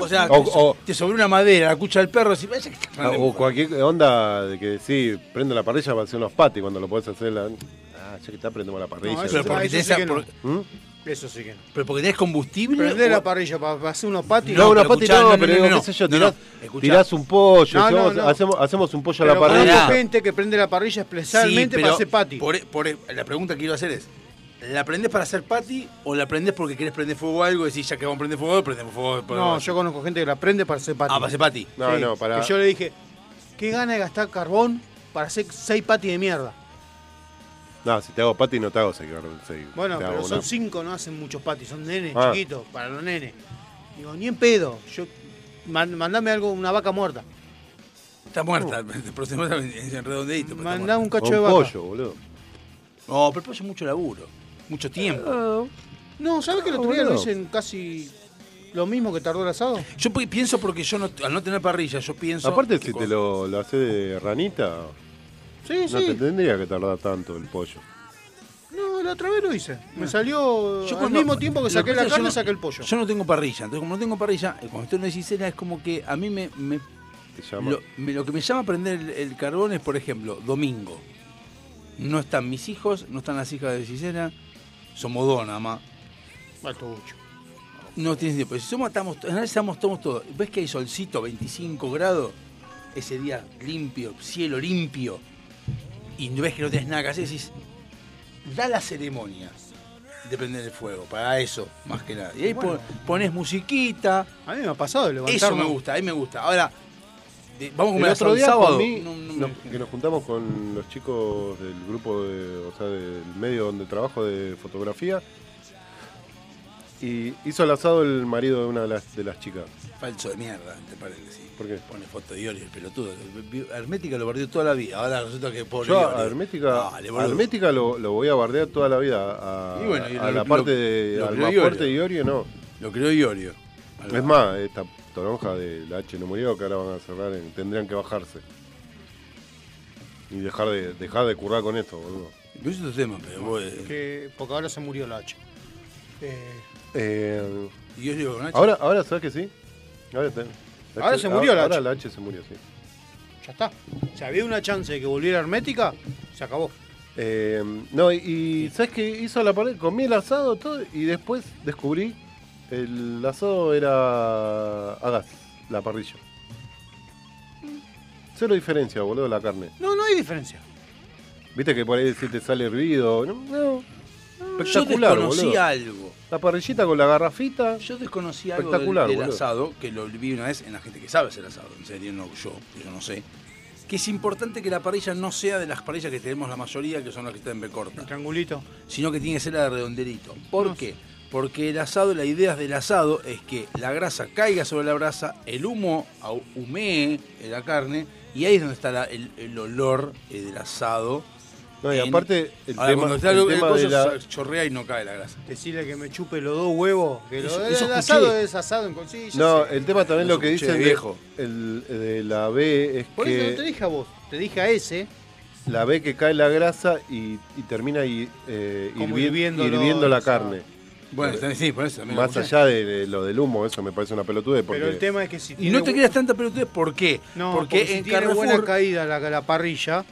B: o sea,
C: O-
B: te,
C: o-
B: te sobró una madera, la cucha del perro, si
C: Ah, O cualquier onda de que sí, prendo la parrilla para hacer unos patis cuando lo podés hacer. La... Ah, ya que está, prendemos la parrilla. ¿Mm?
D: eso-
C: Pero
D: ah,
C: porque
D: eso
C: tenés
D: sí
C: a-
D: que no.
C: por-
D: Eso sí que no.
B: Pero porque tenés combustible.
D: Prender
B: o-
D: la parrilla para hacer unos patis.
C: No, una pati no, pero digo, qué sé yo, tirás, tirás un pollo,
D: No, no,
C: hacemos,
D: no.
C: hacemos- hacemos un pollo
D: Pero
C: a la parrilla.
D: conozco gente que prende la parrilla
B: Sí,
D: especialmente
B: pero
D: para hacer pati.
B: por- por- la pregunta que quiero hacer es, ¿la aprendés para hacer pati o la aprendés porque querés prender fuego a algo y decís, ya que vamos a prender fuego, prendemos fuego?
D: No, yo conozco gente que la prende para hacer pati.
B: Ah, para hacer
D: Sí,
B: pati.
D: que yo le dije, qué gana de gastar carbón para hacer seis patis de mierda.
C: No, si te hago pati no te hago seguir. seguir-
D: Bueno,
C: te
D: pero
C: hago
D: son
C: una-
D: cinco, no hacen muchos patis, son nenes
C: Ah.
D: chiquitos, para los nenes. Digo, ni en pedo, yo man- mandame algo, una vaca muerta.
B: Está muerta, aproximadamente es en redondeíto. pero está
D: Uh. Mandá un
B: muerta.
D: cacho de vaca.
C: boludo.
B: No, pero el pollo es mucho laburo, mucho tiempo.
D: No, ¿sabes que el otro día lo
B: boludo.
D: dicen casi lo mismo que tardó el asado?
B: Yo pi- pienso porque yo no, al no tener parrilla, yo pienso...
C: Aparte,
B: que
C: si te
B: cuando-
C: lo, lo haces de ranita,
D: Sí,
C: no
D: sí.
C: te tendría que tardar tanto el pollo.
D: No, la otra vez lo hice. Me salió
B: Yo
D: al
B: cuando-
D: mismo tiempo que
B: Ah, lo
D: saqué
B: pasa
D: la
B: es que
D: carne,
B: yo no-
D: saqué el pollo.
B: Yo no tengo parrilla, entonces como no tengo parrilla, eh, cuando estoy en una cicera es como que a mí me, me- Lo, me- lo que me llama prender el, el carbón es, por ejemplo, domingo. No están mis hijos, no están las hijas de Cicera, somos dos nada más. No tienes tiempo. Si somos, estamos, en realidad estamos, estamos todos. ¿Ves que hay solcito, 25 grados? Ese día limpio, cielo limpio. Y ves que no tenés nada que hacer, decís, da la ceremonia. depende del fuego, para eso, más que nada. Y ahí
D: Bueno.
B: po- pones musiquita.
D: A mí me ha pasado
B: Eso
D: levantarme.
B: me gusta, a mí me gusta. Ahora, de- vamos a
C: el
B: comer
C: otro
B: asado el
C: día
B: sábado.
C: comí,
B: No, no
C: nos-
B: me-
C: que nos juntamos con los chicos del grupo de, o sea, del medio donde trabajo de fotografía. Y hizo el asado el marido de una de las, de las chicas.
B: Falso de mierda, te parece que sí.
C: ¿Por qué?
B: Pone foto de Iori, el pelotudo. Hermética lo perdió toda la vida. Ahora resulta que pobre
C: Yo
B: Iori.
C: a Hermética,
B: Dale, boludo.
C: a Hermética lo, lo voy a bardear toda la vida. A,
B: Y bueno, y
C: a
B: lo-
C: la
B: lo-
C: parte de
B: lo creó
C: Almafuerte
B: Iorio.
C: y Orio no.
B: Lo creó Iorio. Alba.
C: Es más, esta toronja de la H no murió, que ahora van a cerrar, en- tendrían que bajarse. Y dejar de, dejar de currar con esto, boludo.
B: No es otro tema, pero vos, eh,
D: Que- porque ahora se murió la H. Eh,
C: Eh,
B: ¿Y yo digo con H?
C: Ahora, ahora sabes que sí. Ahora, te- la
D: Ahora
C: H-
D: se murió la
C: ahora
D: H.
C: la H se murió, sí.
D: ya está. Si había una chance de que volviera hermética, se acabó.
C: Eh, no, y, y ¿sabes qué hizo la pared? Comí el asado todo y después descubrí el asado era a gas, la parrilla. Cero diferencia, boludo, la carne.
D: No, no hay diferencia.
C: Viste que por ahí si te sale hervido. No, no.
B: Yo
C: Espectacular,
B: desconocí
C: boludo.
B: algo.
C: La parrillita con la garrafita.
B: Yo desconocí algo del,
C: Espectacular,
B: del
C: boludo.
B: asado, que lo vi una vez en la gente que sabe hacer asado, en serio, no yo, yo no sé. Que es importante que la parrilla no sea de las parrillas que tenemos la mayoría, que son las que están en B corta.
D: triangulito.
B: Sino que tiene que ser la de redonderito. ¿Por qué? Porque el asado, la idea del asado es que la grasa caiga sobre la brasa, el humo au- humee en la carne, y ahí es donde está la- el, el olor eh, del asado.
C: No, y
B: En-
C: aparte, el
B: Ahora,
C: tema-
B: cuando está
C: el
B: el, el
C: tema de
B: coso,
C: la-
B: sa- chorrea y no cae la grasa.
D: Decirle que me chupe los dos huevos. Que lo,
B: Eso-
D: el
B: eso
D: asado
B: escuché.
D: es asado en consillas.
C: No, el tema también
B: No
C: lo que
B: escuché,
C: dice de,
B: viejo.
C: el- de la B es
D: Por eso no te
C: que
D: dije a vos, te dije a ese.
C: la B que cae la grasa y, y termina hi- eh,
D: Como
C: hirvi-
D: hirviéndolo,
C: hirviendo la
D: o sea.
C: carne.
B: Bueno, está- sí, por eso también lo
C: Más
B: escuché.
C: allá de, de lo del humo, eso me parece una pelotude. Porque
D: Pero el tema es que si
B: Y no
D: tiene-
B: te creas tanta pelotudes, ¿por qué?
D: No,
B: porque,
D: porque, si
B: en
D: tiene buena
B: Carrefour,
D: caída la, la parrilla,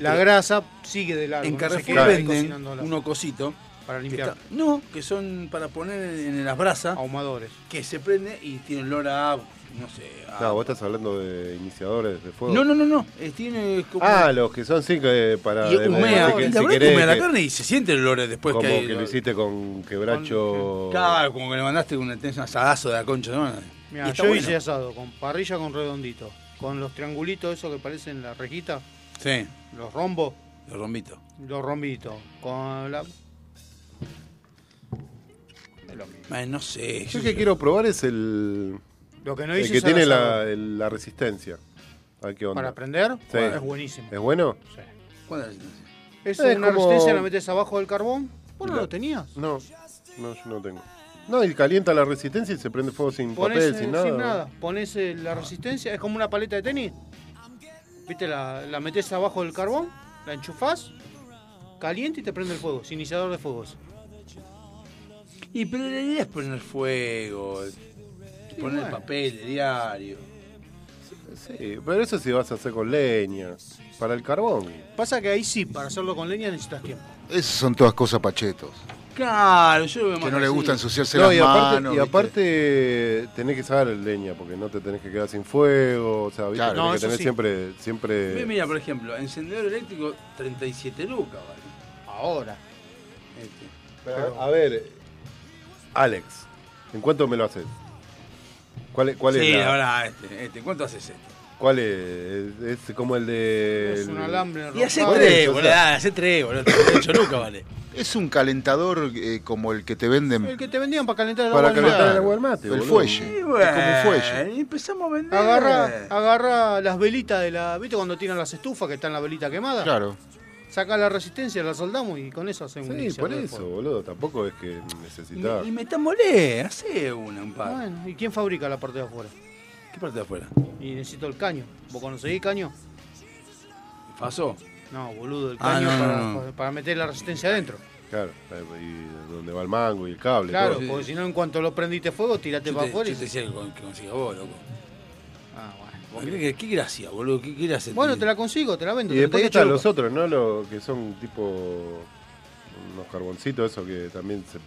D: la
B: pero-
D: grasa sigue de largo.
B: en
D: no se
B: Carrefour
D: queda ahí
B: venden
D: cocinándola.
B: uno cosito.
D: Para
B: que
D: limpiar.
B: está- no, que son para poner en las brasas.
D: Ahumadores.
B: Que se prende y tiene olor a, no sé, a-
C: No, vos estás hablando de iniciadores de fuego.
B: No, no, no, no. eh, tiene como...
C: Ah, los que son cinco eh, para.
B: y
C: de-
B: humea.
C: de- que-
B: y
C: si
B: la verdad que
C: querés
B: humea la
C: que-
B: carne y se siente el olor después
C: como
B: que hay...
C: que lo hiciste con quebracho.
B: Claro, como que le mandaste un, tenés un asadazo de la concha. ¿no?
D: Mira,
B: Y está
D: yo
B: bueno.
D: hice asado con parrilla con redondito, con los triangulitos esos que parecen la rejita,
B: Sí,
D: los rombos,
B: los rombitos.
D: los rombitos, con la...
B: Ay, no sé.
C: Yo el que quiero probar es el.
D: Lo que no
C: el
D: hice
C: que
D: es
C: tiene
D: el
C: la,
D: asado.
C: el- la resistencia. A ver qué onda.
D: ¿Para prender?
C: Sí.
D: Bueno, es buenísimo.
C: ¿Es bueno?
B: ¿Cuál es la sensación?
D: Es
C: Es
D: una
C: como-
D: resistencia, la metes abajo del carbón. Vos no
C: La-
D: lo tenías.
C: No, no, yo no tengo. No, y calienta la resistencia y se prende fuego sin
D: Ponés,
C: papel,
D: eh,
C: sin nada.
D: Ponés eh, la resistencia, es como una paleta de tenis. ¿Viste? La, la metes abajo del carbón, la enchufás, caliente y te prende el fuego. Es iniciador de fuegos.
B: Y pero la idea es poner fuego, poner
D: bueno.
B: papel de diario.
C: Sí, Eh, pero eso sí vas a hacer con leña. Para el carbón.
D: Pasa que ahí sí, para hacerlo con leña necesitas tiempo.
E: Esas son todas cosas pachetos.
B: Claro, yo lo veo
E: Que no le gusta ensuciarse
C: No,
E: las
C: y aparte,
E: manos.
C: y
E: ¿viste?
C: aparte tenés que saber el leña, porque no te tenés que quedar sin fuego. O sea, ¿viste?
E: Claro.
C: Tenés
E: No,
C: que
E: eso
C: tener
E: sí.
C: siempre. siempre...
B: Ve, Mira, por ejemplo, encendedor eléctrico 37 lucas, vale.
D: Ahora.
C: Pero, a ver, Alex, ¿en cuánto me lo haces? ¿Cuál, es- cuál
B: sí,
C: es la-
B: ahora este, este, ¿cuánto haces este?
C: ¿Cuál es? Es como el de.
D: Es un alambre
B: Y hace
C: Por
B: tres,
C: eso, o
B: boludo,
C: sea,
B: dale, hace tres, boludo, 38 lucas, vale.
E: Es un calentador eh, como el que te venden.
D: El que te vendían para calentar el
E: Para
D: agua.
E: calentar
D: helada.
E: el agua del mate, El boludo. fuelle.
B: Y
E: Es como un fuelle.
B: y empezamos a vender.
D: Agarra, agarra las velitas de la. ¿Viste cuando tiran las estufas que están la velita quemada?
E: Claro.
D: Saca la resistencia, la soldamos y con eso hacemos un
C: Sí,
D: iniciador
C: por
D: de
C: eso,
D: fuego.
C: boludo. Tampoco es que necesitas.
B: Y metámosle, hace una, un par.
D: Bueno, ¿y quién fabrica la parte de afuera?
B: ¿Qué parte de afuera?
D: Y necesito el caño. ¿Vos conseguís caño?
B: ¿Pasó?
D: No, boludo, el
B: Ah,
D: caño
B: no, no,
D: para,
B: no.
D: para meter la resistencia adentro.
C: Claro, eh, y donde va el mango y el cable.
D: Claro,
C: todo.
D: porque
B: pues,
D: si no, en cuanto lo prendiste fuego, tirate
B: Yo
D: para
B: te,
D: afuera. y-
B: yo te decía que, con- que consiga vos, loco.
D: Ah, bueno.
B: ¿Vos crees que qué gracia, boludo? ¿Qué, qué gracia?
D: Bueno, te la consigo, te la vendo.
C: Y después
D: 38
C: están
D: lucas.
C: los otros, ¿no? Los que son tipo. Unos carboncitos, esos que también se-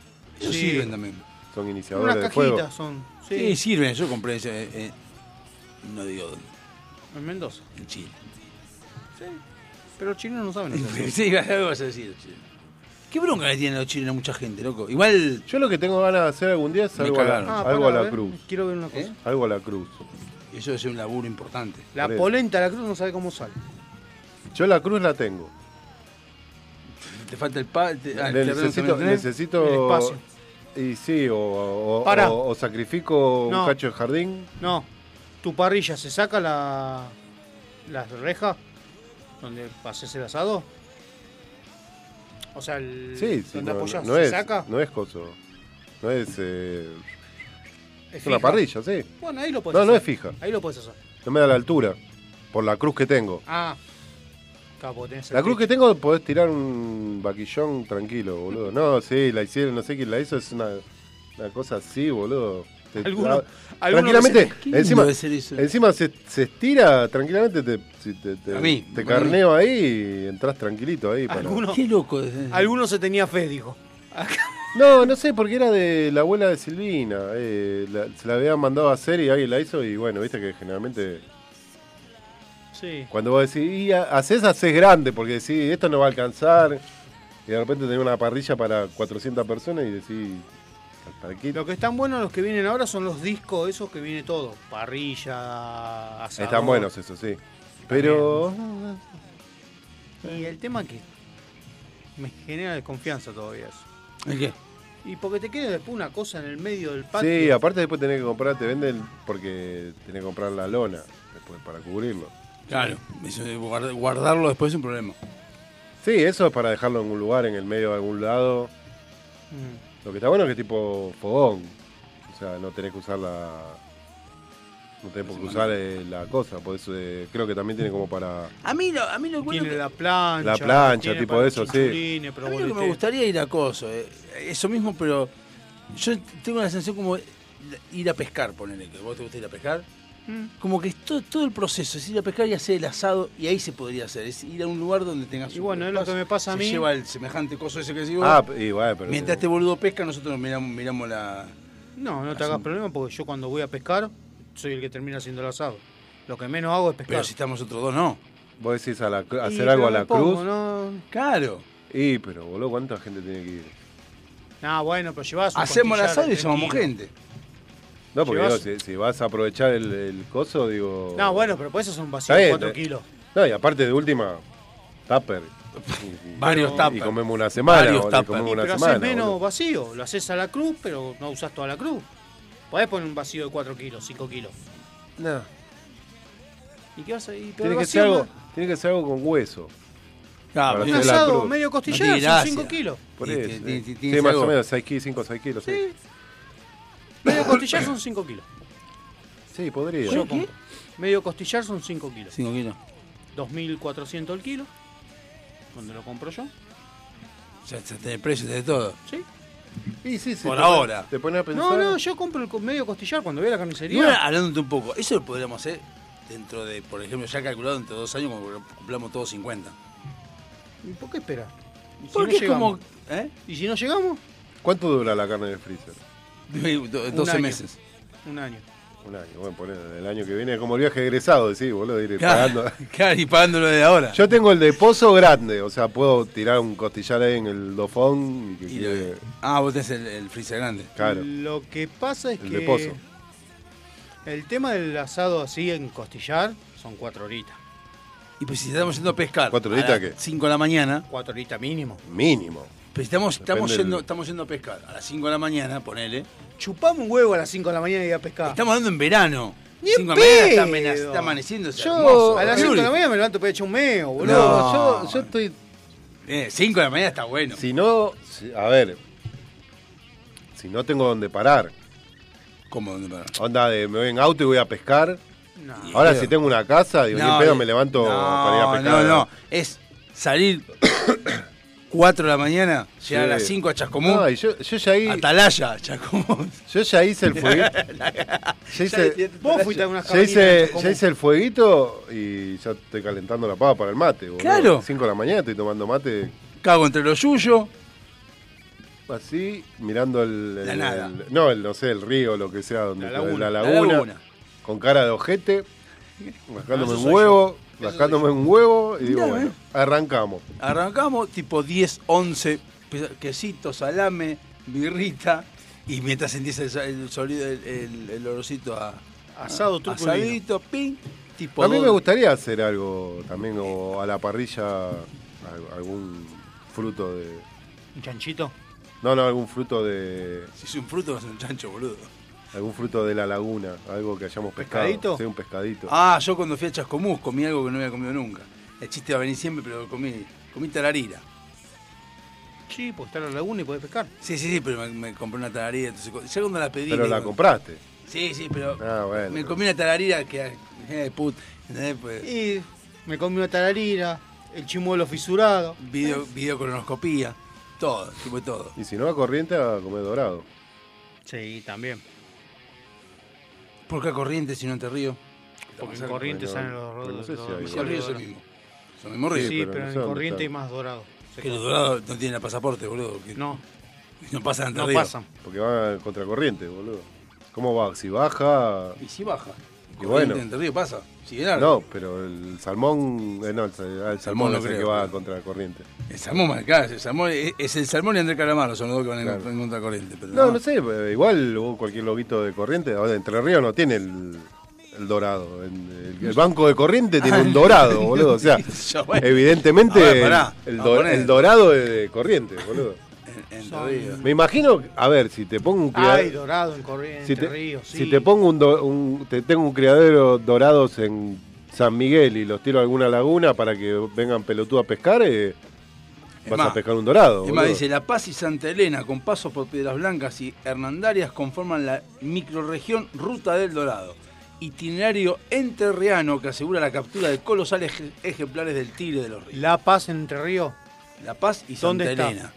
B: Ellos
D: Sí.
B: sirven también.
C: son iniciadores
D: Unas
C: de fuego.
D: cajitas son.
B: Sí,
D: Sí,
B: sirven. Yo compré ese, eh, eh, no digo dónde,
D: en Mendoza.
B: en Chile.
D: Pero los chinos no saben. hacer eso.
B: Sí, algo vas a decir. Chile. Qué bronca le tienen los chilenos a mucha gente, loco. Igual.
C: Yo lo que tengo ganas de hacer algún día es
B: Me
C: algo, a la,
B: cagaron. Ah,
C: algo
B: pará,
C: a
B: a
C: la
B: ver.
C: cruz.
D: Quiero ver una cosa.
C: Algo a la cruz.
B: Eso es un laburo importante.
D: La
C: Por eso.
D: polenta de la cruz no sabe cómo sale.
C: Yo la cruz la tengo.
B: Te falta el pa. te- ah, el terreno
C: necesito.
B: también tenés.
C: necesito
D: El espacio.
C: Y sí, o, o-
D: Pará.
C: o- o sacrifico
D: No.
C: un cacho de jardín.
D: No, tu parrilla se saca la las rejas donde pases el asado. O sea, el,
C: Sí, sí,
D: donde
C: no,
D: apoyas
C: no
D: se
C: es,
D: saca.
C: no es coso. No es. eh,
D: es
C: una
D: fija.
C: parrilla, sí.
D: Bueno, ahí lo puedes
C: No,
D: hacer.
C: no es fija.
D: Ahí lo puedes hacer.
C: No me da la altura. Por la cruz que tengo.
D: Ah, capo, tenés el
C: La cruz
D: pito.
C: que tengo podés tirar un vaquillón tranquilo, boludo. No, sí, la hicieron, no sé quién la hizo, es una, una cosa así, boludo. Te-
D: Alguno-
C: ah,
D: alguno
C: tranquilamente,
D: que se-
C: encima,
D: Debe ser eso.
C: encima se, se estira, tranquilamente te, si te, te-
D: A mí,
C: te
D: a mí.
C: carneo ahí y entras tranquilito ahí. para-
D: Alguno,
B: loco.
D: Alguno se tenía fe, dijo.
C: No, no sé, porque era de la abuela de Silvina. eh, la- se la habían mandado a hacer y alguien la hizo y bueno, viste que generalmente...
D: Sí.
C: Cuando vos decís, y ha- haces, haces grande, porque decís, esto no va a alcanzar. Y de repente tenés una parrilla para 400 personas y decís, ¿para qué?
D: Lo que están buenos los que vienen ahora son los discos, esos que viene todo. Parrilla, asado.
C: Están buenos eso, sí. Pero...
D: Y el tema que me genera desconfianza todavía eso.
B: ¿El qué?
D: Y porque te queda después una cosa en el medio del patio.
C: Sí, aparte después tenés que comprar, te venden porque tenés que comprar la lona después para cubrirlo.
B: Claro, eso de guard- guardarlo después es un problema.
C: Sí, eso es para dejarlo en algún lugar, en el medio de algún lado.
D: Mm.
C: Lo que está bueno es que es tipo fogón. O sea, no tenés que usar la... No tenés por qué usar eh, la cosa, por eso eh, creo que también tiene como para...
B: A mí lo, a mí lo bueno
D: Tiene
B: que-
D: la plancha.
C: La plancha,
D: tiene
C: tipo
D: para
C: eso,
D: los
C: sí.
D: chinchulines, pero
B: A mí lo que me
D: boletea.
B: gustaría ir a coso, eh, eso mismo, pero yo tengo la sensación como ir a pescar, ponele, que vos te gusta ir a pescar.
D: Mm.
B: Como que es todo, todo el proceso, es ir a pescar y hacer el asado, y ahí se podría hacer, es ir a un lugar donde tengas
D: Y bueno, es lo que me pasa a
B: Se
D: mí.
B: lleva el semejante coso ese que decís vos.
C: Ah, y bueno, pero...
B: Mientras este boludo pesca, nosotros miramos, miramos la...
D: No, no te hagas problema porque yo cuando voy a pescar soy el que termina haciendo el asado. Lo que menos hago es pescar.
B: Pero si estamos otros dos, no.
C: Vos decís a la cru-
D: Y,
C: hacer
D: pero
C: algo a
D: me
C: la
D: pongo,
C: cruz.
D: No,
B: Claro.
C: Y, pero boludo, ¿cuánta gente tiene que ir?
D: Nah, bueno, pero llevas un
B: Hacemos el
D: costillar
B: asado
D: de
B: y
D: tres
B: llamamos
D: kilos.
B: gente.
C: No, porque
D: Llevas-
C: digo, si, si vas a aprovechar el, el coso, digo.
D: No, bueno, pero pues eso son
C: Está
D: vacíos
C: bien,
D: 4
C: eh.
D: kilos.
C: No, y aparte de última, tupper. Y- y-
B: Varios
C: Y
B: tupper.
C: comemos una semana.
B: Varios
C: boludo, y
B: tupper.
C: comemos
B: Y
C: una
D: Pero
C: semana.
D: haces menos
C: boludo.
D: vacío. Lo haces a la cruz, pero no usas toda la cruz. Podés poner un vacío de 4 kilos, 5 kilos.
C: No.
D: ¿Y qué vas a y, pero
C: Tiene que,
D: vacío
C: ser algo,
D: no-
C: tiene que ser algo con hueso.
B: Claro,
C: Para
D: Un
C: hacer la
D: asado,
C: cruz.
D: medio costillar,
B: Ah, No tiene
D: son
B: gracia.
D: 5 kilos.
C: Por
B: Y
C: eso.
B: ti-
C: eh.
B: ti- ti- tiene
C: sí, más
B: algo.
C: o menos 5 6 kilos. Sí,
D: Medio costillar son 5 kilos.
C: Sí, podría.
D: Yo compro. Medio costillar son 5 kilos.
B: 5 kilos.
D: 2.400 el kilo. Donde lo compro yo.
B: Ya, ya tenés precios de todo.
D: Sí.
C: Y sí, sí,
B: Por
C: te-
B: ahora.
C: Te pones a pensar.
D: No, no, yo compro el co- medio costillar cuando voy a la
B: Y ahora,
D: carnicería.
B: hablándote un poco, eso lo podríamos hacer dentro de, por ejemplo, ya calculado entre dos años, cuando cumplamos todos 50.
D: ¿Y por qué espera? ¿Y si
B: Porque
D: no
B: es como.
D: llegamos? ¿Eh? ¿Y si no llegamos?
C: ¿Cuánto dura la carne del freezer?
B: ¿eh? Do-
D: Un
B: 12
D: año.
B: meses.
D: Un año.
C: Un año. Bueno, poner el año que viene. Como el viaje egresado, decís, boludo, ir
B: Claro,
C: pagando.
B: claro, y pagándolo de ahora.
C: Yo tengo el de pozo grande, o sea, puedo tirar un costillar ahí en el dofón. y que
B: Y lo-
C: quede-
B: Ah, vos tenés el, el freezer grande.
C: Claro.
D: Lo que pasa es
C: El
D: que.
C: de pozo.
D: El tema del asado así en costillar son 4 horitas.
B: Y pues si estamos yendo a pescar.
C: ¿Cuatro horitas
B: a las
C: qué?
B: 5 de la mañana.
D: 4 horitas mínimo.
C: Mínimo.
B: Pues estamos, estamos,
C: Depende
B: yendo,
C: del-
B: estamos yendo a pescar a las 5 de la mañana, ponele.
D: Chupamos un huevo a las 5 de la mañana y ir a pescar.
B: Estamos hablando en verano.
D: Ni en
B: Cinco de la mañana está,
D: pedo.
B: amena- está amaneciendo. está
D: Yo
B: hermoso.
D: a las 5 de la mañana me levanto para echar un meo, boludo.
C: No, yo, yo estoy.
B: Eh, 5 de la mañana está bueno.
C: Si no. si- a ver. Si no tengo dónde parar.
B: ¿Cómo? ¿Dónde para?
C: Onda de me voy en auto y voy a pescar.
D: No.
C: Ahora,
B: pedo.
C: si tengo una casa, digo,
B: No,
C: ni pedo
B: eh,
C: me levanto
B: no,
C: para ir a pescar.
B: No, no, es salir 4 de la mañana,
C: Sí.
B: llegar a las 5 a Chascomún,
C: No, y yo, yo ya ahí,
B: Atalaya, Chascomún.
C: yo ya hice el fueguito. ya hice,
D: Vos fuiste a unas
C: ya hice-
D: cabañitas, ¿cómo?
C: ya hice el fueguito y ya estoy calentando la pava para el mate. boludo.
B: Claro.
C: 5 de la mañana estoy tomando mate
B: Cago entre los yuyos,
C: Así, mirando el.
B: La
C: el-
B: nada.
C: el- no, el, no sé, el río, lo que sea, donde
D: La laguna.
B: la
C: laguna,
B: laguna.
C: Con cara de ojete, rascándome
B: No, eso
C: un
B: soy
C: huevo, rascándome un huevo, y digo,
B: Mirá,
C: bueno,
B: eh.
C: arrancamos.
B: Arrancamos tipo 10, 11, pe- quesito, salame, birrita. Y mientras sentís el, sa- el sonido, el, el- el olorcito a
D: Asado
B: a-
D: tuculino.
B: asadito, pin, tipo
C: A mí
B: dos.
C: me gustaría hacer algo también, o a la parrilla, al- algún fruto de.
D: ¿Un chanchito?
C: No, no, algún fruto de.
B: Si es un fruto, es un chancho, boludo.
C: Algún fruto de la laguna, algo que hayamos pescado.
B: ¿Pescadito?
C: Sí, un pescadito.
B: Ah, yo cuando fui a Chascomús comí algo que no había comido nunca. El chiste va a venir siempre, pero comí, comí tararira.
D: Sí, pues está en la laguna y podés pescar.
B: Sí, sí, sí, pero me, me compré una tararira. Entonces, cu- ya cuando la pedí.
C: Pero
B: le
C: la
B: digo,
C: compraste.
B: Sí, sí, pero
C: Ah, bueno.
B: me comí una tararira que. que de put, ¿entendés? Pues,
D: Y me comí una tararira, el chimuelo fisurado.
B: video, videocronoscopía, todo, tipo todo.
C: Y si no, a corriente a comer dorado.
D: Sí, también.
B: ¿Por qué a corriente si no te río?
D: Porque en corriente
B: Bueno,
D: salen los
B: pero no
D: rodos.
B: sé si hay-
D: los-
B: Si el río es el
D: dorados.
B: mismo. Es el mismo río.
D: Sí, pero en corriente hay más dorado. Se
B: Que los
D: come.
B: dorados no tienen la pasaporte, boludo. que
D: No.
B: No pasan ante
D: No
B: río.
D: pasan.
C: Porque van a contracorriente, boludo. ¿Cómo va? Si baja.
B: Y si baja.
C: Y bueno.
B: Corriente, Entre río pasa. Si era-
C: No, pero el salmón. eh, no, el, sal- el salmón,
B: Salmón no
C: es el
B: creo,
C: que va
B: pero-
C: contra corriente.
B: El salmón, más acá, el salmón, es, es el salmón y Andrés Calamaro, son los dos que van en-
C: Claro.
B: en contracorriente. Pero
C: No, no sé, eh, igual hubo cualquier loguito de corriente. Ahora, Entre Ríos no tiene el, el dorado. en- El, el banco de corriente tiene
B: Ah,
C: un dorado, boludo. O sea,
B: Ya, bueno.
C: evidentemente
B: A ver, pará,
C: el,
B: a
C: do-
B: poner.
C: el dorado es de corriente, boludo.
B: Entre ríos.
C: Me imagino, a ver, si te pongo un criadero.
D: Ay, dorado en corriente,
C: si te,
D: río, sí.
C: si te pongo un, do- un- te tengo un criadero dorados en San Miguel y los tiro a alguna laguna para que vengan pelotudos a pescar, eh,
B: Es
C: vas
B: más,
C: a pescar un
D: Ah,
C: dorado.
B: Es más,
C: boludo.
B: dice, La Paz y Santa Elena, con pasos por Piedras Blancas y Hernandarias, conforman la microrregión Ruta del Dorado. Itinerario enterreano que asegura la captura de colosales ej- ejemplares del tigre de los ríos.
D: La Paz en Entre Ríos.
B: La Paz y Santa
D: ¿Dónde está?
B: Elena.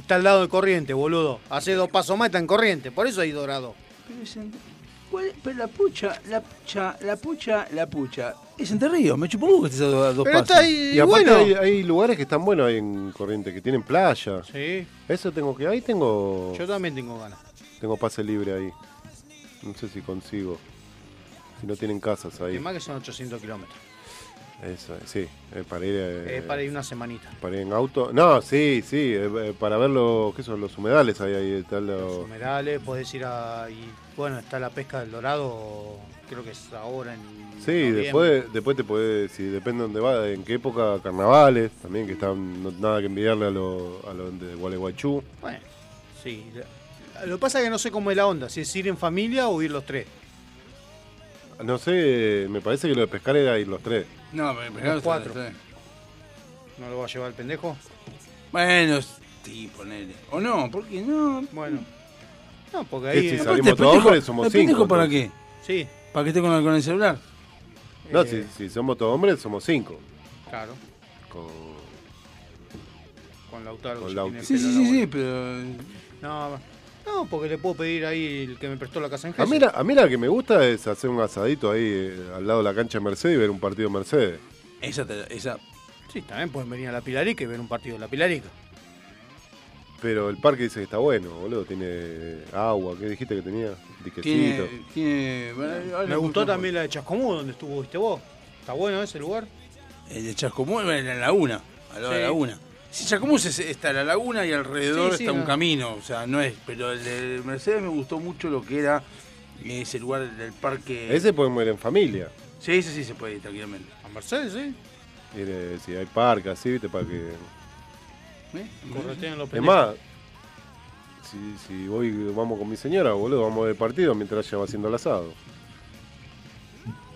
D: Está al lado de corriente, boludo. Hace dos pasos más, está en corriente. Por eso hay dorado.
B: Pero, es en- ¿cuál- pero la pucha, la pucha, la pucha, la pucha. Es Entre Ríos, me chupó un huevo que estés a dos, a dos
D: Pero
B: pasos.
D: está ahí,
C: Y aparte hay, hay lugares que están buenos ahí en Corriente, que tienen playa.
D: Sí,
C: Eso tengo que. Ahí tengo.
D: yo también tengo ganas.
C: Tengo pase libre ahí. No sé si consigo. Si no tienen casas
D: Y
C: ahí.
D: más que son 800 kilómetros.
C: Eso, eh, sí. eh, para ir. eh,
D: Es para ir una semanita.
C: para ir en auto. No, sí, sí. eh, eh, para ver los. ¿Qué son? Los humedales ahí. ahí está lo-
D: Merales, podés ir a. Y, bueno, está la pesca del dorado, creo que es ahora en.
C: Sí, después, después te podés. Si depende dónde va, en qué época, carnavales también, que están. no- nada que envidiarle a los a lo de Gualeguaychú.
D: Bueno, sí. la- Lo que pasa es que no sé cómo es la onda, si es ir en familia o ir los tres.
C: No sé, me parece que lo de pescar era ir los tres.
B: No, pero primero
D: Los cuatro.
B: está- está-
D: ¿No lo va a llevar el pendejo?
B: Bueno, sí, ponele. O no, ¿por qué no?
D: Bueno. No, porque
C: ¿Qué,
D: ahí.
C: si
D: eh,
C: Este, salimos todos hombres, somos
B: ¿el pendejo
C: cinco,
B: para qué?
C: entonces.
D: Sí,
B: ¿Para qué esté con el, con el celular? Eh,
C: No, si, si somos todos hombres, somos cinco.
D: claro.
C: Con,
D: Con Lautaro.
C: Con
D: que tiene
C: Lautaro.
B: Sí,
D: pelo
B: sí,
D: en la
B: sí,
D: bola.
B: sí, pero.
D: No, no, porque le puedo pedir ahí el que me prestó la casa en
C: A mí, la, a mí la que me gusta es hacer un asadito ahí eh, al lado de la cancha de Mercedes y ver un partido de Mercedes.
B: Esa, te- esa.
D: Sí, también pueden venir a la Pilarica y ver un partido de la Pilarica.
C: Pero el parque dice que está bueno, boludo. Tiene agua, ¿qué dijiste que tenía? Diquecito.
B: Tiene. tiene bueno, ahora
D: Me
B: lo
D: gustó
B: escuchamos.
D: también la de Chascomú, donde estuvo, viste vos. Está bueno ese lugar.
B: El de Chascomú, bueno, en la laguna. Al lado de
D: Sí.
B: la laguna. Sí, Chascomú es- está la laguna y alrededor
D: Sí, sí,
B: está un
D: no.
B: camino. O sea, no es. Pero el de Mercedes me gustó mucho lo que era ese lugar del parque.
C: Ese podemos ir en familia.
B: Sí, ese sí se puede ir tranquilamente.
D: A Mercedes, sí.
C: Ir, eh, si hay parque, así, viste, para que.
B: ¿Eh?
D: Corretean los
C: Es
D: pendejos.
C: más, si, si voy, vamos con mi señora, boludo, vamos a ver el partido mientras ella va haciendo el asado.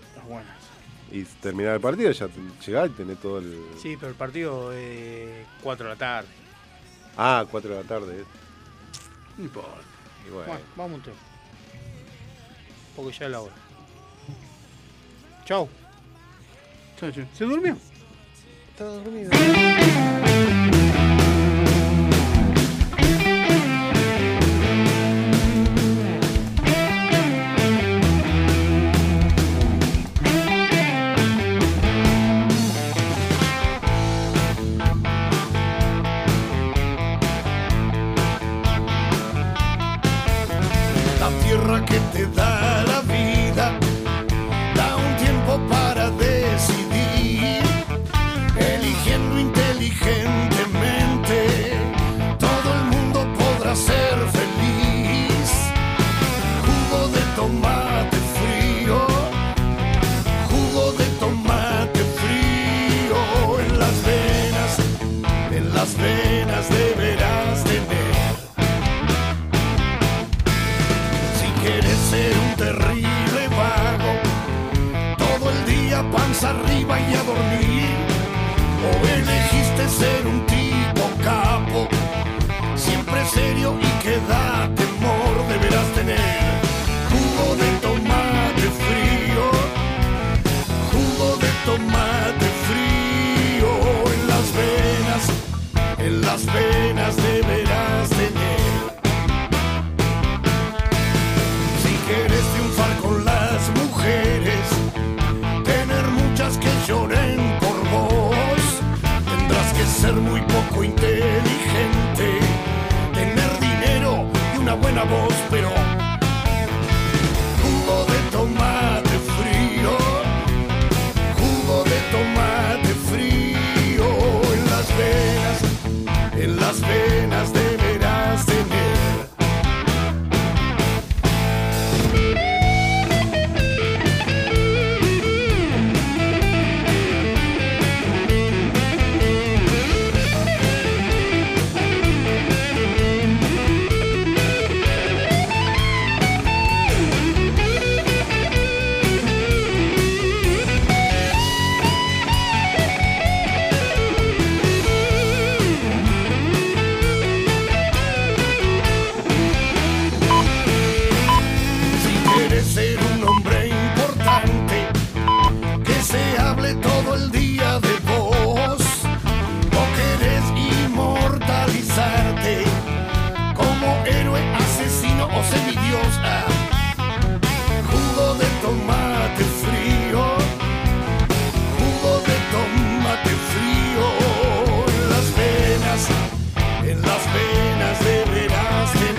D: Está bueno.
C: Y terminar el partido, ya te- llegás y tenés todo el.
D: Sí, pero el partido es 4 de la tarde.
C: Ah, 4 de la tarde. eh.
B: No importa.
C: Y bueno.
D: Bueno, vamos un tema. Porque ya es la hora. Chau.
B: Chau, chau.
D: ¿Se durmió?
F: La tierra que te da la vida da un tiempo para decidir, eligiendo inteligentemente quieres ser un terrible vago. Todo el día panza arriba y a dormir. O elegiste ser un tipo capo. Siempre serio y que da temor deberás tener. Jugo de tomate frío. Jugo de tomate frío en las venas. En las venas deberás tener. Si quieres triunfar con las mujeres, tener muchas que lloren por vos, tendrás que ser muy poco inteligente, tener dinero y una buena voz, pero jugo de tomate frío, jugo de tomate frío en las venas, en las venas deberás tener. Si quieres ser un hombre importante, que se hable todo el día de vos, o querés inmortalizarte como héroe, asesino o semidios. Ah, Jugo de tomate frío, jugo de tomate frío en las venas, en las venas deberás tener.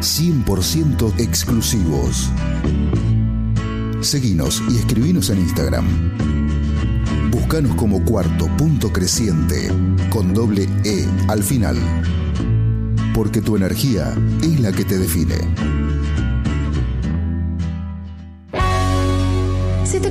G: 100% exclusivos. Seguinos y escribinos en Instagram. Buscanos como cuarto punto creciente con doble E al final. Porque tu energía es la que te define.
H: ¿Se te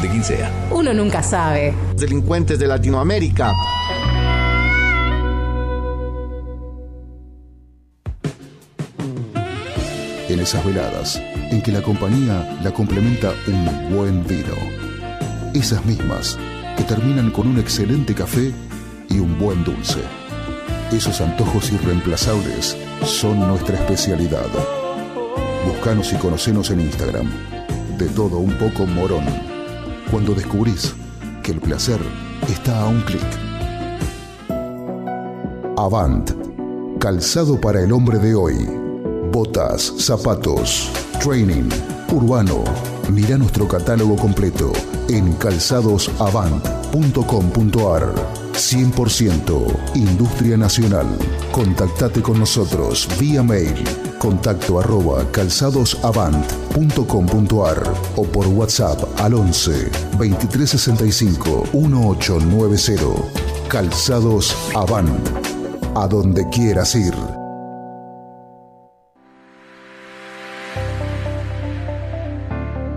N: de quien sea.
H: uno nunca sabe.
J: Delincuentes de Latinoamérica.
G: en esas veladas en que la compañía la complementa un buen vino. Esas mismas que terminan con un excelente café y un buen dulce. Esos antojos irreemplazables son nuestra especialidad. Buscanos y conocenos en Instagram. De todo un poco morón. Cuando descubrís que el placer está a un clic. Avant. Calzado para el hombre de hoy. Botas, zapatos, training, urbano. Mira nuestro catálogo completo en calzadosavant.com.ar. 100% Industria Nacional. Contactate con nosotros vía mail contacto arroba calzadosavant.com.ar o por WhatsApp al 11 2365 1890. Calzados Avant. A donde quieras ir.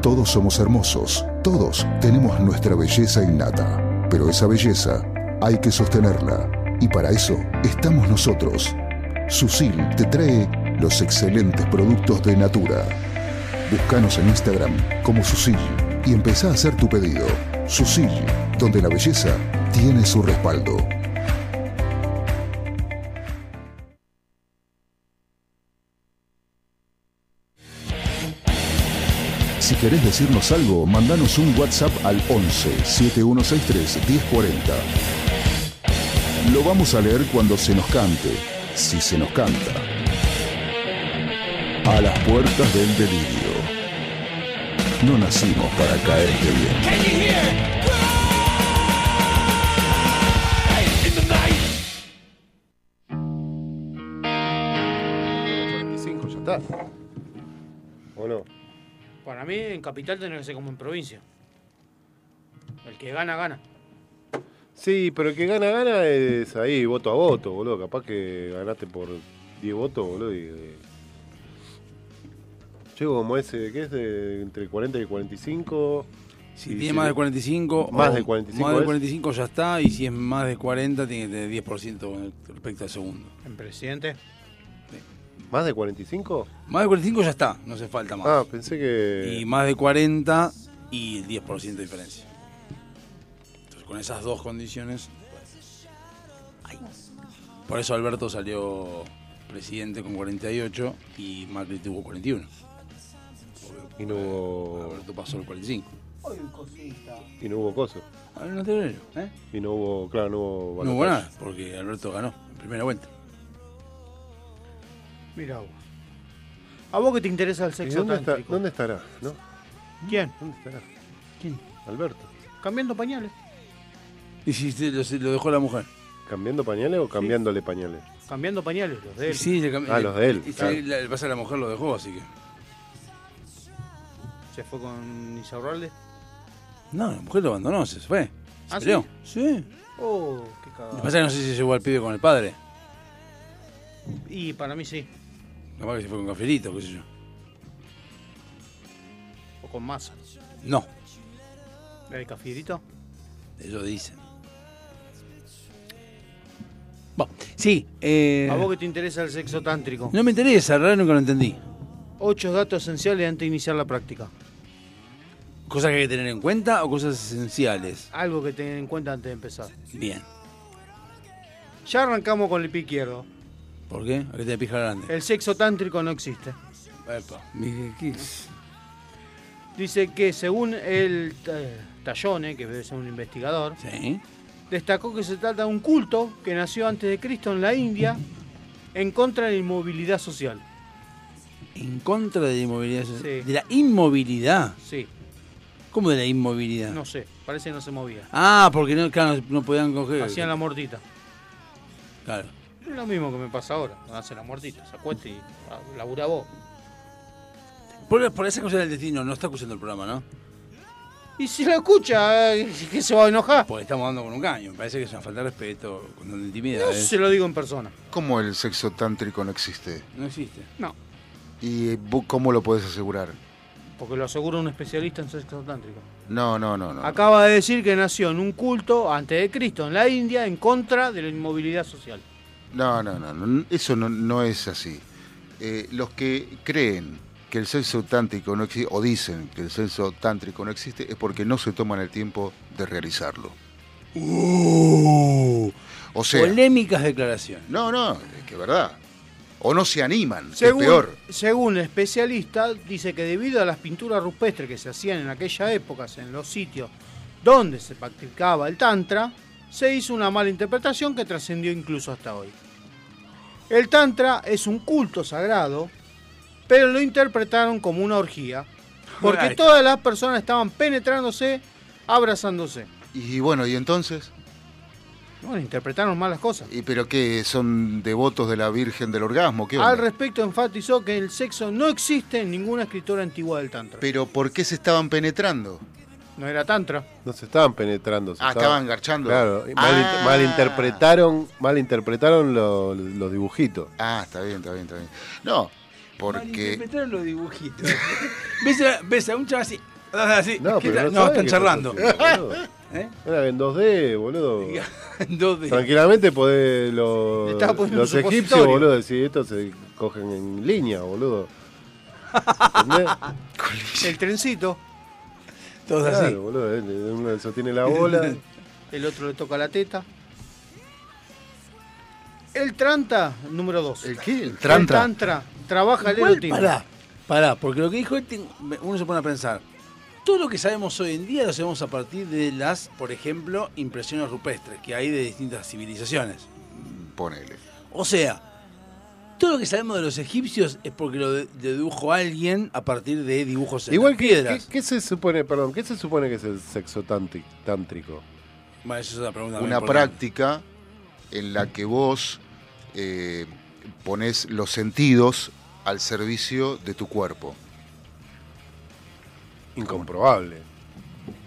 G: Todos somos hermosos, todos tenemos nuestra belleza innata, pero esa belleza hay que sostenerla y para eso estamos nosotros. Susil te trae los excelentes productos de Natura. Búscanos en Instagram como Susil y empezá a hacer tu pedido. Susil, donde la belleza tiene su respaldo. Si querés decirnos algo, mandanos un WhatsApp al 11 7163 1040. Lo vamos a leer cuando se nos cante, si se nos canta. A las puertas del delirio. No nacimos para caerte bien.
F: Can you hear? Cry in the night.
C: 45, ya está. ¿O no?
D: Para mí, en capital tiene que ser como en provincia. El que gana, gana.
C: Sí, pero el que gana, gana es ahí, voto a voto, boludo. Capaz que ganaste por 10 votos, boludo. Y, eh, Llego como ese, ¿qué es? De entre 40 y 45.
B: Si tiene más de 45,
C: Más
B: o
C: de 45.
B: Más de
C: es.
B: 45 ya está, y si es más de 40, tiene que tener 10% con respecto al segundo.
D: En presidente.
C: ¿Más de 45?
B: Más de 45 ya está, no hace falta más.
C: Ah, pensé que.
B: Y más de 40 y el 10% de diferencia. Entonces, con esas dos condiciones. pues, ay. Por eso Alberto salió presidente con 48 y Macri tuvo 41.
C: Y no hubo.
B: Alberto pasó el 45.
C: Y no hubo coso.
B: No te veo, ¿eh?
C: Y no hubo, claro, no hubo.
B: No hubo
C: balotaje.
B: nada, porque Alberto ganó en primera vuelta.
D: Mira vos. ¿A vos que te interesa el
C: ¿Y
D: sexo
C: ¿Dónde, está-
D: tántrico?
C: ¿Dónde estará? ¿No?
D: ¿Quién?
C: ¿Dónde estará?
D: ¿Quién?
C: Alberto.
D: Cambiando pañales.
B: Y si se lo, se lo dejó la mujer.
C: ¿Cambiando pañales o cambiándole pañales?
D: Cambiando pañales, los de él.
B: Sí, se cambió.
C: Ah, los de él,
B: Y se-
C: claro.
B: la- el pasa que la mujer lo dejó, así que.
D: Se fue con Isaurralde.
B: No, la mujer lo abandonó, se fue. Se
D: ¿Ah,
B: peleó.
D: sí? Oh, qué
B: Lo
D: cagada.
B: que pasa es que no sé si llegó al pibe con el padre.
D: Y para mí sí.
B: Capaz que se fue con Cafelito, qué sé yo.
D: O con masa.
B: No,
D: ¿El cafierito?
B: ellos dicen. Bueno, sí. eh,
D: ¿A vos que te interesa el sexo tántrico?
B: No me interesa, en realidad nunca lo entendí.
D: Ocho datos esenciales antes de iniciar la práctica.
B: ¿Cosas que hay que tener en cuenta o cosas esenciales?
D: Algo que ten en cuenta antes de empezar.
B: Bien.
D: Ya arrancamos con el pie izquierdo.
B: ¿Por qué? Aquí te pija grande.
D: El sexo tántrico no existe.
B: Mi- ¿qué es?
D: Dice que según el eh, Tallone, que debe ser un investigador, destacó que se trata de un culto que nació antes de Cristo en la India en contra de la inmovilidad social.
B: En contra de la inmovilidad. social.
D: Sí.
B: ¿De la inmovilidad?
D: Sí,
B: ¿Cómo de la inmovilidad?
D: no sé, parece que no se movía.
B: Ah, porque no, claro, no podían coger.
D: Hacían la mordita.
B: Claro.
D: Es lo mismo que me pasa ahora. Hace la mordita, se acuesta y ah, labura vos.
B: Por, por esa cosa del destino, no está escuchando el programa, ¿no?
D: Y si la escucha, eh, que se va a enojar.
B: Porque Pues estamos dando con un caño. Me parece que es una falta de respeto, con ¿eh? donde intimida.
D: No se lo digo en persona.
E: ¿Cómo el sexo tántrico no existe?
B: No existe.
D: No,
E: ¿Y vos cómo lo podés asegurar?
D: porque lo asegura un especialista en sexo tántrico.
E: No, no, no, no.
D: Acaba de decir que nació en un culto antes de Cristo en la India en contra de la inmovilidad social.
E: No, no, no, no, eso no, no es así. Eh, los que creen que el sexo tántrico no existe, o dicen que el sexo tántrico no existe, es porque no se toman el tiempo de realizarlo. O sea,
B: Polémicas declaraciones.
E: no, no, es que es verdad. O no se animan, que
D: Según,
E: es peor.
D: según el especialista, dice que debido a las pinturas rupestres que se hacían en aquellas épocas en los sitios donde se practicaba el Tantra, se hizo una mala interpretación que trascendió incluso hasta hoy. El Tantra es un culto sagrado, pero lo interpretaron como una orgía, porque
B: Ahí está.
D: todas las personas estaban penetrándose abrazándose.
E: Y bueno, ¿y entonces?
D: Bueno, interpretaron mal las cosas.
E: ¿Y pero qué? ¿Son devotos de la Virgen del Orgasmo? ¿Qué onda?
D: Al respecto enfatizó que el sexo no existe en ninguna escritora antigua del Tantra.
E: ¿Pero por qué se estaban penetrando?
D: No era Tantra.
C: No se estaban penetrando. se
E: Ah, estaban garchando.
C: Claro, y mal-
E: Ah.
C: malinterpretaron, malinterpretaron lo- los dibujitos.
E: Ah, está bien, está bien, está bien. No, porque...
B: Malinterpretaron los dibujitos. ¿Ves, a, ves a un chaval así? así,
C: No,
B: ¿qué
C: pero
B: tal?
C: no
B: no,
C: saben
B: están
C: que
B: charlando.
C: es posible, boludo.
B: ¿Eh?
C: Era en 2D, boludo.
B: En 2D.
C: Tranquilamente podés, los-
B: Le estaba poniendo
C: los
B: un
C: egipcios,
B: supositorio.
C: boludo, decir esto se cogen en línea, boludo. ¿Entendés?
D: El trencito.
B: Todos
C: claro,
B: así.
C: boludo, eh, uno le sostiene la bola.
D: El otro le toca la teta. El Tranta, número 2. ¿El
E: qué? El
B: trantra?
D: Tantra. Trabaja el
B: Igual,
D: erotismo.
B: Pará, pará, porque lo que dijo este, me- uno se pone a pensar. Todo lo que sabemos hoy en día lo sabemos a partir de las, por ejemplo, impresiones rupestres que hay de distintas civilizaciones.
E: Ponele.
B: O sea, todo lo que sabemos de los egipcios es porque lo de- dedujo alguien a partir de dibujos en
C: Igual
B: las
C: que, ¿qué,
B: piedras.
C: qué se supone, perdón, qué se supone que es el sexo tánti- tántrico?
B: Bueno, esa es una pregunta muy
E: Una
B: importante.
E: práctica en la que vos eh, pones los sentidos al servicio de tu cuerpo.
C: Incomprobable.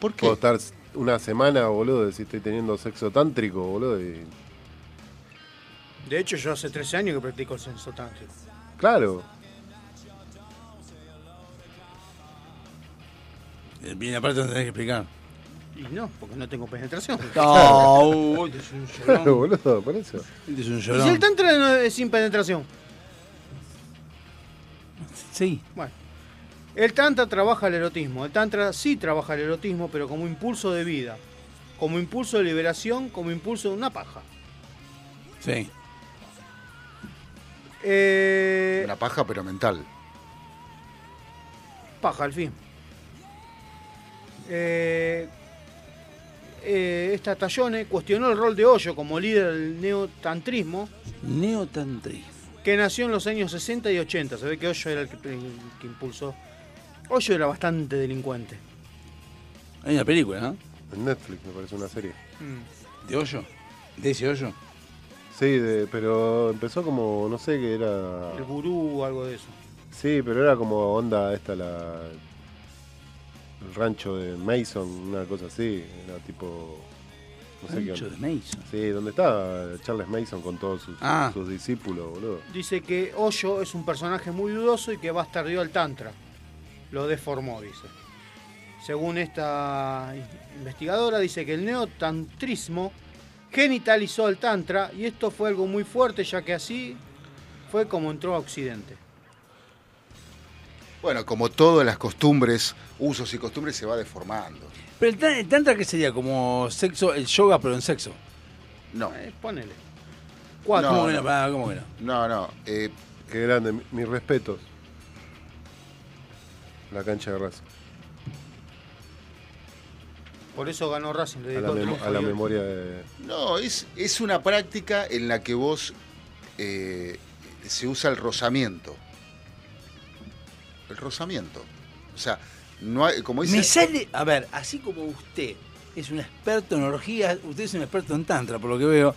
E: ¿Por qué?
C: Puedo estar una semana, boludo, de si estoy teniendo sexo tántrico, boludo, y...
D: De hecho, yo hace 13 años que practico el senso tántrico.
C: Claro.
B: Eh, Viene aparte, no tenés que explicar.
D: Y no, porque no tengo penetración.
B: No, uy, es un llorón.
C: Claro, boludo, por eso.
B: Este es un
D: Y si el
B: llorón.
D: Tantra no es sin penetración.
B: Sí.
D: Bueno. El Tantra trabaja el erotismo. El Tantra sí trabaja el erotismo, pero como impulso de vida. Como impulso de liberación, como impulso de una paja.
B: Sí.
D: Eh,
E: Una paja, pero mental.
D: paja, al fin. Eh, eh, esta Tallone cuestionó el rol de Hoyo como líder del neotantrismo
B: Neotantri.
D: que nació en los años 60 y 80. Se ve que Hoyo era el que, el que impulsó. Hoyo era bastante delincuente.
B: Hay una película, ¿no?
C: En Netflix me parece una serie.
B: ¿De hoyo? ¿De ese hoyo?
C: Sí, de- pero empezó como, no sé, que era...
D: El gurú o algo de eso.
C: Sí, pero era como onda esta la... El rancho de Mason, una cosa así. Era tipo... No sé
B: Rancho
C: qué onda.
B: de Mason.
C: Sí, donde estaba Charles Mason con todos sus,
B: Ah.
C: sus discípulos, boludo.
D: Dice que Hoyo es un personaje muy dudoso y que más tardió al Tantra. Lo deformó, dice. Según esta investigadora, dice que el neotantrismo genitalizó al Tantra y esto fue algo muy fuerte, ya que así fue como entró a Occidente.
E: Bueno, como todas las costumbres, usos y costumbres se va deformando.
B: Pero el, tan- el tantra que sería como sexo, el yoga pero en sexo.
E: No.
D: Eh, ponele.
B: Cuatro.
E: No,
B: ¿Cómo que no?
E: no.
B: Pará, ¿Cómo que no?
E: No, no. eh,
C: Qué grande, mi- mis respetos. La cancha de Racing.
D: Por eso ganó Racing. le
C: A
D: dedicó
C: la,
D: el
C: memo-
D: triunfo
C: a la
D: y-
C: memoria de...
E: No, es, es una práctica en la que vos eh, se usa el rozamiento. El rozamiento. O sea, no hay, como dice.
B: Me sale, a ver, así como usted es un experto en orgías, usted es un experto en tantra, por lo que veo.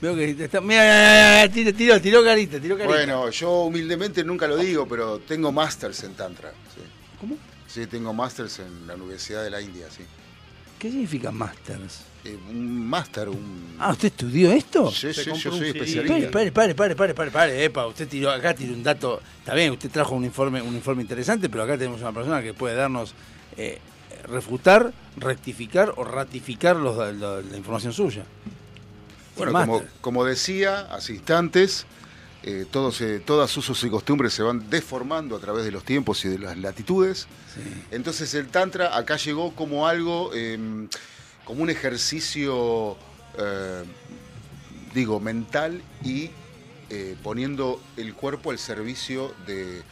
B: Veo que está. Mira, mira, mira, tiró, tiró, tiró carita, tiró carita.
E: Bueno, yo humildemente nunca lo digo, pero tengo másters en Tantra. sí.
B: ¿Cómo?
E: Sí, tengo másters en la Universidad de la India, sí.
B: ¿Qué significa masters?
E: Eh, un máster, un.
B: Ah, ¿usted estudió esto? Se
E: Sí, sí,
B: compró
E: yo
B: un
E: soy
B: CD.
E: especialista.
B: Pare, pare, pare, pare, pare, pare, epa, usted tiró, acá tiró un dato, está bien, usted trajo un informe, un informe interesante, pero acá tenemos una persona que puede darnos, eh, refutar, rectificar o ratificar los, da- la, la información suya.
E: Bueno,
B: Máster.
E: como, como decía hace instantes, eh, todos, eh, todas usos y costumbres se van deformando a través de los tiempos y de las latitudes. Entonces el Tantra acá llegó como algo, eh, como un ejercicio, eh, digo, mental y eh, poniendo el cuerpo al servicio de-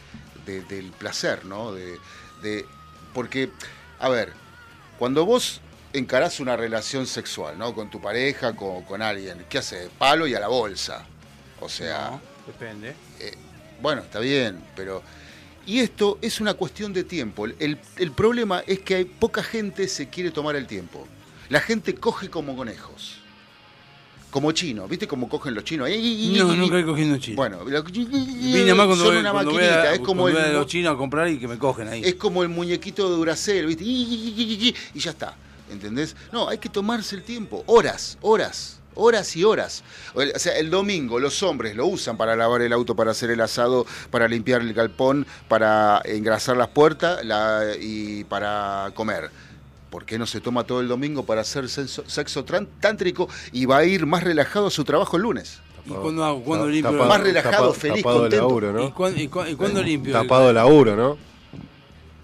E: de- del placer, ¿no? De- de, porque, a ver, cuando vos encarás una relación sexual, ¿no? Con tu pareja, con, con alguien, ¿qué haces? Palo y a la bolsa. O sea,
D: Depende.
E: eh, bueno, está bien, pero Y esto es una cuestión de tiempo. El, el problema es que hay poca gente se quiere tomar el tiempo. La gente coge como conejos. Como chino, ¿viste cómo cogen los chinos?
B: No, nunca he cogido chino.
E: Bueno, lo-
B: Vine más cuando,
E: son
B: voy-
E: una
B: cuando voy
E: maquinita,
B: a,
E: es como
B: cuando voy a
E: el
B: los chinos a comprar y que me cogen ahí.
E: es como el muñequito de Duracell, ¿viste? Y ya está, ¿entendés? No, hay que tomarse el tiempo, horas, horas, horas y horas. O el- o sea, el domingo los hombres lo usan para lavar el auto, para hacer el asado, para limpiar el galpón, para engrasar las puertas la- y para comer. ¿Por qué no se toma todo el domingo para hacer sexo, sexo tran- tántrico y va a ir más relajado a su trabajo el lunes?
B: ¿Y cuándo hago? ¿Cuándo
E: Tapado-
B: limpio?
E: Más relajado,
C: tapado-
E: feliz,
C: tapado el
E: contento.
C: laburo, ¿no?
B: ¿Y cuándo, y cuándo- y cuándo limpio?
C: Eh, Tapado el laburo, ¿no?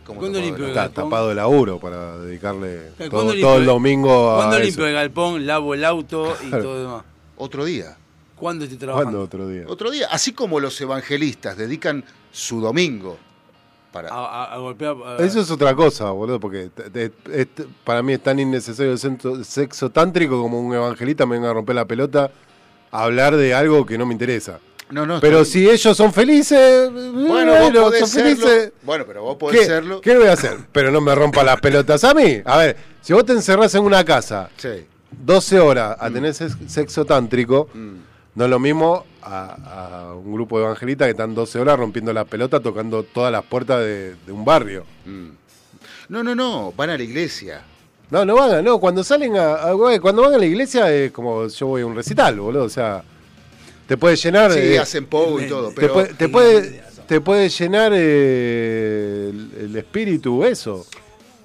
B: ¿Cuándo limpio el
C: Está
B: galpón?
C: tapado el laburo para dedicarle
B: ¿Cuándo
C: todo,
B: limpio
C: todo el domingo a.
B: ¿Cuándo
C: eso.
B: limpio el galpón, lavo el auto y
C: Claro.
B: todo lo demás?
E: Otro día.
B: ¿Cuándo estoy
C: ¿Cuándo
B: trabajando?
C: otro día?
E: Otro día, así como los evangelistas dedican su domingo para...
B: A, a- a golpear... a-
C: Eso es otra cosa, boludo, porque te- te- es- te- para mí es tan innecesario el sexo, sexo tántrico como un evangelista me venga a romper la pelota a hablar de algo que no me interesa.
E: No, no,
C: Pero
E: está-
C: si ellos son felices,
E: Bueno, vos
C: bueno,
E: podés
C: son
E: serlo.
C: felices.
E: Bueno, pero vos podés
C: ¿Qué,
E: serlo.
C: ¿Qué voy a hacer? Pero no me rompa las pelotas a mí. A ver, si vos te encerrás en una casa
E: Sí.
C: 12 horas a tener sex- sexo tántrico, no es lo mismo a, a un grupo de evangelistas que están 12 horas rompiendo las pelotas, tocando todas las puertas de, de un barrio.
E: Mm. No, no, no, van a la iglesia.
C: No, no van, a- no, cuando salen a, a- güey, cuando van a la iglesia es como yo voy a un recital, boludo, o sea, te puede llenar
E: Sí,
C: eh,
E: hacen pogo y todo,
C: te
E: pero...
C: puede- te puede te puede llenar eh, el, el espíritu eso.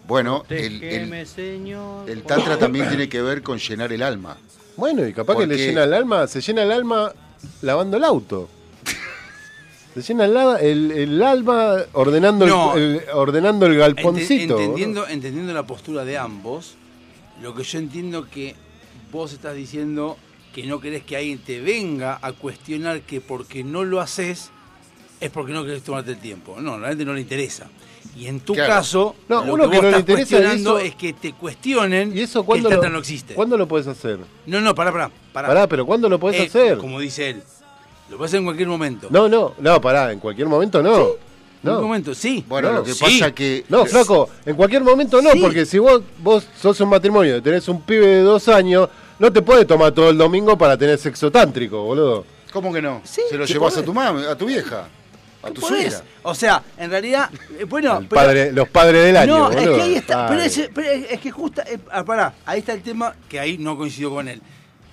E: Bueno, el, el-
D: Déjeme, señor.
E: el tantra también tiene que ver con llenar el alma.
C: Bueno, y capaz que le
E: Porque-
C: llena el alma, se llena el alma lavando el auto. Se llena el, la- el- el alma ordenando, el-
B: No.
C: el, ordenando el
B: Ente-
C: galponcito.
B: entendiendo, entendiendo la postura de ambos, lo que yo entiendo que vos estás diciendo que no querés que alguien te venga a cuestionar que porque no lo haces es porque no querés tomarte el tiempo. No, realmente no le interesa. Y en tu
C: Claro.
B: caso,
C: No,
B: lo
C: uno
B: que
C: que
B: vos
C: no le
B: estás
C: interesa
B: cuestionando
C: eso-
B: es que te cuestionen
C: ¿Y eso
B: que el
C: cuándo
B: Tata
C: lo,
B: no existe.
C: ¿Cuándo lo puedes hacer?
B: No, no, pará, pará. Pará,
C: Pará, pero ¿cuándo lo podés
B: Eh,
C: hacer?
B: Como dice él, lo puedes hacer en cualquier momento.
C: No, no, no, pará, en cualquier momento no.
B: En
C: No.
B: un momento, sí.
E: Bueno,
C: No,
E: lo que
C: sí.
E: pasa que...
C: No, flaco, en cualquier momento no,
B: Sí.
C: porque si vos, vos sos un matrimonio, y tenés un pibe de dos años, no te puedes tomar todo el domingo para tener sexo tántrico, boludo.
E: ¿Cómo que no? Se lo
C: que
E: llevas
C: podés.
E: a tu mami, a tu vieja, a tu
B: Podés.
E: suegra.
B: O sea, en realidad, eh, bueno, pero-
C: Padre- los padres del año,
B: No, es
C: boludo.
B: que ahí está. Pero
C: Ay.
B: es, pero es- es que justa. eh, ah, pará, ahí está el tema que ahí no coincido con él.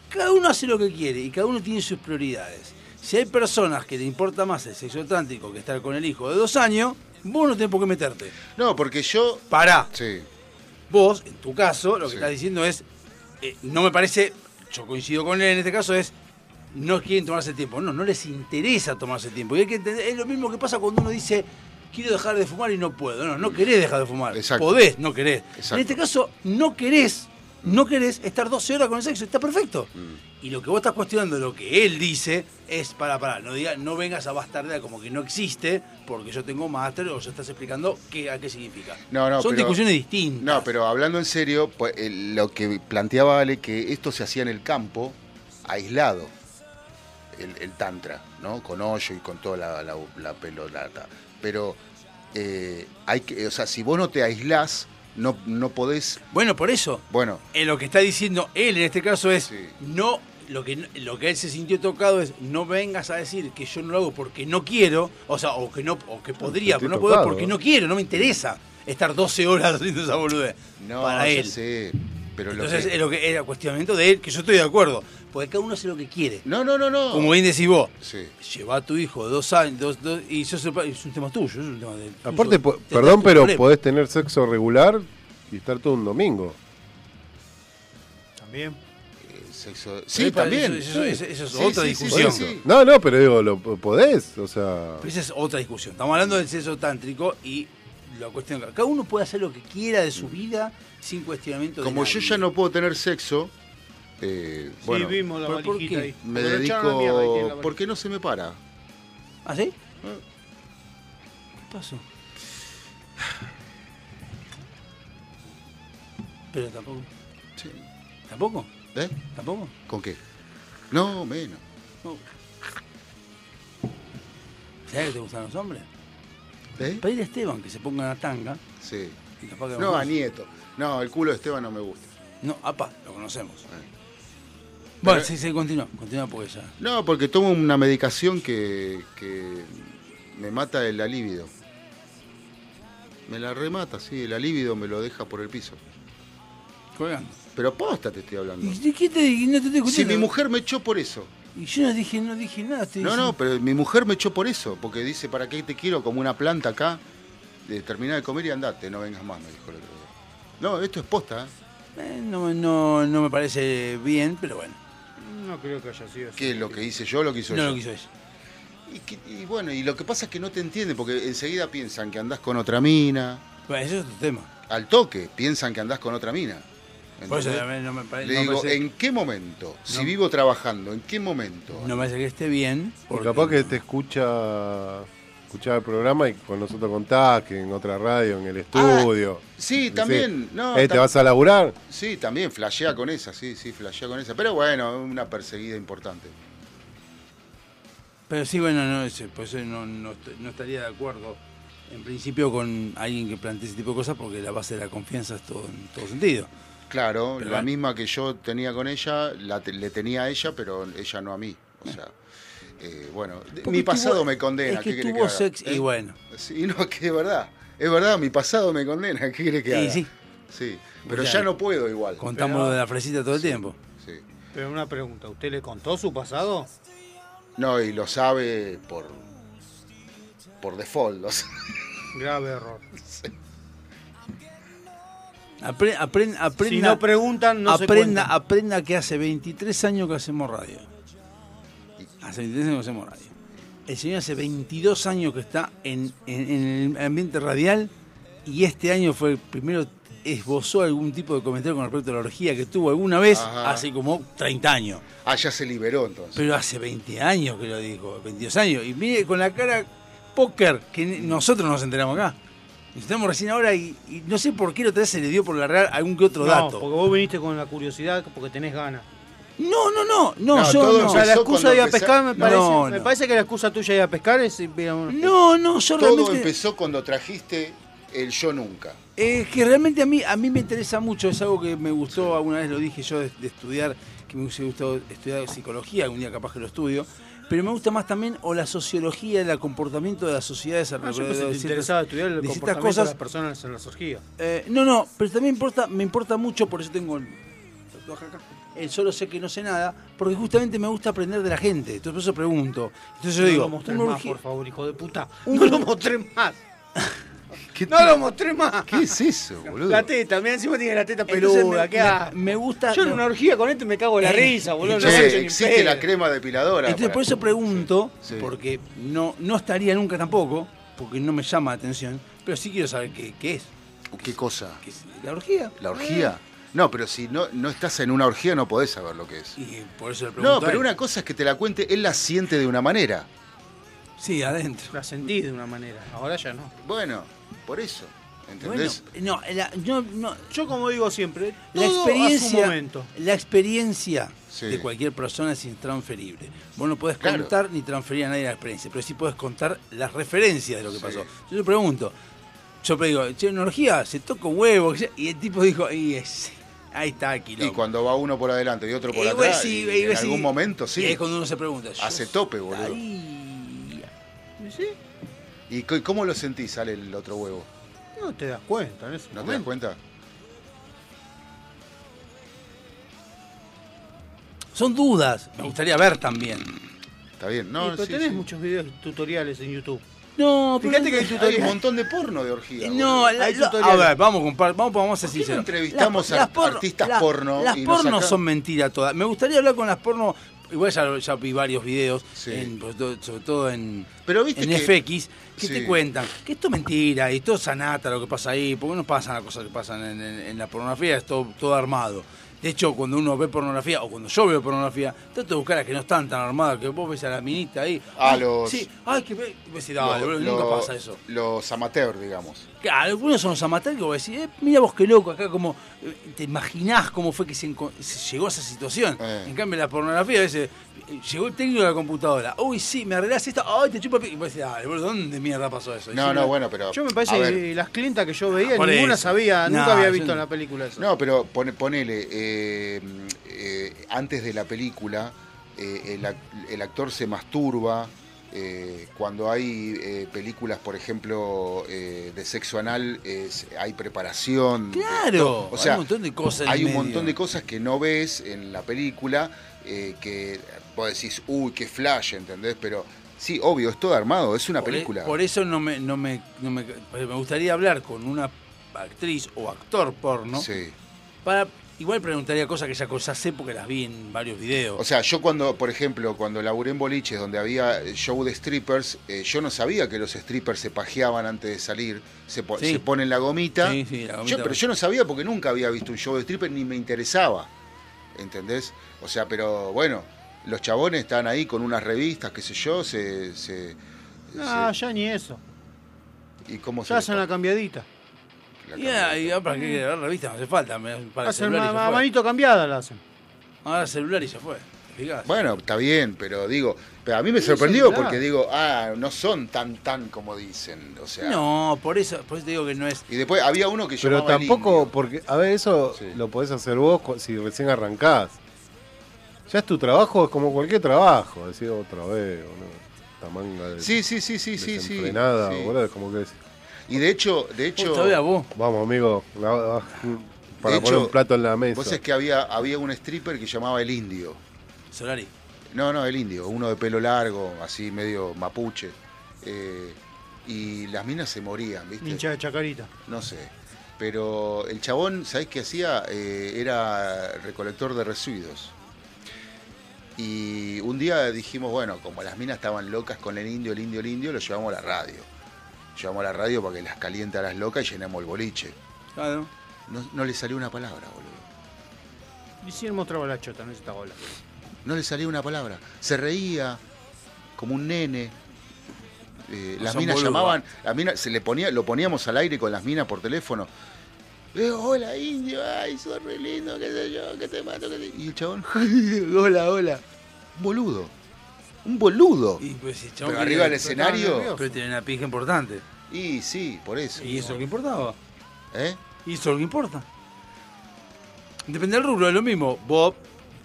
B: Cada uno hace lo que quiere y cada uno tiene sus prioridades. Si hay personas que te importa más el sexo atlántico que estar con el hijo de dos años, vos no tenés por qué meterte.
E: No, porque yo...
B: Pará.
E: Sí.
B: Vos, en tu caso, lo que
E: Sí.
B: estás diciendo es. eh, no me parece. Yo coincido con él en este caso, es. No quieren tomarse el tiempo. No, no les interesa tomarse el tiempo. Y hay que entender. Es lo mismo que pasa cuando uno dice. Quiero dejar de fumar y no puedo. No, no querés dejar de fumar.
E: Exacto.
B: Podés, no querés.
E: Exacto.
B: En este caso, no querés. No querés estar 12 horas con el sexo. Está perfecto.
E: Mm.
B: Y lo que vos estás cuestionando, lo que él dice, es para, para, no, diga, no vengas a bastardear como que no existe, porque yo tengo máster o ya estás explicando qué, a qué significa.
E: No, no,
B: Son
E: pero-
B: discusiones distintas.
E: No, pero hablando en serio, pues, eh, lo que planteaba Ale, que esto se hacía en el campo, aislado, el, el tantra, ¿no? Con hoyo y con toda la, la- la pelota. Pero eh, hay que, o sea, si vos no te aislás, no, no podés...
B: Bueno, por eso.
E: Bueno,
B: Eh, lo que está diciendo él en este caso es no lo que lo que él se sintió tocado es no vengas a decir que yo no lo hago porque no quiero o sea o que no o que podría
E: estoy
B: pero no puedo
E: tocado.
B: porque no quiero no me interesa estar 12 horas haciendo esa boludez
E: no,
B: para
E: ya
B: él
E: sé, pero lo
B: entonces
E: que-
B: es lo que era cuestionamiento de él que yo estoy de acuerdo porque cada uno hace lo que quiere
E: No, no, no, no.
B: eh, como bien decís vos
E: Sí.
B: lleva a tu hijo dos años dos- dos- y sos el pa- es un tema tuyo es un tema de
C: Aparte, po-
B: tuyo. Te-
C: perdón,
B: Este tu
C: pero
B: problema.
C: podés tener sexo regular y estar todo un domingo.
D: También.
E: Eh, Sexo... Sí,
B: Epa,
E: también.
B: eso- eso- eso- eso es
E: Sí,
B: otra
E: sí, sí,
B: discusión.
E: sí, sí.
C: No, no, pero digo, lo p- podés, o sea...
B: Pero esa es otra discusión. Estamos hablando del sexo tántrico y la cuestión. Cada uno puede hacer lo que quiera de su vida sin cuestionamiento.
E: Como yo ya no puedo tener sexo, eh, bueno,
D: vimos la
B: ¿Pero por
D: valijita
B: qué?
D: ahí.
E: me
D: Pero echaron la mierda, ahí tiene la
E: dedico...
D: valija.
E: ¿Por qué no se me para?
B: ¿Ah, sí?
E: Ah.
B: ¿Qué pasó? Pero tampoco.
E: Sí.
B: ¿Tampoco?
E: ¿Eh?
B: ¿Tampoco?
E: ¿Con qué? No, menos.
B: ¿Sabes que te gustan los hombres? Pedir a Esteban que se ponga una tanga.
E: Sí.
B: Y capaz que
E: ¿Eh? No, a Nieto. No, el culo de Esteban no me gusta. Eh.
B: No, apa, lo conocemos. Bueno, sí, sí, continúa. Continúa porque ya.
E: No, porque tomo una medicación que, que me mata el alíbido. Me la remata, sí, el alíbido me lo deja por el piso.
B: Juegan.
E: Pero posta te estoy hablando.
B: ¿Y qué te y no te estoy
E: Si
B: escuchando?
E: mi mujer me echó por eso.
B: Y yo no dije, no dije nada. estoy
E: No, no,
B: diciendo-
E: pero mi mujer me echó por eso, porque dice, ¿para qué te quiero como una planta acá? De terminar de comer y andate, no vengas más, me dijo el otro día. No, esto es posta, ¿eh?
B: Eh, no, no, no me parece bien, pero bueno.
D: No creo que haya sido así.
E: ¿Qué? ¿Lo que hice yo lo que hizo
B: No
E: yo?
B: lo quiso ella.
E: Y, que- y bueno, y lo que pasa es que no te entienden, porque enseguida piensan que andás con otra mina.
B: Bueno, eso es tu tema.
E: Al toque, piensan que andás con otra mina.
B: Por eso
E: ¿Entendés?
B: también Pues, eh, no me pare-
E: Le
B: no me
E: digo,
B: parece-
E: ¿en qué momento? Si
B: No.
E: vivo trabajando, ¿en qué momento?
B: No me parece que esté bien.
C: Porque capaz que te escucha escuchaba el programa y con nosotros contás que en otra radio, en el estudio.
E: Ah, sí,
C: Decís,
E: también, no,
C: "Eh, ¿Te
E: tam-
C: vas a laburar?
E: Sí, también flashea con esa, sí, sí, flashea con esa. Pero bueno, una perseguida importante.
B: Pero sí, bueno, no, ese- por eso no, no est- no estaría de acuerdo en principio con alguien que plantee ese tipo de cosas porque la base de la confianza es todo en todo sentido.
E: Claro,
B: Pero eh.
E: la
B: bueno.
E: misma que yo tenía con ella, la te- le tenía a ella, pero ella no a mí. O sea, eh, bueno, de-
B: Porque
E: mi pasado
B: tuvo-
E: me condena.
B: es que
E: ¿qué querés
B: tuvo
E: haga? Eh,
B: sex y bueno.
E: Sí, no, que es verdad. Es verdad, mi pasado me condena. ¿Qué crees que
B: Y
E: haga?
B: sí.
E: Sí, pero
B: O sea,
E: ya no puedo igual.
B: Contamos
E: Pero-
B: lo de la fresita todo el tiempo.
E: sí.
D: Pero una pregunta, ¿usted le contó su pasado?
E: No, y lo sabe por, por default. lo sabe.
D: Grave error.
B: Apre- apren- aprenda,
D: Si no preguntan, no se
B: aprenda,
D: cuentan.
B: aprenda que hace 23 años que hacemos radio. Hace 23 años que hacemos radio. El señor hace 22 años que está en, en- en el ambiente radial y este año fue el primero esbozó algún tipo de comentario con respecto a la orgía que tuvo alguna vez
E: Ajá.
B: hace como 30 años.
E: Ah, ya se liberó entonces.
B: Pero hace 20 años que lo dijo, 22 años. Y mire con la cara póker que ni- nosotros nos enteramos acá. Nos enteramos recién ahora y, y no sé por qué lo otra vez se le dio por la real algún que otro
D: no,
B: dato.
D: porque vos viniste con la curiosidad, porque tenés ganas.
B: No, no, no, no, yo no.
D: O sea, la excusa de ir a pescar me parece,
B: No,
D: me
B: no.
D: parece que la excusa tuya de ir a pescar es...
B: No, no, yo
E: Todo
B: realmente-
E: empezó cuando trajiste el yo nunca.
B: Es que realmente a mí, a mí me interesa mucho, es algo que me gustó, alguna vez lo dije yo, de, de estudiar, que me hubiese gustado estudiar psicología, algún día capaz que lo estudio, pero me gusta más también o la sociología, el comportamiento de las sociedades
D: Ah, yo
B: alrededor
D: pensé que
B: de
D: te
B: ciertas-
D: interesaba estudiar el
B: de ciertas
D: comportamiento de las personas en las orgías.
B: Eh, no, no, pero también importa, me importa mucho, por eso tengo el tatuaje acá, el solo sé que no sé nada, porque justamente me gusta aprender de la gente, entonces por eso pregunto. Entonces yo
D: no
B: digo,
D: lo mostré
B: una
D: más,
B: orgía-
D: por favor, hijo de puta. No lo mostré más. no lo mostré más.
E: ¿Qué es eso, boludo?
D: La teta, mira encima tiene la teta
B: Entonces
D: peluda.
B: me-
D: ¿Qué
B: me-
D: haces?
B: Ah, me gusta-
D: Yo en
B: no.
D: una orgía con este me cago en la
B: Eh,
D: risa, boludo.
E: Che,
D: No lo he hecho ni en
E: existe
D: pedo.
E: la crema depiladora.
B: Entonces,
E: para-
B: por eso pregunto,
E: Sí.
B: porque no, no estaría nunca tampoco, porque no me llama la atención, pero sí quiero saber qué, qué es.
E: ¿Qué cosa?
B: ¿La orgía?
E: ¿La orgía? No, pero si no, no estás en una orgía no podés saber lo que es.
B: Y eh, por eso le pregunto.
E: No, pero una cosa es que te la cuente, él la siente de una manera.
B: Sí, adentro.
D: La sentí de una manera, ahora ya no.
E: Bueno, por eso. ¿Entendés?
B: no, la, yo, no,
D: yo como digo siempre,
B: La
D: todo a su
B: experiencia,
D: momento.
B: la experiencia
E: Sí.
B: de cualquier persona es intransferible. Vos no podés
E: Claro.
B: contar ni transferir a nadie la experiencia, pero sí podés contar las referencias de lo que
E: Sí.
B: pasó. Yo te pregunto, yo le digo, che, en orgía se toca un huevo, y el tipo dijo, y es, ahí está,
E: Y
B: quilombo.
E: cuando va uno por adelante y otro por
B: Y vos
E: atrás,
B: sí,
E: y
B: y
E: en
B: vos
E: algún
B: sí.
E: momento sí.
B: Y ahí es cuando uno se pregunta. yo
E: Hace tope, boludo.
B: estaría.
E: ¿Y c- cómo lo sentís, sale el otro huevo?
D: No te das cuenta en ese
E: ¿No te das
D: momento.
E: cuenta?
B: Son dudas. Me gustaría ver también.
E: Está bien,
D: Y,
E: ¿no?
D: pero
E: sí,
D: tenés
E: sí.
D: muchos videos tutoriales en YouTube.
B: No, pero-
D: Fíjate que hay
E: Hay un
D: tutoriales.
E: montón de porno de orgía. boludo.
B: No, la-
D: Hay
B: lo- a
D: tutoriales.
B: ver, vamos, compa- vamos, vamos a ser
E: qué no
B: sinceros.
E: entrevistamos a artistas
B: las-
E: porno
B: Las
E: y nos
B: porno
E: sacan-
B: son mentiras todas. Me gustaría hablar con las porno. Igual ya, ya vi varios videos,
E: Sí.
B: en- sobre todo en,
E: Pero viste
B: en
E: que-
B: FX, que
E: Sí.
B: te cuentan que esto es mentira y todo es sanata lo que pasa ahí, porque no pasan las cosas que pasan en, en- en la pornografía, es todo, todo armado. De hecho, cuando uno ve pornografía, o cuando yo veo pornografía, trato de buscar a las que no están tan armadas, que vos ves a la minita ahí.
E: A
B: Ay,
E: Ah,
B: ah,
E: los-
B: Sí, ay, que ve. y vos decís, dale, boludo, nunca
E: lo-
B: pasa eso.
E: Los amateurs, digamos.
B: Claro, Algunos son los amateurs que vos decís, eh, mira vos qué loco, acá como eh, te imaginás cómo fue que se, enco- se llegó a esa situación.
E: Eh.
B: En cambio, la pornografía a veces eh, llegó el técnico de la computadora. Uy, sí, me arreglás esta, ay, te chupa pi-". Y vos decís, dale, boludo, ¿dónde mierda pasó eso? Y Ah,
E: No,
B: yo
E: no,
B: me-
E: bueno, pero.
D: Yo me
E: a
D: parece
E: ver.
D: que las clientas que yo veía,
E: Por
D: ninguna
E: eso.
D: sabía, nunca
E: No,
D: había
E: yo
D: visto
E: no.
D: en la película eso.
E: No, pero pone- ponele, eh, eh, antes de la película, eh, el, ac- el actor se masturba. eh, cuando hay eh, películas, por ejemplo, eh, de sexo anal, es- hay preparación. de
B: Claro,
E: todo.
B: hay un montón de cosas en
E: Hay
B: el
E: un montón
B: medio.
E: de cosas que no ves en la película, eh, que vos decís, uy, qué flash, ¿entendés? Pero sí, obvio, es todo armado, es una
B: Por e-
E: película.
B: Por eso no me, no me, no me, me gustaría hablar con una actriz o actor porno.
E: Sí.
B: Para, igual preguntaría cosas que ya cosas sé porque las vi en varios videos.
E: O sea, yo cuando, por ejemplo, cuando laburé en boliches donde había show de strippers, eh, yo no sabía que los strippers se pajeaban antes de salir, se, po-
B: Sí.
E: se ponen la gomita.
B: Sí, sí, la gomita.
E: Yo- pero yo no sabía porque nunca había visto un show de stripper ni me interesaba, ¿entendés? O sea, pero bueno, los chabones están ahí con unas revistas, qué sé yo, se... se-
D: Ah, ya ni eso.
E: ¿Y cómo se
D: Ya hacen la cambiadita.
B: Y ahora- y ahora para que la revista no hace falta. me- Para el
D: Hacen
B: celular
D: ma-
B: y
D: ma-
B: ya fue.
D: manito cambiada la hacen.
B: Ahora el celular y ya fue. ¿te fijás?
E: Bueno, está bien, pero digo, pero a mí me
B: Sí,
E: sorprendió
B: celular.
E: porque digo, ah, no son tan tan como dicen, o sea.
B: No, por eso, por eso te digo que no es.
E: Y después había uno que
C: Pero
E: llamaba el
C: tampoco, porque, a ver, eso lo podés hacer vos cu- si recién arrancás. Ya es tu trabajo, es como cualquier trabajo. Decía otra vez, o no. Esta manga de.
E: Sí, sí, sí, sí, sí, sí.
C: desenfrenada,
E: Sí.
C: boludo, es como que es-
E: Y de hecho, de hecho.
C: Vamos, amigo. la- la- para
E: de
C: poner
E: hecho,
C: un plato en la mesa.
E: Vos es que había, había un stripper que llamaba el indio.
B: Solari.
E: No, no, el indio, uno de pelo largo, así medio mapuche. Eh, y las minas se morían, ¿viste?
D: Hincha de chacarita.
E: No sé. Pero el chabón, ¿sabés qué hacía? Eh, era recolector de residuos. Y un día dijimos, bueno, como las minas estaban locas con el indio, el indio, el indio, lo llevamos a la radio. Llevamos a la radio para que las caliente a las locas y llenamos el boliche.
B: Claro.
E: No, no le salió una palabra, boludo.
D: Y si él mostraba la chota, no se está bola.
E: No le salió una palabra. Se reía como un nene. Eh,
B: No
E: las
B: son
E: minas
B: boludo.
E: llamaban, las minas, se le ponía, lo poníamos al aire con las minas por teléfono. Eh, hola indio, ay, sos re lindo, qué sé yo, que te mato, que te... Y el chabón, hola, hola. Un boludo. Un boludo.
B: Y pues, el chabón
E: Pero
B: que
E: arriba del
B: le- estaba
E: escenario.
B: nervioso. Pero tiene una pija importante.
E: Y sí, por eso.
B: ¿Y eso es lo que importaba?
E: ¿Eh?
B: ¿Y eso es lo que importa? Depende del rubro, es lo mismo. Bob,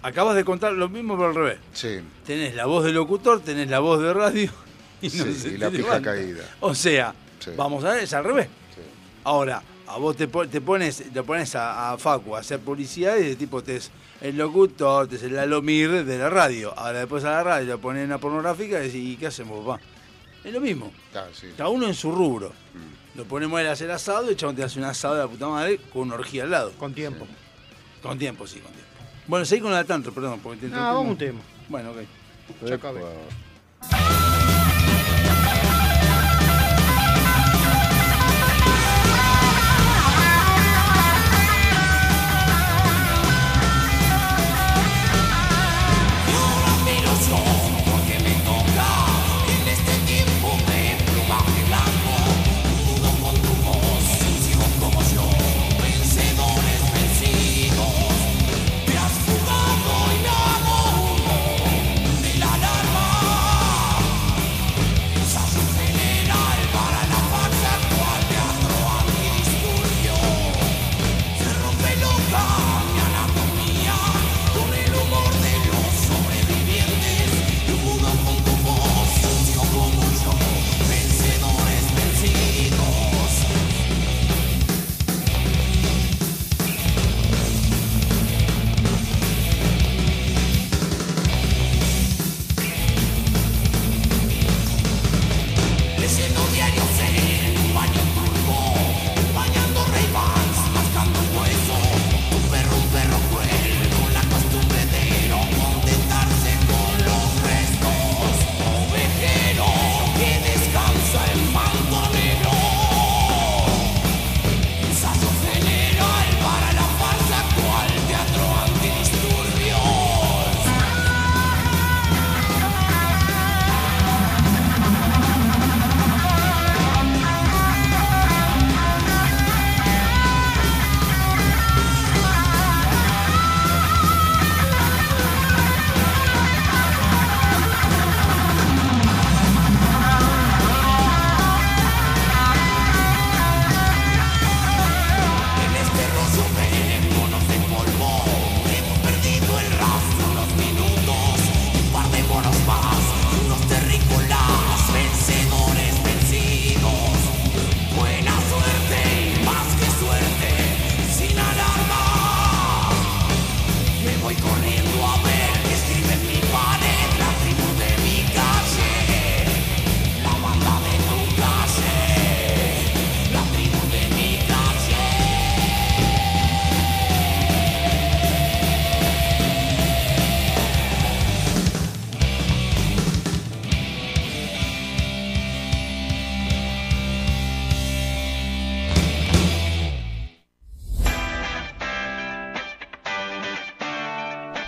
B: acabas de contar lo mismo pero al revés.
E: Sí.
B: Tenés la voz del locutor, tenés la voz de radio y, no
E: Sí,
B: se
E: y
B: te
E: la pija
B: levanta.
E: caída.
B: O sea,
E: Sí.
B: vamos a ver, es al revés. Ahora, a vos te, po- te pones, te pones a, a Facu a hacer publicidad y de tipo te es el locutor, te es el alomir de la radio. Ahora después a la radio le ponen una pornográfica y decís, ¿y qué hacemos, papá? Es lo mismo.
E: Está, sí.
B: Cada uno en su rubro. Lo ponemos él a hacer asado y el chabón te hace un asado de la puta madre con una orgía al lado.
D: Con tiempo.
B: Con tiempo, sí, con tiempo. Bueno, seguí con la tanto, perdón, porque te
D: No,
B: interrumpimos.
D: Ah, vamos un tema.
B: Bueno, ok.
D: Ya acabé.
F: Porque me toca en este tiempo de plumaje blanco, uno con tu voz, sucio como yo, vencedores vencidos, te has fugado y me hago humo de la alarma.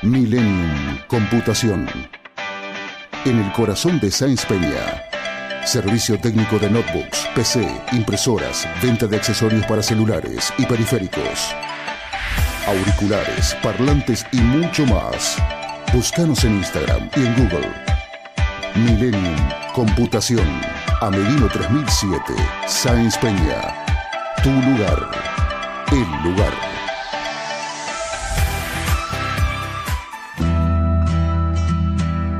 O: Millennium Computación. En el corazón de Sáenz Peña. Servicio técnico de notebooks, PC, impresoras, venta de accesorios para celulares y periféricos. Auriculares, parlantes y mucho más. Búscanos en Instagram y en Google. Millennium Computación. Amelino 3007. Sáenz Peña. Tu lugar. El lugar.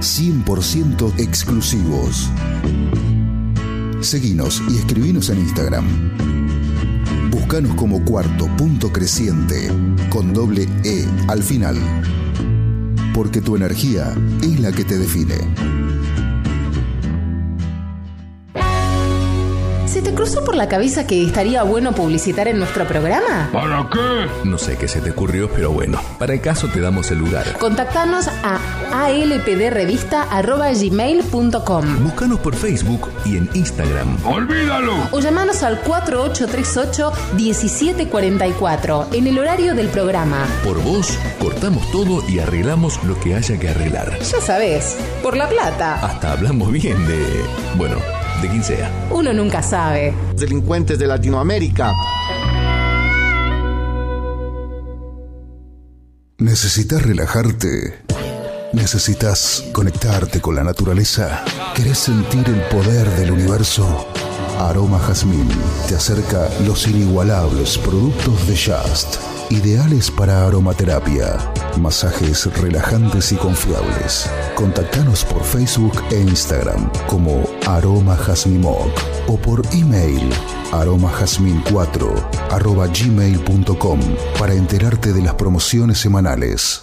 G: 100% exclusivos. Seguinos y escribinos en Instagram. Buscanos como cuarto punto creciente con doble E al final. Porque tu energía es la que te define.
H: ¿Se te cruzó por la cabeza que estaría bueno publicitar en nuestro programa?
P: ¿Para qué?
N: No sé qué se te ocurrió, pero bueno, para el caso te damos el lugar.
H: Contactanos a alpdrevista.gmail.com
N: Búscanos por Facebook y en Instagram.
P: ¡Olvídalo!
H: o llamanos al 4838-1744 en el horario del programa.
N: Por vos, cortamos todo y arreglamos lo que haya que arreglar.
H: Ya sabes, por la plata.
N: Hasta hablamos bien de... bueno, de quien sea.
H: Uno nunca sabe.
J: Delincuentes de Latinoamérica.
G: ¿Necesitas relajarte? ¿Necesitas conectarte con la naturaleza? ¿Querés sentir el poder del universo? Aroma Jazmín te acerca los inigualables productos de Just, ideales para aromaterapia, masajes relajantes y confiables. Contactanos por Facebook e Instagram como Aroma Jazmimoc o por email aromajazmin4 arroba gmail.com para enterarte de las promociones semanales.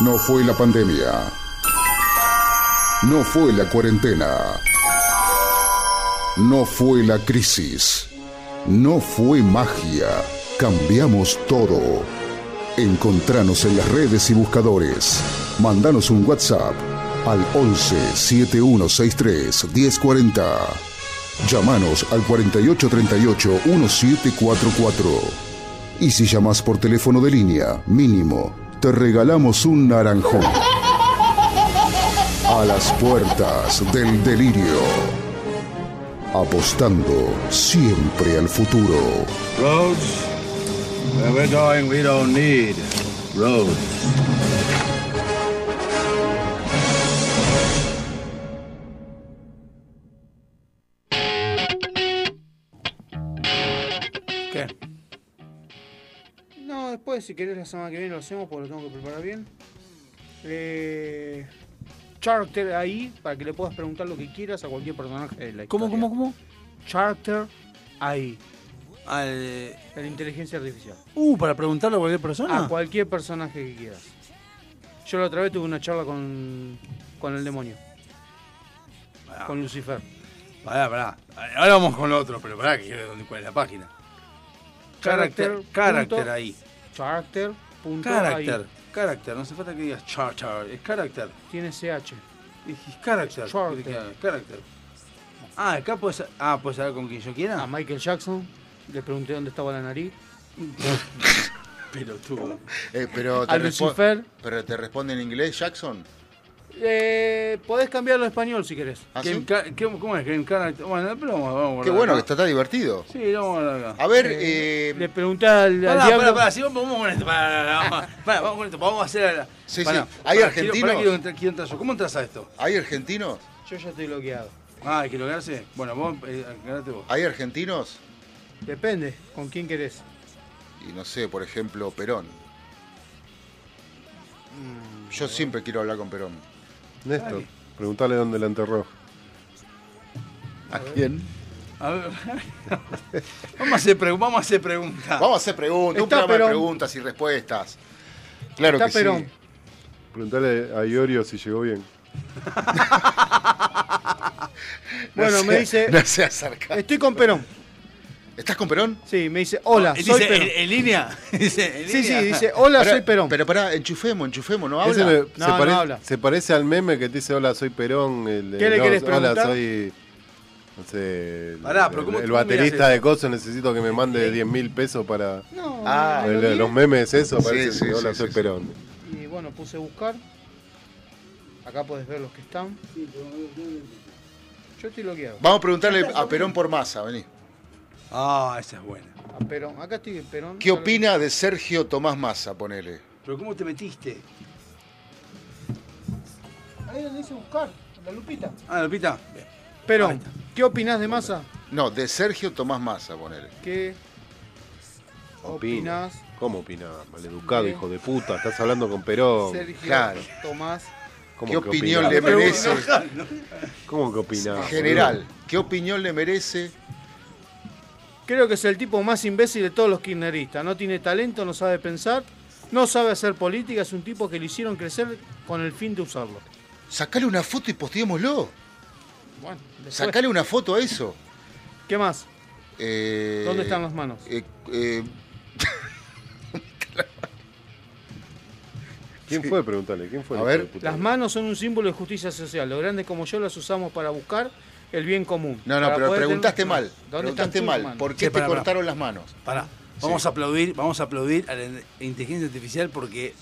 G: No fue la pandemia. No fue la cuarentena. No fue la crisis. No fue magia. Cambiamos todo. Encontranos en las redes y buscadores. Mandanos un WhatsApp al 11 7163 1040. Llámanos al 4838 1744. Y si llamas por teléfono de línea, mínimo, te regalamos un naranjón. A las puertas del delirio. Apostando siempre al futuro.
B: Roads, where we're going, we don't need roads.
Q: ¿Qué?
D: No, después después, si querés, la semana que viene lo hacemos porque lo tengo que preparar bien. Eh, charter ahí para que le puedas preguntar lo que quieras a cualquier personaje de la
B: ¿Cómo, cómo, cómo?
D: Charter ahí. A la inteligencia artificial.
B: Uh, para preguntarle a cualquier persona.
D: A cualquier personaje que quieras. Yo la otra vez tuve una charla con, con el demonio. Con Lucifer.
B: Ah, Pará, pará. Ahora vamos con lo otro, pero pará, que quiero ver dónde- cuál es la página. Carácter,
D: Character
B: carácter
D: punto-
B: ahí.
D: Character. punto
B: Carácter,
D: ahí.
B: carácter. No hace falta que digas charter, es carácter.
D: Tiene CH.
B: Es carácter.
D: Character.
B: Carácter. Ah, acá puedes, ah, puedes hablar con quien yo quiera.
D: A Michael Jackson le pregunté dónde estaba la nariz.
B: Pero tú.
E: Eh, pero,
D: A
E: te respo-
D: Lucifer.
E: pero te responde en inglés, Jackson.
D: Eh, podés cambiarlo a español si querés.
E: ¿Ah,
B: Game
E: sí?
B: ca- ¿qué- ¿Cómo es? Game Character. Bueno, pero vamos, vamos a
E: Qué
B: guardar
E: bueno
B: acá.
E: que está, está divertido.
B: Sí, vamos a guardar acá.
E: A ver, eh,
D: Le pregunté al, al
B: Pará, pará,
D: diablo.
B: pará, si vamos, vamos con esto, pará, pará, pará, vamos, pará, vamos con esto, vamos a hacer a la...
E: Sí,
B: pará,
E: sí, hay
B: pará,
E: argentinos.
B: Quiero, pará, quiero entrar, quiero entrar yo. ¿Cómo entras a esto?
E: ¿Hay argentinos?
D: Yo ya estoy bloqueado.
B: Ah, hay que lograrse. Bueno, vos, eh, aclarate vos.
E: ¿Hay argentinos?
D: Depende, ¿con quién querés?
E: Y no sé, por ejemplo, Perón. Yo siempre quiero hablar con Perón.
C: Néstor, preguntale dónde la enterró.
E: ¿A quién?
B: A ver, vamos a hacer, pregu- vamos a hacer preguntas.
E: Vamos a hacer preguntas, un
B: Está
E: programa
B: Perón.
E: de preguntas y respuestas. Claro
B: Está
E: que
B: Perón.
E: sí.
C: Preguntale a Iorio si llegó bien.
D: Bueno,
E: No
D: me
E: sea-
D: dice.
E: no sea sarcástico.
D: Estoy con Perón.
E: ¿Estás con Perón?
D: Sí, me dice, hola,
B: Eh, Dice,
D: Ah, soy Perón.
B: en, en línea. Dice, en
D: Sí,
B: línea.
D: sí, dice, hola,
E: Pará,
D: soy Perón.
E: Pero pará, enchufemos, enchufemos, no
C: Ese
E: habla.
C: me- se, pare- se parece al meme que te dice hola soy Perón. El, de,
E: ¿Qué le
C: no,
E: querés
C: Hola
E: preguntar?
C: soy... No sé, el,
B: Pará, pero
C: el-
B: ¿cómo
C: el
B: tú mirás
C: baterista de
B: esto?
C: Coso necesito que me mande 10 mil pesos para...
D: No,
C: Ah,
D: no,
C: el-
D: no, no.
C: los memes eso,
E: Sí,
C: parece
E: sí,
C: que hola
E: sí,
C: soy
E: sí,
C: Perón.
D: Y bueno, puse buscar. Acá podés ver los que están. Yo estoy bloqueado.
E: Vamos a preguntarle a Perón por masa, vení.
B: Ah, esa es buena.
D: A Perón. Acá estoy en Perón.
E: ¿Qué opina de Sergio Tomás Massa, ponele?
B: Pero ¿cómo te metiste?
D: Ahí donde dice buscar, la lupita.
B: Ah, Lupita. bien.
D: Perón, ¿qué opinás de Massa?
E: No, de Sergio Tomás Massa, ponele.
D: ¿Qué opinás
C: ¿Cómo opinás? Maleducado, hijo de puta. Estás hablando con Perón.
D: Sergio
C: Claro.
D: Tomás?
C: ¿Cómo
E: ¿Qué
C: que
E: opinión
C: opinás?
E: le merece?
C: ¿Cómo que opinás?
E: General, ¿qué opinión le merece?
D: Creo que es el tipo más imbécil de todos los kirchneristas. No tiene talento, no sabe pensar, no sabe hacer política. Es un tipo que le hicieron crecer con el fin de usarlo.
E: Sacale una foto y posteémoslo.
D: Bueno, después-
E: Sacale una foto a eso.
D: ¿Qué más?
E: Eh,
D: ¿Dónde están las manos?
E: eh, eh,
C: ¿Quién fue? Preguntale. ¿Quién fue?
E: A
C: el
E: ver.
C: hijo de puta?
D: Las manos son un símbolo de justicia social. Los grandes como yo las usamos para buscar el bien común.
E: no, no,
D: Para
E: pero
D: poder
E: preguntaste
D: tener-
E: mal.
D: ¿Dónde están
E: Preguntaste
D: tus
E: mal.
D: manos?
E: ¿Por qué
B: Sí,
E: te
B: pará, pará.
E: cortaron las manos?
B: Pará, vamos
E: Sí.
B: a aplaudir, vamos a aplaudir a la in- inteligencia artificial porque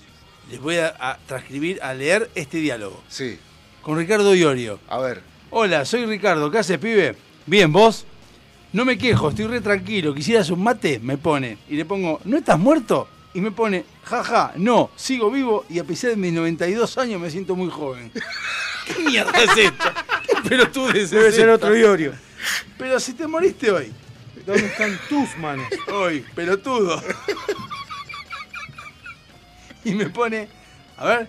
B: les voy a, a transcribir, a leer este diálogo.
E: Sí.
B: Con Ricardo Iorio.
E: A ver.
B: Hola, soy Ricardo, ¿qué haces, pibe? Bien, ¿vos? No me quejo, estoy re tranquilo, ¿quisieras un mate? Me pone. Y le pongo, ¿no estás muerto? Y me pone, jaja, no, sigo vivo y a pesar de mis 92 años me siento muy joven. ¿Qué mierda es esta? ¿Qué pelotudez es
D: Debe ser
B: esta?
D: otro Iorio.
B: Pero si te moriste hoy.
D: ¿Dónde están tus manos?
B: Hoy, pelotudo. y me pone, a ver.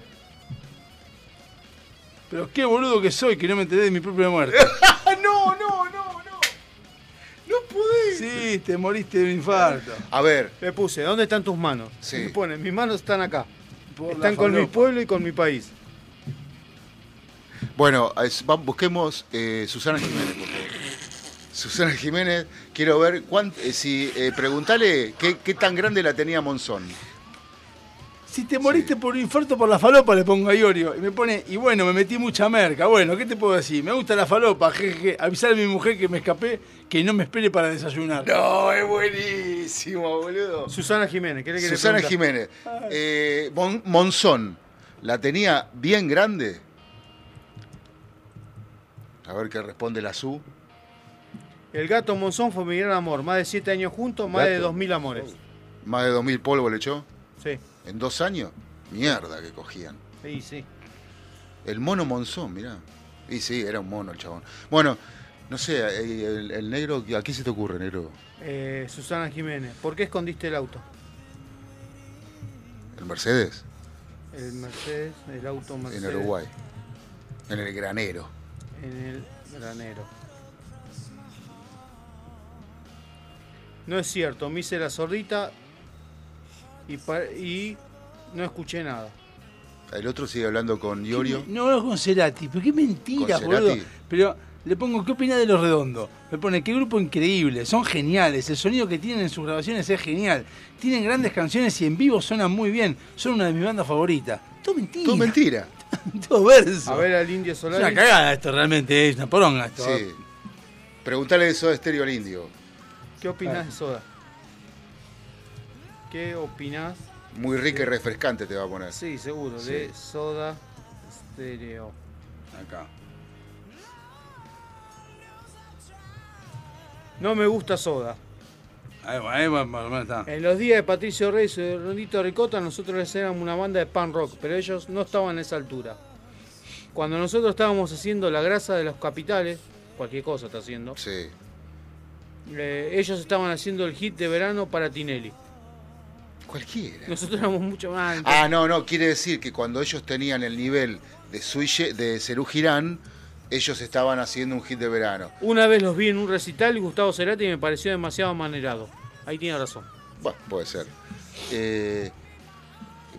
B: Pero qué boludo que soy, que no me enteré de mi propia muerte.
D: no, no, no, no. No pude.
B: sí, te moriste de un infarto.
E: A ver.
D: Le puse, ¿dónde están tus manos?
E: Sí.
D: Y Me pone, mis manos están acá.
B: Por la
D: están con mi
B: falopa.
D: pueblo y con mi país.
E: Bueno, es- va- busquemos eh, Susana Jiménez, por favor. Susana Jiménez, quiero ver cuán- eh, si eh, preguntale qué, qué tan grande la tenía Monzón.
B: Si te moriste por un infarto por la falopa, le pongo a Iorio. Y me pone, y bueno, me metí mucha merca. Bueno, ¿qué te puedo decir? Me gusta la falopa, jeje. Avisar a mi mujer que me escapé, que no me espere para desayunar.
E: No, es buenísimo, boludo.
D: Susana Jiménez, ¿querés que le
E: Susana
D: pregunte?
E: Jiménez, eh, Mon- Monzón, ¿la tenía bien grande? A ver qué responde la SU.
D: El gato Monzón fue mi gran amor. Más de siete años juntos, más de
E: Gato. Oh.
D: dos mil amores.
E: Más de 2.000 polvos le echó.
D: Sí,
E: ¿En dos años? Mierda que cogían.
D: sí, sí.
E: El mono Monzón, mirá. Y sí, era un mono el chabón. Bueno, no sé, eh, el, el negro, ¿a qué se te ocurre, negro?
D: Eh, Susana Jiménez, ¿por qué escondiste el auto?
E: ¿El Mercedes?
D: El Mercedes, el auto Mercedes.
E: En Uruguay. En el granero.
D: En el granero. No es cierto, me hice la sordita y, pa- y no escuché nada.
E: El otro sigue hablando con Iorio.
B: No hablo con Cerati, pero qué mentira,
E: ¿Con Cerati?
B: boludo. Pero le pongo, ¿qué opina de Los Redondos? Me pone, qué grupo increíble, son geniales, el sonido que tienen en sus grabaciones es genial. Tienen grandes canciones y en vivo sonan muy bien, son una de mis bandas favoritas. Todo mentira.
E: Todo mentira.
B: Todo verso.
D: A ver al Indio
B: es
D: Solari.
B: una cagada esto realmente, es una poronga esto. ¿eh?
E: Sí. Preguntale eso de Estéreo al Indio.
D: ¿Qué opinás de Soda? ¿Qué opinás?
E: Muy rica y refrescante te va a poner.
D: Sí, seguro,
E: Sí.
D: de Soda Stereo.
B: Acá.
D: No me gusta Soda.
B: Ahí va, ahí va, más o menos está.
D: En los días de Patricio Reyes y de Rondito Ricota, nosotros les éramos una banda de pan rock, pero ellos no estaban a esa altura. Cuando nosotros estábamos haciendo la grasa de los capitales, cualquier cosa está haciendo,
E: Sí.
D: eh, ellos estaban haciendo el hit de verano para Tinelli.
E: Cualquiera.
D: Nosotros éramos mucho más. antes.
E: Ah, no, no, quiere decir que cuando ellos tenían el nivel de, Suille, de Cerú Girán, ellos estaban haciendo un hit de verano.
D: Una vez los vi en un recital y Gustavo Cerati me pareció demasiado manerado. Ahí tiene razón.
E: Bueno, puede ser. Eh,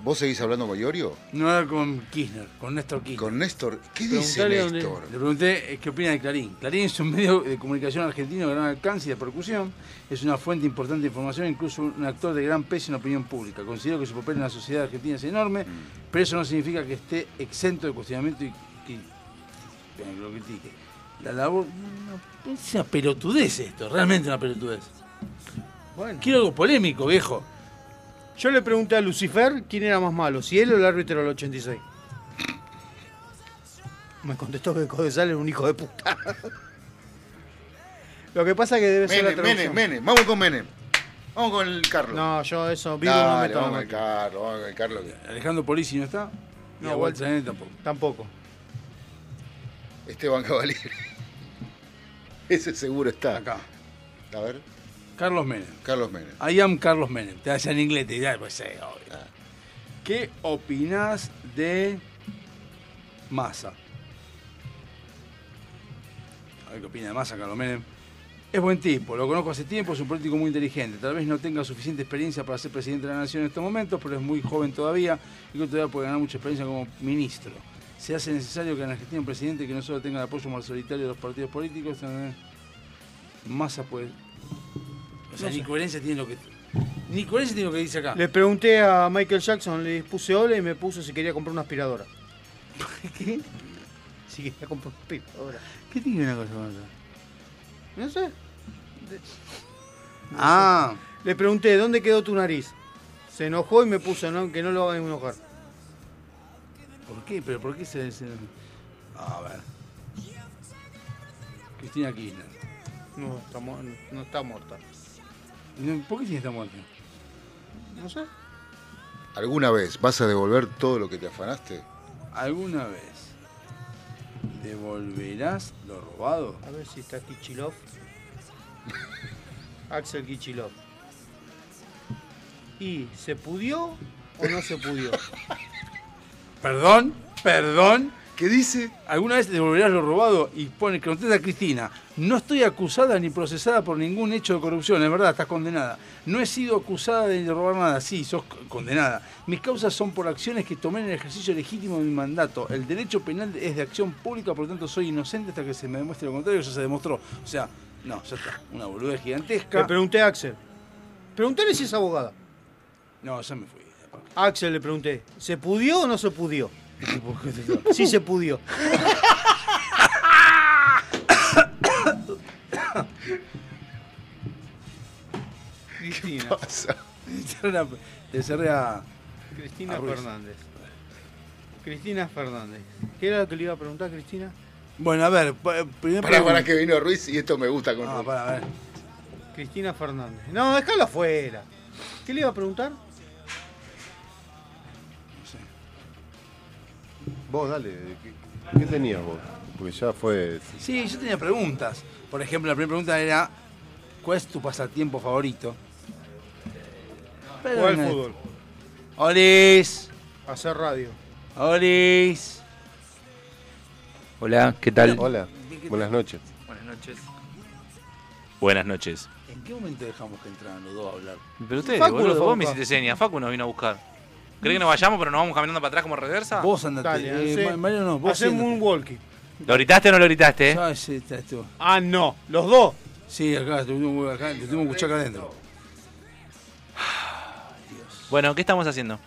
E: ¿Vos seguís hablando con Iorio?
B: No era con Kirchner, con Néstor Kirchner.
E: Con Néstor, ¿qué dice
B: Preguntale dónde-
E: Néstor?
B: Le pregunté eh, qué opina de Clarín. Clarín es un medio de comunicación argentino de gran alcance y de percusión. Es una fuente importante de información, incluso un actor de gran peso en la opinión pública. Considero que su papel en la sociedad argentina es enorme,
E: Mm.
B: pero eso no significa que esté exento de cuestionamiento y que que lo critique. La labor. no, no, es una pelotudez esto, realmente una pelotudez.
D: Bueno.
B: Quiero algo polémico, viejo.
D: Yo le pregunté a Lucifer quién era más malo, si él o el árbitro del 86. Me contestó que Codesal era un hijo de puta. Lo que pasa es que debe ser la
E: Menem, Menem,
D: traducción.
E: Menem, vamos con Menem. Vamos con el Carlos.
D: No, yo eso, vivo no
E: Dale,
D: meto la
E: vamos con el
D: mano.
E: Carlos, vamos con el Carlos.
B: Alejandro Polisi no está.
D: No,
B: No, y
D: Walter.
B: Walter Zanetti tampoco.
D: Tampoco.
E: Esteban Cavalieri. Ese seguro está.
B: Acá.
E: A ver,
B: Carlos Menem.
E: Carlos Menem.
B: I am Carlos Menem. Te hace en inglés, te dirá, pues sí, obvio. ¿Qué opinás de Massa? A ver qué opina de Massa, Carlos Menem. Es buen tipo, lo conozco hace tiempo, es un político muy inteligente. Tal vez no tenga suficiente experiencia para ser presidente de la nación en estos momentos, pero es muy joven todavía y que todavía puede ganar mucha experiencia como ministro. Se hace necesario que en Argentina un presidente que no solo tenga el apoyo mayoritario de los partidos políticos, también Massa puede. O sea,
D: No sé.
B: ni coherencia tiene lo que. Ni coherencia tiene lo que dice acá.
D: Ah. Le pregunté a Michael Jackson, le puse hola y me puso si quería comprar una aspiradora.
B: ¿Qué?
D: Si quería comprar una aspiradora.
B: ¿Qué tiene una cosa con otra?
D: No sé.
B: Ah.
D: Le pregunté, ¿dónde quedó tu nariz? Se enojó y me puso, no, que no lo hagan enojar.
B: ¿Por qué? ¿Pero por qué se.? se- A ver. Cristina Kirchner.
D: No, está, mu- no está muerta.
B: No, ¿Por qué tiene esta muerte?
D: No sé.
E: ¿Alguna vez vas a devolver todo lo que te afanaste?
B: ¿Alguna vez devolverás lo robado?
D: A ver si está Kichilov. Axel Kichilov. ¿Y se pudió o no se pudió?
B: Perdón, perdón.
E: ¿Qué dice?
B: ¿Alguna vez devolverás lo robado? Y pone que contesta Cristina. No estoy acusada ni procesada por ningún hecho de corrupción, es verdad, estás condenada. No he sido acusada de robar nada, sí, sos c- condenada. Mis causas son por acciones que tomé en el ejercicio legítimo de mi mandato. El derecho penal es de acción pública, por lo tanto soy inocente hasta que se me demuestre lo contrario, eso se demostró. O sea, no, ya está. Una boludez
D: Le
B: gigantesca.
D: pregunté a Axel. Preguntale si es abogada.
B: No, ya me fui.
D: Axel le pregunté, ¿se pudió o no se pudió? Sí se pudió. Cristina.
B: Te cerré a.
D: Cristina
B: A Ruiz.
D: Fernández. Cristina Fernández. ¿Qué era lo que le iba a preguntar Cristina?
B: Bueno, a ver, pa- primer
E: Para,
B: pregunta.
E: para que vino Ruiz y esto me gusta con
B: No,
E: Ruiz.
B: para, a ver.
D: Cristina Fernández. No, déjalo afuera. ¿Qué le iba a preguntar?
C: Vos, dale. ¿Qué, qué tenías vos? Porque ya fue.
B: Sí, yo tenía preguntas. Por ejemplo, la primera pregunta era: ¿Cuál es tu pasatiempo favorito?
D: Jugar al
B: no-
D: fútbol.
B: Olis.
D: Hacer radio.
B: Olis.
R: Hola, ¿qué tal?
C: Hola, buenas noches.
B: Buenas noches.
R: Buenas noches.
B: ¿En qué momento dejamos que entraran los dos a hablar?
R: Pero ustedes,
B: Facu
R: boludo,
B: lo fue a
R: vos me
B: buscar.
R: hiciste señas. Facu nos vino a buscar. ¿Cree que nos vayamos pero nos vamos caminando para atrás como reversa?
B: Vos andate. eh, Ma- Mariano no, vos
D: Hacemos un walkie.
R: ¿Lo gritaste o no lo gritaste? eh?
D: Ah, no. ¿Los dos?
B: Sí, acá, tuvimos- acá, te tuvimos que escuchar acá adentro.
R: Bueno, ¿qué estamos haciendo?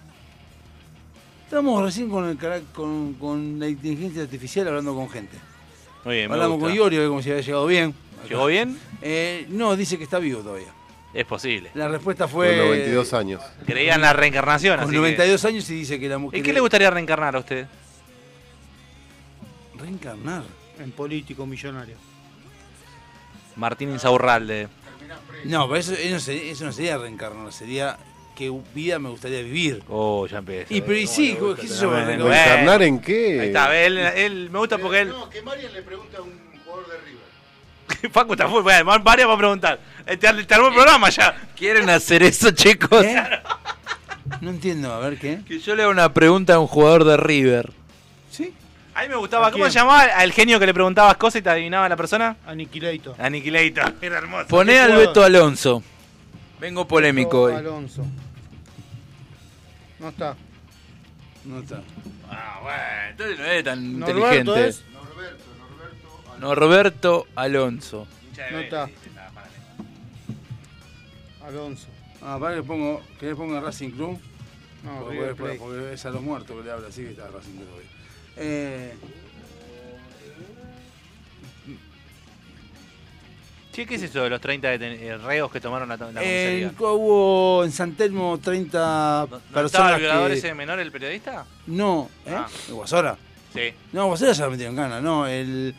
B: Estamos recién con, el, carac- con, con la inteligencia artificial hablando con gente.
R: Muy bien, me
B: Hablamos
R: gusta.
B: con Iorio, a ver cómo si había llegado bien.
R: ¿Llegó bien?
B: Eh, no, dice que está vivo todavía.
R: Es posible.
B: La respuesta fue...
C: Con 92 años.
R: Creía en la reencarnación,
B: Con
R: así que-
B: 92 años y dice que la mujer...
R: ¿Y qué le gustaría reencarnar a usted?
B: Reencarnar.
D: En político millonario.
R: Martín Insaurralde.
B: No, pero eso, eso no sería, eso no sería reencarnar, sería qué vida me gustaría vivir.
R: Oh, ya empieza.
B: Y, pero y sí, qué sé yo,
R: Bueno,
B: reencarnar.
C: ¿Reencarnar en qué?
R: Ahí está, él, él- me gusta porque él. No, que Marian le pregunta a un jugador de River. Paco está full, bueno, van varias va a preguntar. Eh, Te, ar- te armó el programa ya.
S: ¿Quieren hacer eso, chicos?
B: ¿Eh? No entiendo, a ver qué.
S: Que yo le haga una pregunta a un jugador de River.
R: A mí me gustaba, ¿cómo se llamaba? Al genio que le preguntabas cosas y te adivinaba la persona.
D: Aniquilator.
R: Aniquilator, era hermoso.
S: Poné al Beto Alonso. Vengo polémico hoy.
D: Alonso. No está.
B: No está.
R: Ah, bueno,
S: entonces no es tan
D: Norberto
S: inteligente.
D: es.
S: Norberto Alonso.
R: eh,
D: No está. Alonso.
B: Ah, para que le pongo, que le ponga Racing Club.
D: No,
B: porque,
D: River
B: porque-
D: Plate.
B: porque es a los muertos que le habla, así que está Racing Club. hoy. Eh,
R: Che, ¿qué es eso de los 30 deten- eh, reos que tomaron la, la comisaría?
B: en, hubo en San Telmo 30
R: ¿No estaba el
B: personas
R: violador
B: que...
R: ese menor, el periodista?
B: No, ¿eh?
R: Ah.
B: ¿El Guasora?
R: Sí.
B: No, Guasora ya lo metieron gana, no. El,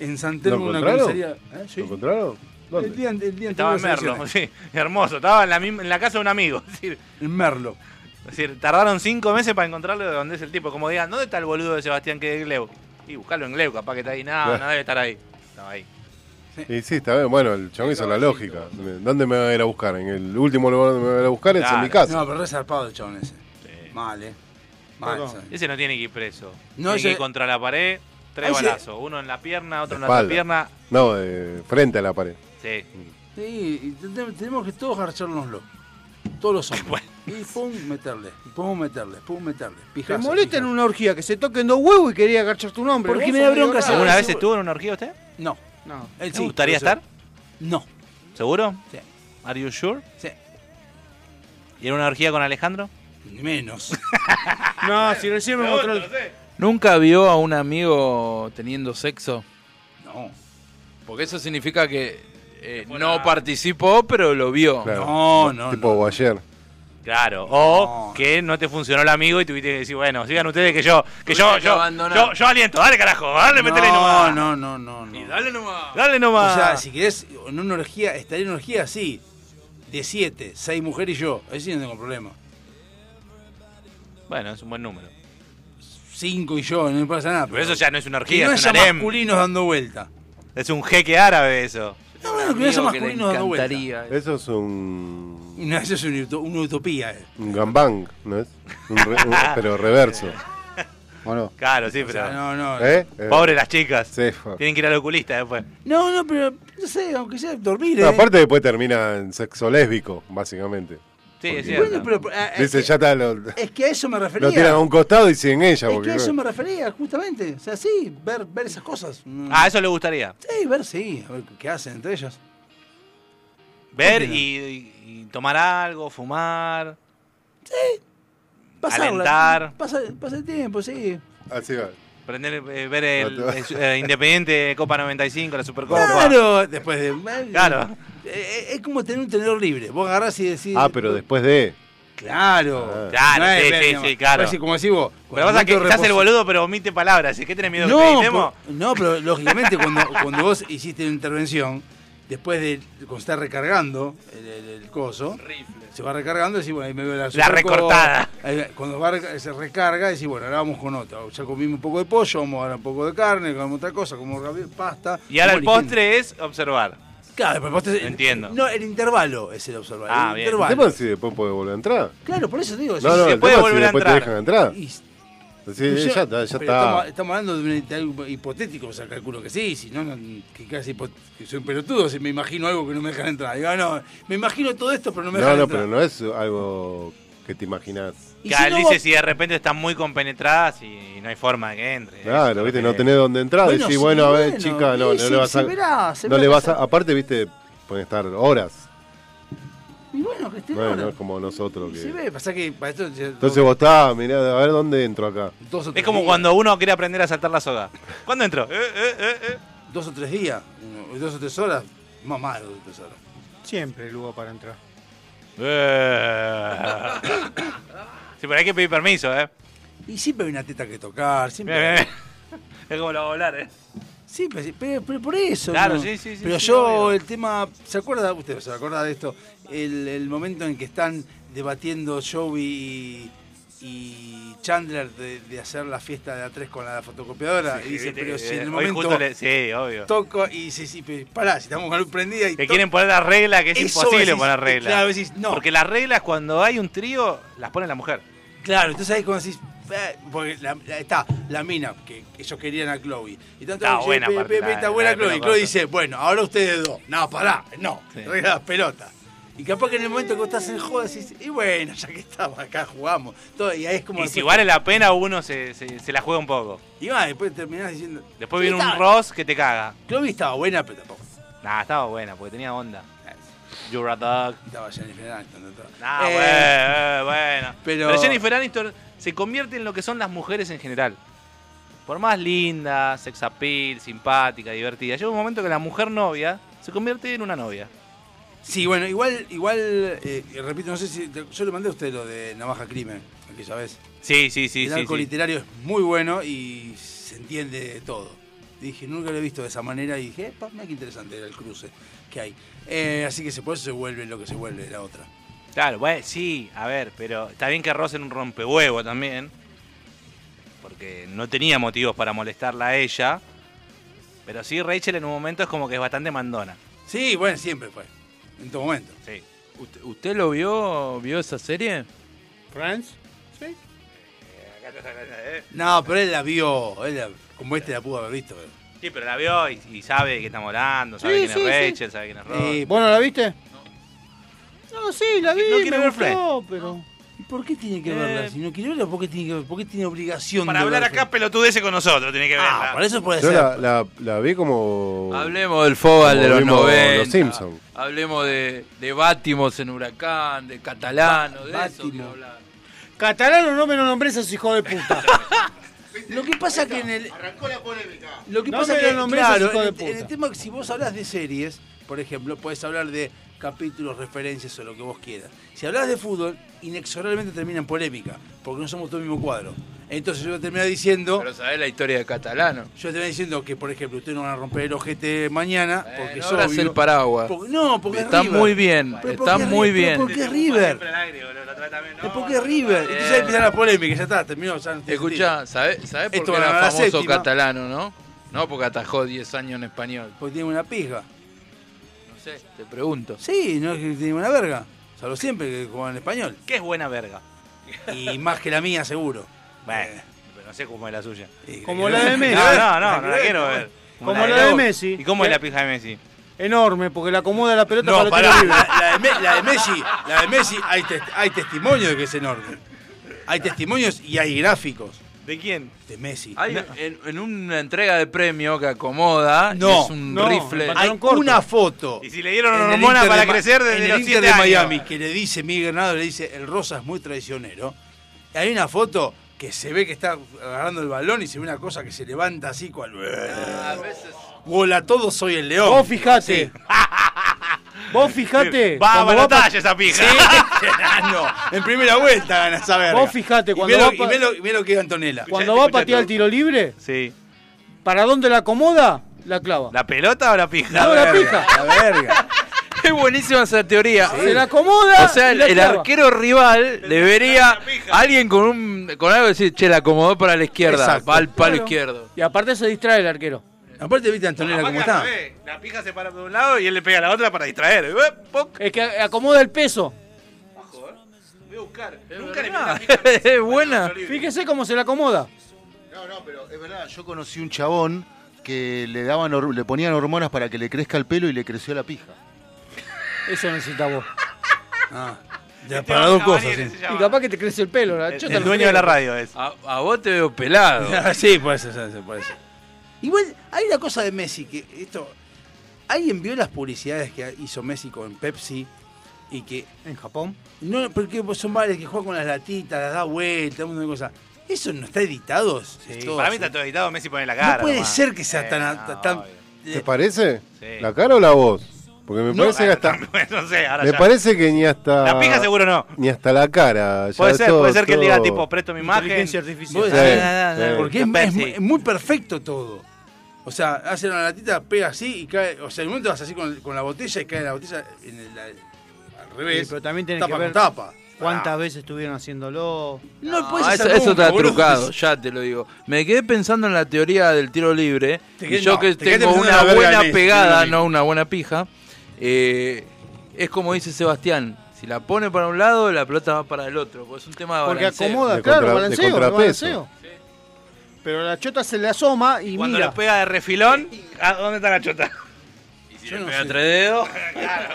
B: en San Telmo
C: ¿Lo
B: una
C: encontraron?
B: comisaría... ¿eh? Sí.
C: ¿Lo encontraron? ¿Dónde?
B: El día, el día anterior a
R: Estaba en
B: las
R: Merlo,
B: elecciones.
R: sí, hermoso. Estaba en la, misma- en la casa de un amigo.
B: En Merlo.
R: Es decir, tardaron cinco meses para encontrarlo de dónde es el tipo. Como digan, ¿dónde está el boludo de Sebastián que es de Gleu? Y buscarlo en Gleu, capaz que está ahí. No,
C: Claro.
R: no debe estar ahí. Estaba ahí.
C: Y sí, está bien. Bueno, el chabón hizo la lógica. ¿Dónde me va a ir a buscar? En el último lugar donde me va a ir a buscar es en mi casa.
B: No, pero re zarpado el chabón ese. Mal, eh. Mal. ¿sabes?
R: Ese no tiene que ir preso.
B: No,
R: tiene que
B: ese-
R: ir contra la pared, tres
B: Ah, ese-
R: balazos. Uno en la pierna, otro en la otra
C: Espalda.
R: pierna.
C: No, de frente a la pared.
R: Sí.
B: Sí, y ten- tenemos que todos garchárnoslo. Todos los hombres. Y pum, meterle. Y pum, meterle. Pum, meterle.
D: Te
B: Pijazo.
D: molesta en una orgía que se toquen dos huevos y quería agachar tu nombre.
B: Porque
D: Vos
B: me
D: sos
B: da bronca
D: medio raro.
R: ¿Alguna vez estuvo en una orgía usted?
B: No.
D: No.
B: Él
R: ¿Te
B: sí,
R: gustaría
B: pero
R: estar?
B: No.
R: ¿Seguro?
B: Sí.
R: ¿Are you sure?
B: Sí.
R: ¿Y era una orgía con Alejandro?
B: Ni menos.
D: No, si recién me mostró el...
S: ¿Nunca vio a un amigo teniendo sexo?
B: No.
S: Porque eso significa que eh, no participó, pero lo vio.
C: Claro.
S: no.
C: Tipo Boyer.
R: Claro, o que no te funcionó el amigo y tuviste que decir, bueno, sigan ustedes que yo, que yo,
S: Tuviste que
R: yo,
S: abandonar.
R: yo, yo aliento, dale carajo, dale, metele
B: No,
R: nomás.
B: no, no, no. no.
S: dale nomás.
R: Dale nomás.
B: O sea, si querés, en una orgía, estaría en una orgía así. De siete, seis mujeres y yo. Ahí sí no tengo problema.
R: Bueno, es un buen número.
B: Cinco y yo, no me pasa nada.
R: Pero eso ya no es una
B: Que
R: orgía,
B: no
R: es
B: haya
R: un harem.
B: masculinos dando vuelta.
R: Es un jeque árabe eso.
B: No, bueno, que no haya masculinos dando vuelta.
C: Eso es un,
B: No, eso es una, uto- una utopía. eh.
C: un gambang, ¿no es? Un re- un- pero reverso. ¿O no?
R: Claro, sí,
B: O
R: pero.
B: sea, no, no.
C: ¿Eh?
R: Pobre las chicas.
C: Sí, fa-
R: Tienen que ir al oculista después.
B: No, no, pero no sé, aunque sea dormir.
C: No,
B: eh.
C: aparte después termina en sexo lésbico, básicamente.
R: Sí, es
B: Bueno, pero, eh, eh,
C: Dice, ya está, lo,
B: es que a eso me refería.
C: lo tiran a un costado y siguen ella.
B: Es que
C: Porque,
B: a eso me refería, justamente. O sea, sí, ver, ver esas cosas. Mm.
R: Ah, eso le gustaría.
B: Sí, ver, sí. A ver qué hacen entre ellas.
R: Ver
B: ¿Por qué
R: y, y- y tomar algo, fumar.
B: Pasarla.
R: Alentar.
B: Pasa, pasa el tiempo, sí.
C: Así va.
R: Prender, eh, ver el, eh, Independiente Copa 95, la Supercopa.
B: Claro, después de.
R: Claro.
B: Eh, eh, es como tener un tenedor libre. Vos agarrás y decís.
C: Ah, pero después de...
B: Claro.
R: Ah. Claro,
B: No es
R: sí,
B: ver,
R: sí,
B: digamos.
R: sí, claro.
B: Parece como decís vos.
R: Pero pasa que
B: momento de
R: estás el
B: reposo.
R: boludo, pero omite palabras. ¿Qué tenés miedo que te
B: No,
R: gritemos?
B: por- no, pero lógicamente cuando, cuando vos hiciste una intervención, después de cuando está recargando el, el- el coso, se va recargando y decís, bueno, ahí me veo la
R: La recortada.
B: Ahí va- Cuando va reca- se recarga, decís, bueno, ahora vamos con otra. Ya comimos un poco de pollo, vamos ahora un poco de carne, comemos otra cosa, como rabi- pasta.
R: Y ahora el
B: Vamos eligiendo.
R: postre es observar.
B: Claro, pero vos te-
R: Entiendo.
B: No, el intervalo es el observador.
R: Ah,
B: el
R: bien.
C: El
B: intervalo.
C: tema es si después puede volver a entrar.
B: Claro, por eso te digo.
C: No,
B: si-
C: no,
B: si puede
C: el tema es si
B: volver a
C: después te
B: entrar.
C: dejan entrar.
B: Y-
C: Sí,
B: Yo-
C: ya está, ya
B: pero
C: está.
B: Estamos, estamos hablando de, un- de algo hipotético, o sea, calculo que sí, si no, no, que casi hipo- que soy un pelotudo si me imagino algo que no me dejan entrar. Digo, ah, no, me imagino todo esto, pero no me
C: No,
B: dejan
C: no,
B: entrar.
C: pero no es algo que te imaginás.
B: Y
R: Que
B: si
R: él
B: no
R: dice
S: eh,
B: vos-
R: si de repente están muy compenetradas y no hay forma de que entre.
C: Claro, viste,
S: eh,
C: no tenés dónde entrar,
R: Bueno,
C: decís,
R: sí,
C: bueno, a ver,
R: bueno,
C: chica, no,
R: y
C: no
R: se-
C: le vas a.
R: se verá, se
C: no
R: verá
C: le vas
R: pasar.
C: a. Aparte, viste, pueden estar horas.
B: Y bueno, que esté
C: Bueno, no
B: ahora.
C: es como nosotros
B: Se
C: que.
B: ve, Eh, pasa que para esto ya-
C: Entonces vos estás, mirá, a ver dónde entro acá.
B: dos o
R: Es
B: tres
R: como
B: días.
R: cuando uno quiere aprender a saltar la soga. ¿Cuándo Eh. entró?
B: Eh, Dos o tres días, uno- dos o tres horas, más más de dos o tres horas.
D: Siempre hay lugar para entrar.
R: sí, pero hay que pedir permiso, ¿eh?
B: Y siempre hay una teta que tocar, siempre.
R: Bien, bien, Es como lo va a volar, ¿eh?
B: Sí, pero, sí, pero- pero por eso.
R: Claro,
B: ¿no?
R: sí, sí, sí,
B: Pero
R: sí,
B: yo,
R: obvio.
B: el tema. ¿Se acuerda? Usted se acuerda de esto. El, el momento en que están debatiendo Joey y, y Chandler de, de hacer la fiesta de A3 con la fotocopiadora.
R: Sí,
B: y dice,
R: viste,
B: pero si en
R: eh,
B: el
R: hoy
B: momento.
R: justo le- sí, obvio.
B: Toco y dice, sí, pero pará, si estamos con la luz prendida. Y
R: Te
B: to-
R: quieren poner la regla que es
B: Eso
R: imposible
B: decís,
R: poner regla.
B: Claro, decís, no.
R: Porque las reglas cuando hay un trío las pone la mujer.
B: Claro, entonces ahí cuando decís, eh, porque la- la- está la mina, que ellos querían a Chloe. Y tanto
R: Está
B: che,
R: buena
B: pe-
R: aparte
B: pe-
R: la-
B: pe- está
R: la
B: buena
R: de
B: Chloe.
R: pelo
B: Y Chloe
R: corto.
B: dice, bueno, ahora ustedes dos. No, pará, no,
R: Sí.
B: regla las pelotas. Y capaz que en el momento que estás en joda decís, y bueno, ya que estamos acá, jugamos. Todo, y ahí es como...
R: Y si vale la pena, uno se, se- se la juega un poco.
B: Y va, después terminás diciendo...
R: Después
B: Sí,
R: viene un
B: está.
R: Ross que te caga.
B: Chloe estaba buena, pero tampoco.
R: Nah, estaba buena, porque tenía onda. You're a dog.
B: Estaba Jennifer Aniston. no estaba-
R: Ah,
B: Eh,
R: bueno, bueno.
B: pero-
R: Pero... Jennifer Aniston se convierte en lo que son las mujeres en general. Por más linda, sex appeal, simpática, divertida. Llega un momento que la mujer novia se convierte en una novia.
B: Sí, bueno, igual, igual eh, repito, no sé si... te- Yo le mandé a usted lo de Navaja Crimen, aquella vez.
R: Sí, sí, sí.
B: el
R: sí,
B: arco
R: sí.
B: literario es muy bueno y se entiende de todo. Dije, nunca lo he visto de esa manera y dije, "Epa, mira qué interesante era el cruce que hay. Eh, así que se- por eso se vuelve lo que se vuelve la otra.
R: Claro, bueno, sí, a ver, pero está bien que Ross era un rompehuevo también. Porque no tenía motivos para molestarla a ella. Pero sí, Rachel en un momento es como que es bastante mandona.
B: Sí, bueno, siempre fue. En todo momento.
R: Sí.
S: ¿Usted, usted lo vio? ¿Vio esa serie?
D: ¿Friends? Sí.
R: eh.
B: No, pero él la vio, él la- como este la pudo haber visto. pero-
R: Sí, pero la vio y, y sabe de qué estamos hablando, sabe
D: Sí,
R: quién
D: sí,
R: es
D: sí.
R: Rachel, sabe quién es Ross.
D: Eh,
B: Eh,
D: ¿Vos no la viste? No, sí, la vi.
R: No quiero
D: me
R: ver
D: gustó,
R: Friends.
D: pero...
B: ¿Y por qué tiene que
D: Eh.
B: verla? Si no quiere verla, ¿por qué tiene que ver? ¿Por qué tiene obligación
R: Para
B: de
R: hablar
B: verla?
R: acá pelotudece con nosotros, tiene que verla.
B: por eso puede
C: Yo la, la, la vi como.
S: Hablemos del Fobal
C: como
S: de los
C: vimos
S: 90.
C: Los Simpsons.
S: Hablemos de, de Bátimos en Huracán, de Catalano, de eso quiero hablar.
D: Catalano no me lo nombres a su hijo de puta.
B: Lo que pasa que en el. Arrancó
J: la polémica.
B: Lo que
D: No
B: pasa
D: me
B: que,
D: lo nombres,
B: claro,
D: hijo
B: en,
D: de
B: el-
D: puta.
B: en el tema que si vos hablas de series, por ejemplo, podés hablar de capítulos, referencias o lo que vos quieras. Si hablas de fútbol, inexorablemente termina en polémica, porque no somos todo el mismo cuadro. Entonces yo voy a terminar diciendo...
S: Pero sabés la historia de Catalano.
B: Yo te voy diciendo que, por ejemplo, ustedes no van a romper el ojete mañana, porque
S: Eh, no
B: es
S: abras
B: obvio.
S: el paraguas.
B: Porque- no, porque es
S: Está
B: River.
S: muy bien,
B: Pero
S: está
B: porque es
S: muy
B: Ri- pero
S: bien.
B: porque es River. Es porque es River. Entonces ahí empiezan las polémicas, ya está, terminó. Ya no tiene
S: Escuchá,
B: sentido.
S: ¿sabés, sabés por
B: Esto
S: qué
B: van a ganar
S: era
B: la
S: famoso
B: séptima.
S: Catalano, no? No, porque atajó 10 años en español.
B: Porque tiene una pija.
S: No sé, te pregunto.
B: Sí, no es que tiene una verga. Salvo siempre que juega en español.
R: ¿Qué es buena verga?
B: Y más que la mía, seguro.
R: Bueno, pero no sé cómo es la suya.
D: Como la de Messi.
R: No, no, no, no la quiero ver.
D: Como la de Messi.
R: ¿Y cómo es la pija de Mesí?
D: Enorme, porque le acomoda la pelota
B: ¿Eh?
D: para
B: No,
D: el
B: pará,
D: tiro libre.
B: la, la de, Me- la de Messi, la de Messi hay, tes- hay testimonio de que es enorme. Hay testimonios y hay gráficos.
R: ¿De quién?
B: De Messi.
S: Hay en, en una entrega de premio que acomoda, y
B: No,
S: es un
B: no,
S: rifle.
B: hay una foto.
R: Y si le dieron
B: en el
R: hormona
B: Inter
R: para
B: de Ma-
R: crecer desde
B: en el
R: los
B: Inter
R: 7
B: de
R: años.
B: Miami, que le dice Miguel Granado, le dice, el Rosa es muy traicionero. Hay una foto que se ve que está agarrando el balón y se ve una cosa que se levanta así cual... Hola, todos soy el león.
D: Vos fijate. Vos fijate.
B: Va a
D: cuando va
B: batalla
D: pa-
B: esa pija. no, en primera vuelta ganas a ver.
D: Vos fijate, cuando
B: y ve,
D: va
B: lo,
D: pa-
B: y ve lo- y ve lo que es Antonella.
D: Cuando va a patear el tiro libre,
R: Sí.
D: ¿para dónde la acomoda? La clava.
R: ¿La pelota o la pija?
D: No, la pija.
B: La verga.
S: Es buenísima esa teoría.
D: Se la acomoda
S: O sea,
D: y
S: el,
D: la
S: el
D: clava.
S: arquero rival debería. Alguien con un con algo decir, che, la acomodó para la izquierda.
D: Exacto.
S: Va al palo
D: Claro.
S: izquierdo.
D: Y aparte se distrae el arquero.
B: Aparte, viste a Antonella
R: Capaz
B: cómo
R: que al
B: está.
R: revés, La pija se para por un lado y él le pega a la otra para distraer. Y, ¡eh! ¡Poc!
D: Es que acomoda el peso.
R: Voy a buscar. Nunca le
D: verdad.
R: metí la pija.
D: Es buena. Fíjese cómo se la acomoda.
E: No, no, pero es verdad, yo conocí un chabón que le daban hor- le ponían hormonas para que le crezca el pelo y le creció la pija.
D: Eso necesita vos.
B: Ah,
R: Este
B: Ya, para dos cosas. sí.
D: Y capaz que te crece el pelo. La chota lo crece.
B: es.
S: A, a vos te veo pelado.
B: sí, puede ser, sí, sí, puede ser. Igual, hay una cosa de Messi que esto. ¿Alguien vio las publicidades que hizo Messi con Pepsi? Y que.
D: ¿En Japón?
B: No, porque son bares que juegan con las latitas, las da vuelta, un montón de cosas. ¿Eso no está editado?
R: Sí,
B: Todo,
R: para mí
B: sí.
R: está todo editado, Messi pone la cara.
B: No puede
R: nomás.
B: ser que sea
R: Eh,
B: tan.
R: no.
B: tan-
C: ¿Te parece?
R: Sí.
C: ¿La cara o la voz? Porque me
R: No,
C: parece que hasta.
R: no sé, ahora
C: me
R: ya.
C: parece que ni hasta.
R: La pija seguro no.
C: Ni hasta la cara. ya
R: Puede ser,
C: todo-
R: puede ser que él diga
C: todo-
R: tipo, "Ah, presto mi imagen.
D: Inteligencia artificial.
B: Vos-
C: Sí,
B: na, na, na,
S: Eh,
C: sí.
B: Porque es, es muy- es muy perfecto todo. O sea, hace una latita, pega así y cae. O sea, en un momento vas así con, con la botella y cae la botella en el- la- al revés.
D: Sí, pero también tiene
B: tapa
D: que ver
B: con tapa.
D: cuántas veces estuvieron haciéndolo.
B: No,
S: Ah, eso, eso está trucado, ya te lo digo. Me quedé pensando en la teoría del tiro libre.
B: Te
S: y
B: quedé-
S: yo
B: no,
S: que
B: te quedaste
S: tengo
B: pensando en
S: una
B: la verga
S: buena
B: Liz, tiro
S: pegada,
B: libre.
S: no una buena pija. eh, es como dice Sebastián. Si la pone para un lado, la pelota va para el otro. porque es un tema de
D: Porque
S: balanceo.
D: acomoda, claro, balanceo, balanceo. Pero la chota se le asoma y
R: Cuando
D: mira.
R: le pega de refilón, ¿a dónde está la chota?
S: Y si le pega tres dedos.
R: claro.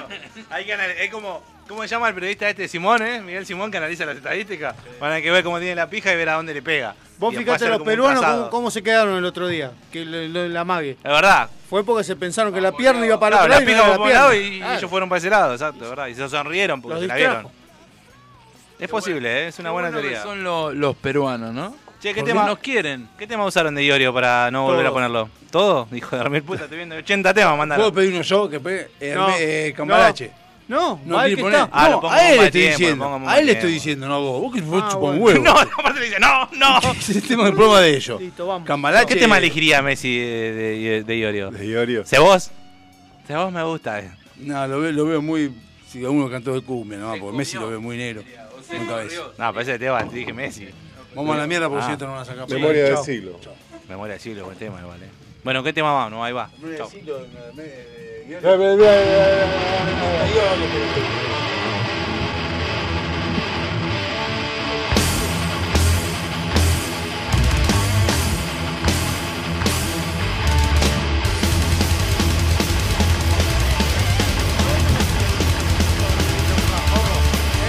R: Hay que anal- es como, ¿cómo se llama el periodista este Simón, eh? Miguel Simón que analiza las estadísticas. Van a que ver cómo tiene la pija y ver a dónde le pega.
D: Vos
R: Y después
D: fíjate
R: hacer
D: los
R: como un
D: peruanos
R: trazado.
D: cómo, cómo se quedaron el otro día, que lo- lo- la mague.
R: La verdad.
D: Fue porque se pensaron que la pierna iba para
R: Claro,
D: el
R: Ah,
D: otro
R: la
D: lado y no
R: pija
D: era
R: por un lado
D: la
R: y, y
D: pierna. Claro.
R: ellos fueron para ese lado, exacto, ¿verdad? Y se sonrieron porque
D: Los
R: se la
D: distrajo.
R: vieron. Es posible, ¿eh? es una
S: Qué
R: buena
S: bueno que
R: teoría.
S: Son lo- los peruanos, ¿no?
R: Che, ¿qué
S: Porque
R: tema-
S: nos quieren?
R: ¿Qué tema usaron de Iorio para no volver a ponerlo? ¿Todo? Hijo de Armel puta, estoy viendo 80 temas, mandaron.
B: ¿Puedo pedir uno yo que pegue? Eh,
R: No,
B: Herme- eh, Cambalache.
D: No,
B: No,
D: va el
B: quiere
D: que
B: poner.
D: está.
R: Ah, lo
B: No,
R: pongo
B: a él
R: más
B: le estoy
R: tiempo, lo
B: diciendo.
R: pongo más
B: A él le
R: tiempo.
B: estoy diciendo, no a vos. Vos que vos
R: Ah,
B: chupón
R: bueno.
B: huevo.
R: No, aparte le dice, no, no.
B: Es el tema de prueba de ellos.
D: Listo, vamos.
B: Cambalache.
R: ¿Qué tema elegiría Messi de, de, de Iorio? De
C: Iorio.
R: ¿Cebos? Cebos me gusta. eh.
B: No, lo veo, lo veo muy. Si a uno cantó de cumbia, no, porque Messi lo veo muy negro. Nunca ves.
R: No, pero ese tema, te dije Messi.
B: Vamos a la mierda porque si no, esto no van a sacar.
C: Memoria del
B: Chao.
C: siglo.
R: Memoria del siglo, buen tema igual, eh. Bueno, ¿qué tema va? No, ahí va. Chau.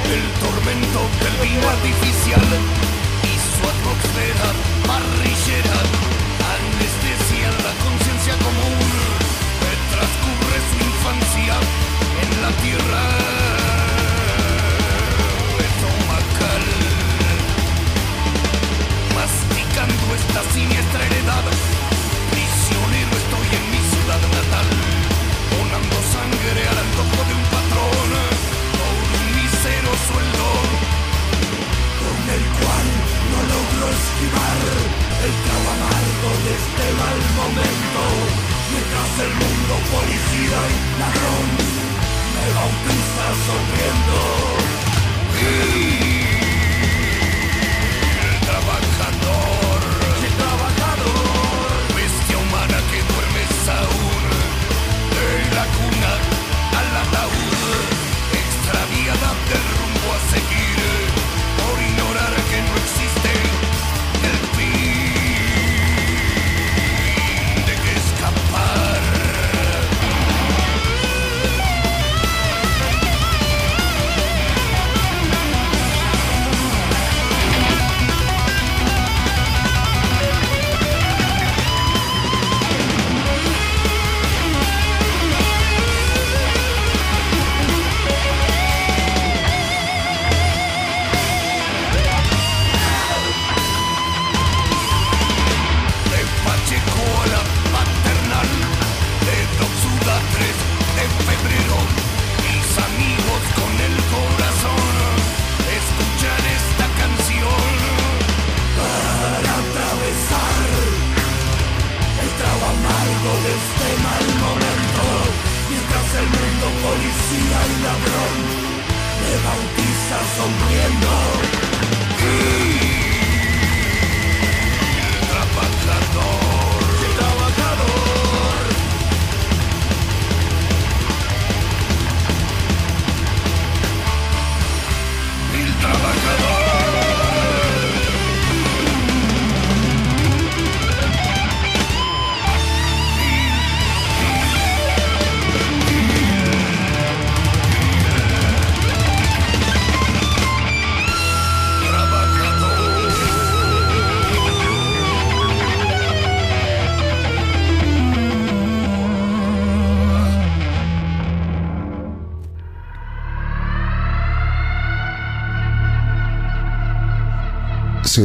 F: El tormento del vino artificial y su atmósfera parrillera anestesia la conciencia común que transcurre su infancia en la tierra Pues estomacal. Masticando esta siniestra heredad, prisionero estoy en mi ciudad natal, donando sangre al antojo de un patrón mísero sueldo con el cual no logro esquivar el trago amargo de este mal momento mientras el mundo policía y ladrón me bautiza sonriendo y el trabajador el trabajador bestia humana que duermes aún de la cuna al ataúd extraviada del rumbo a seguir por ignorar que no existe el fin de que escapar.
G: se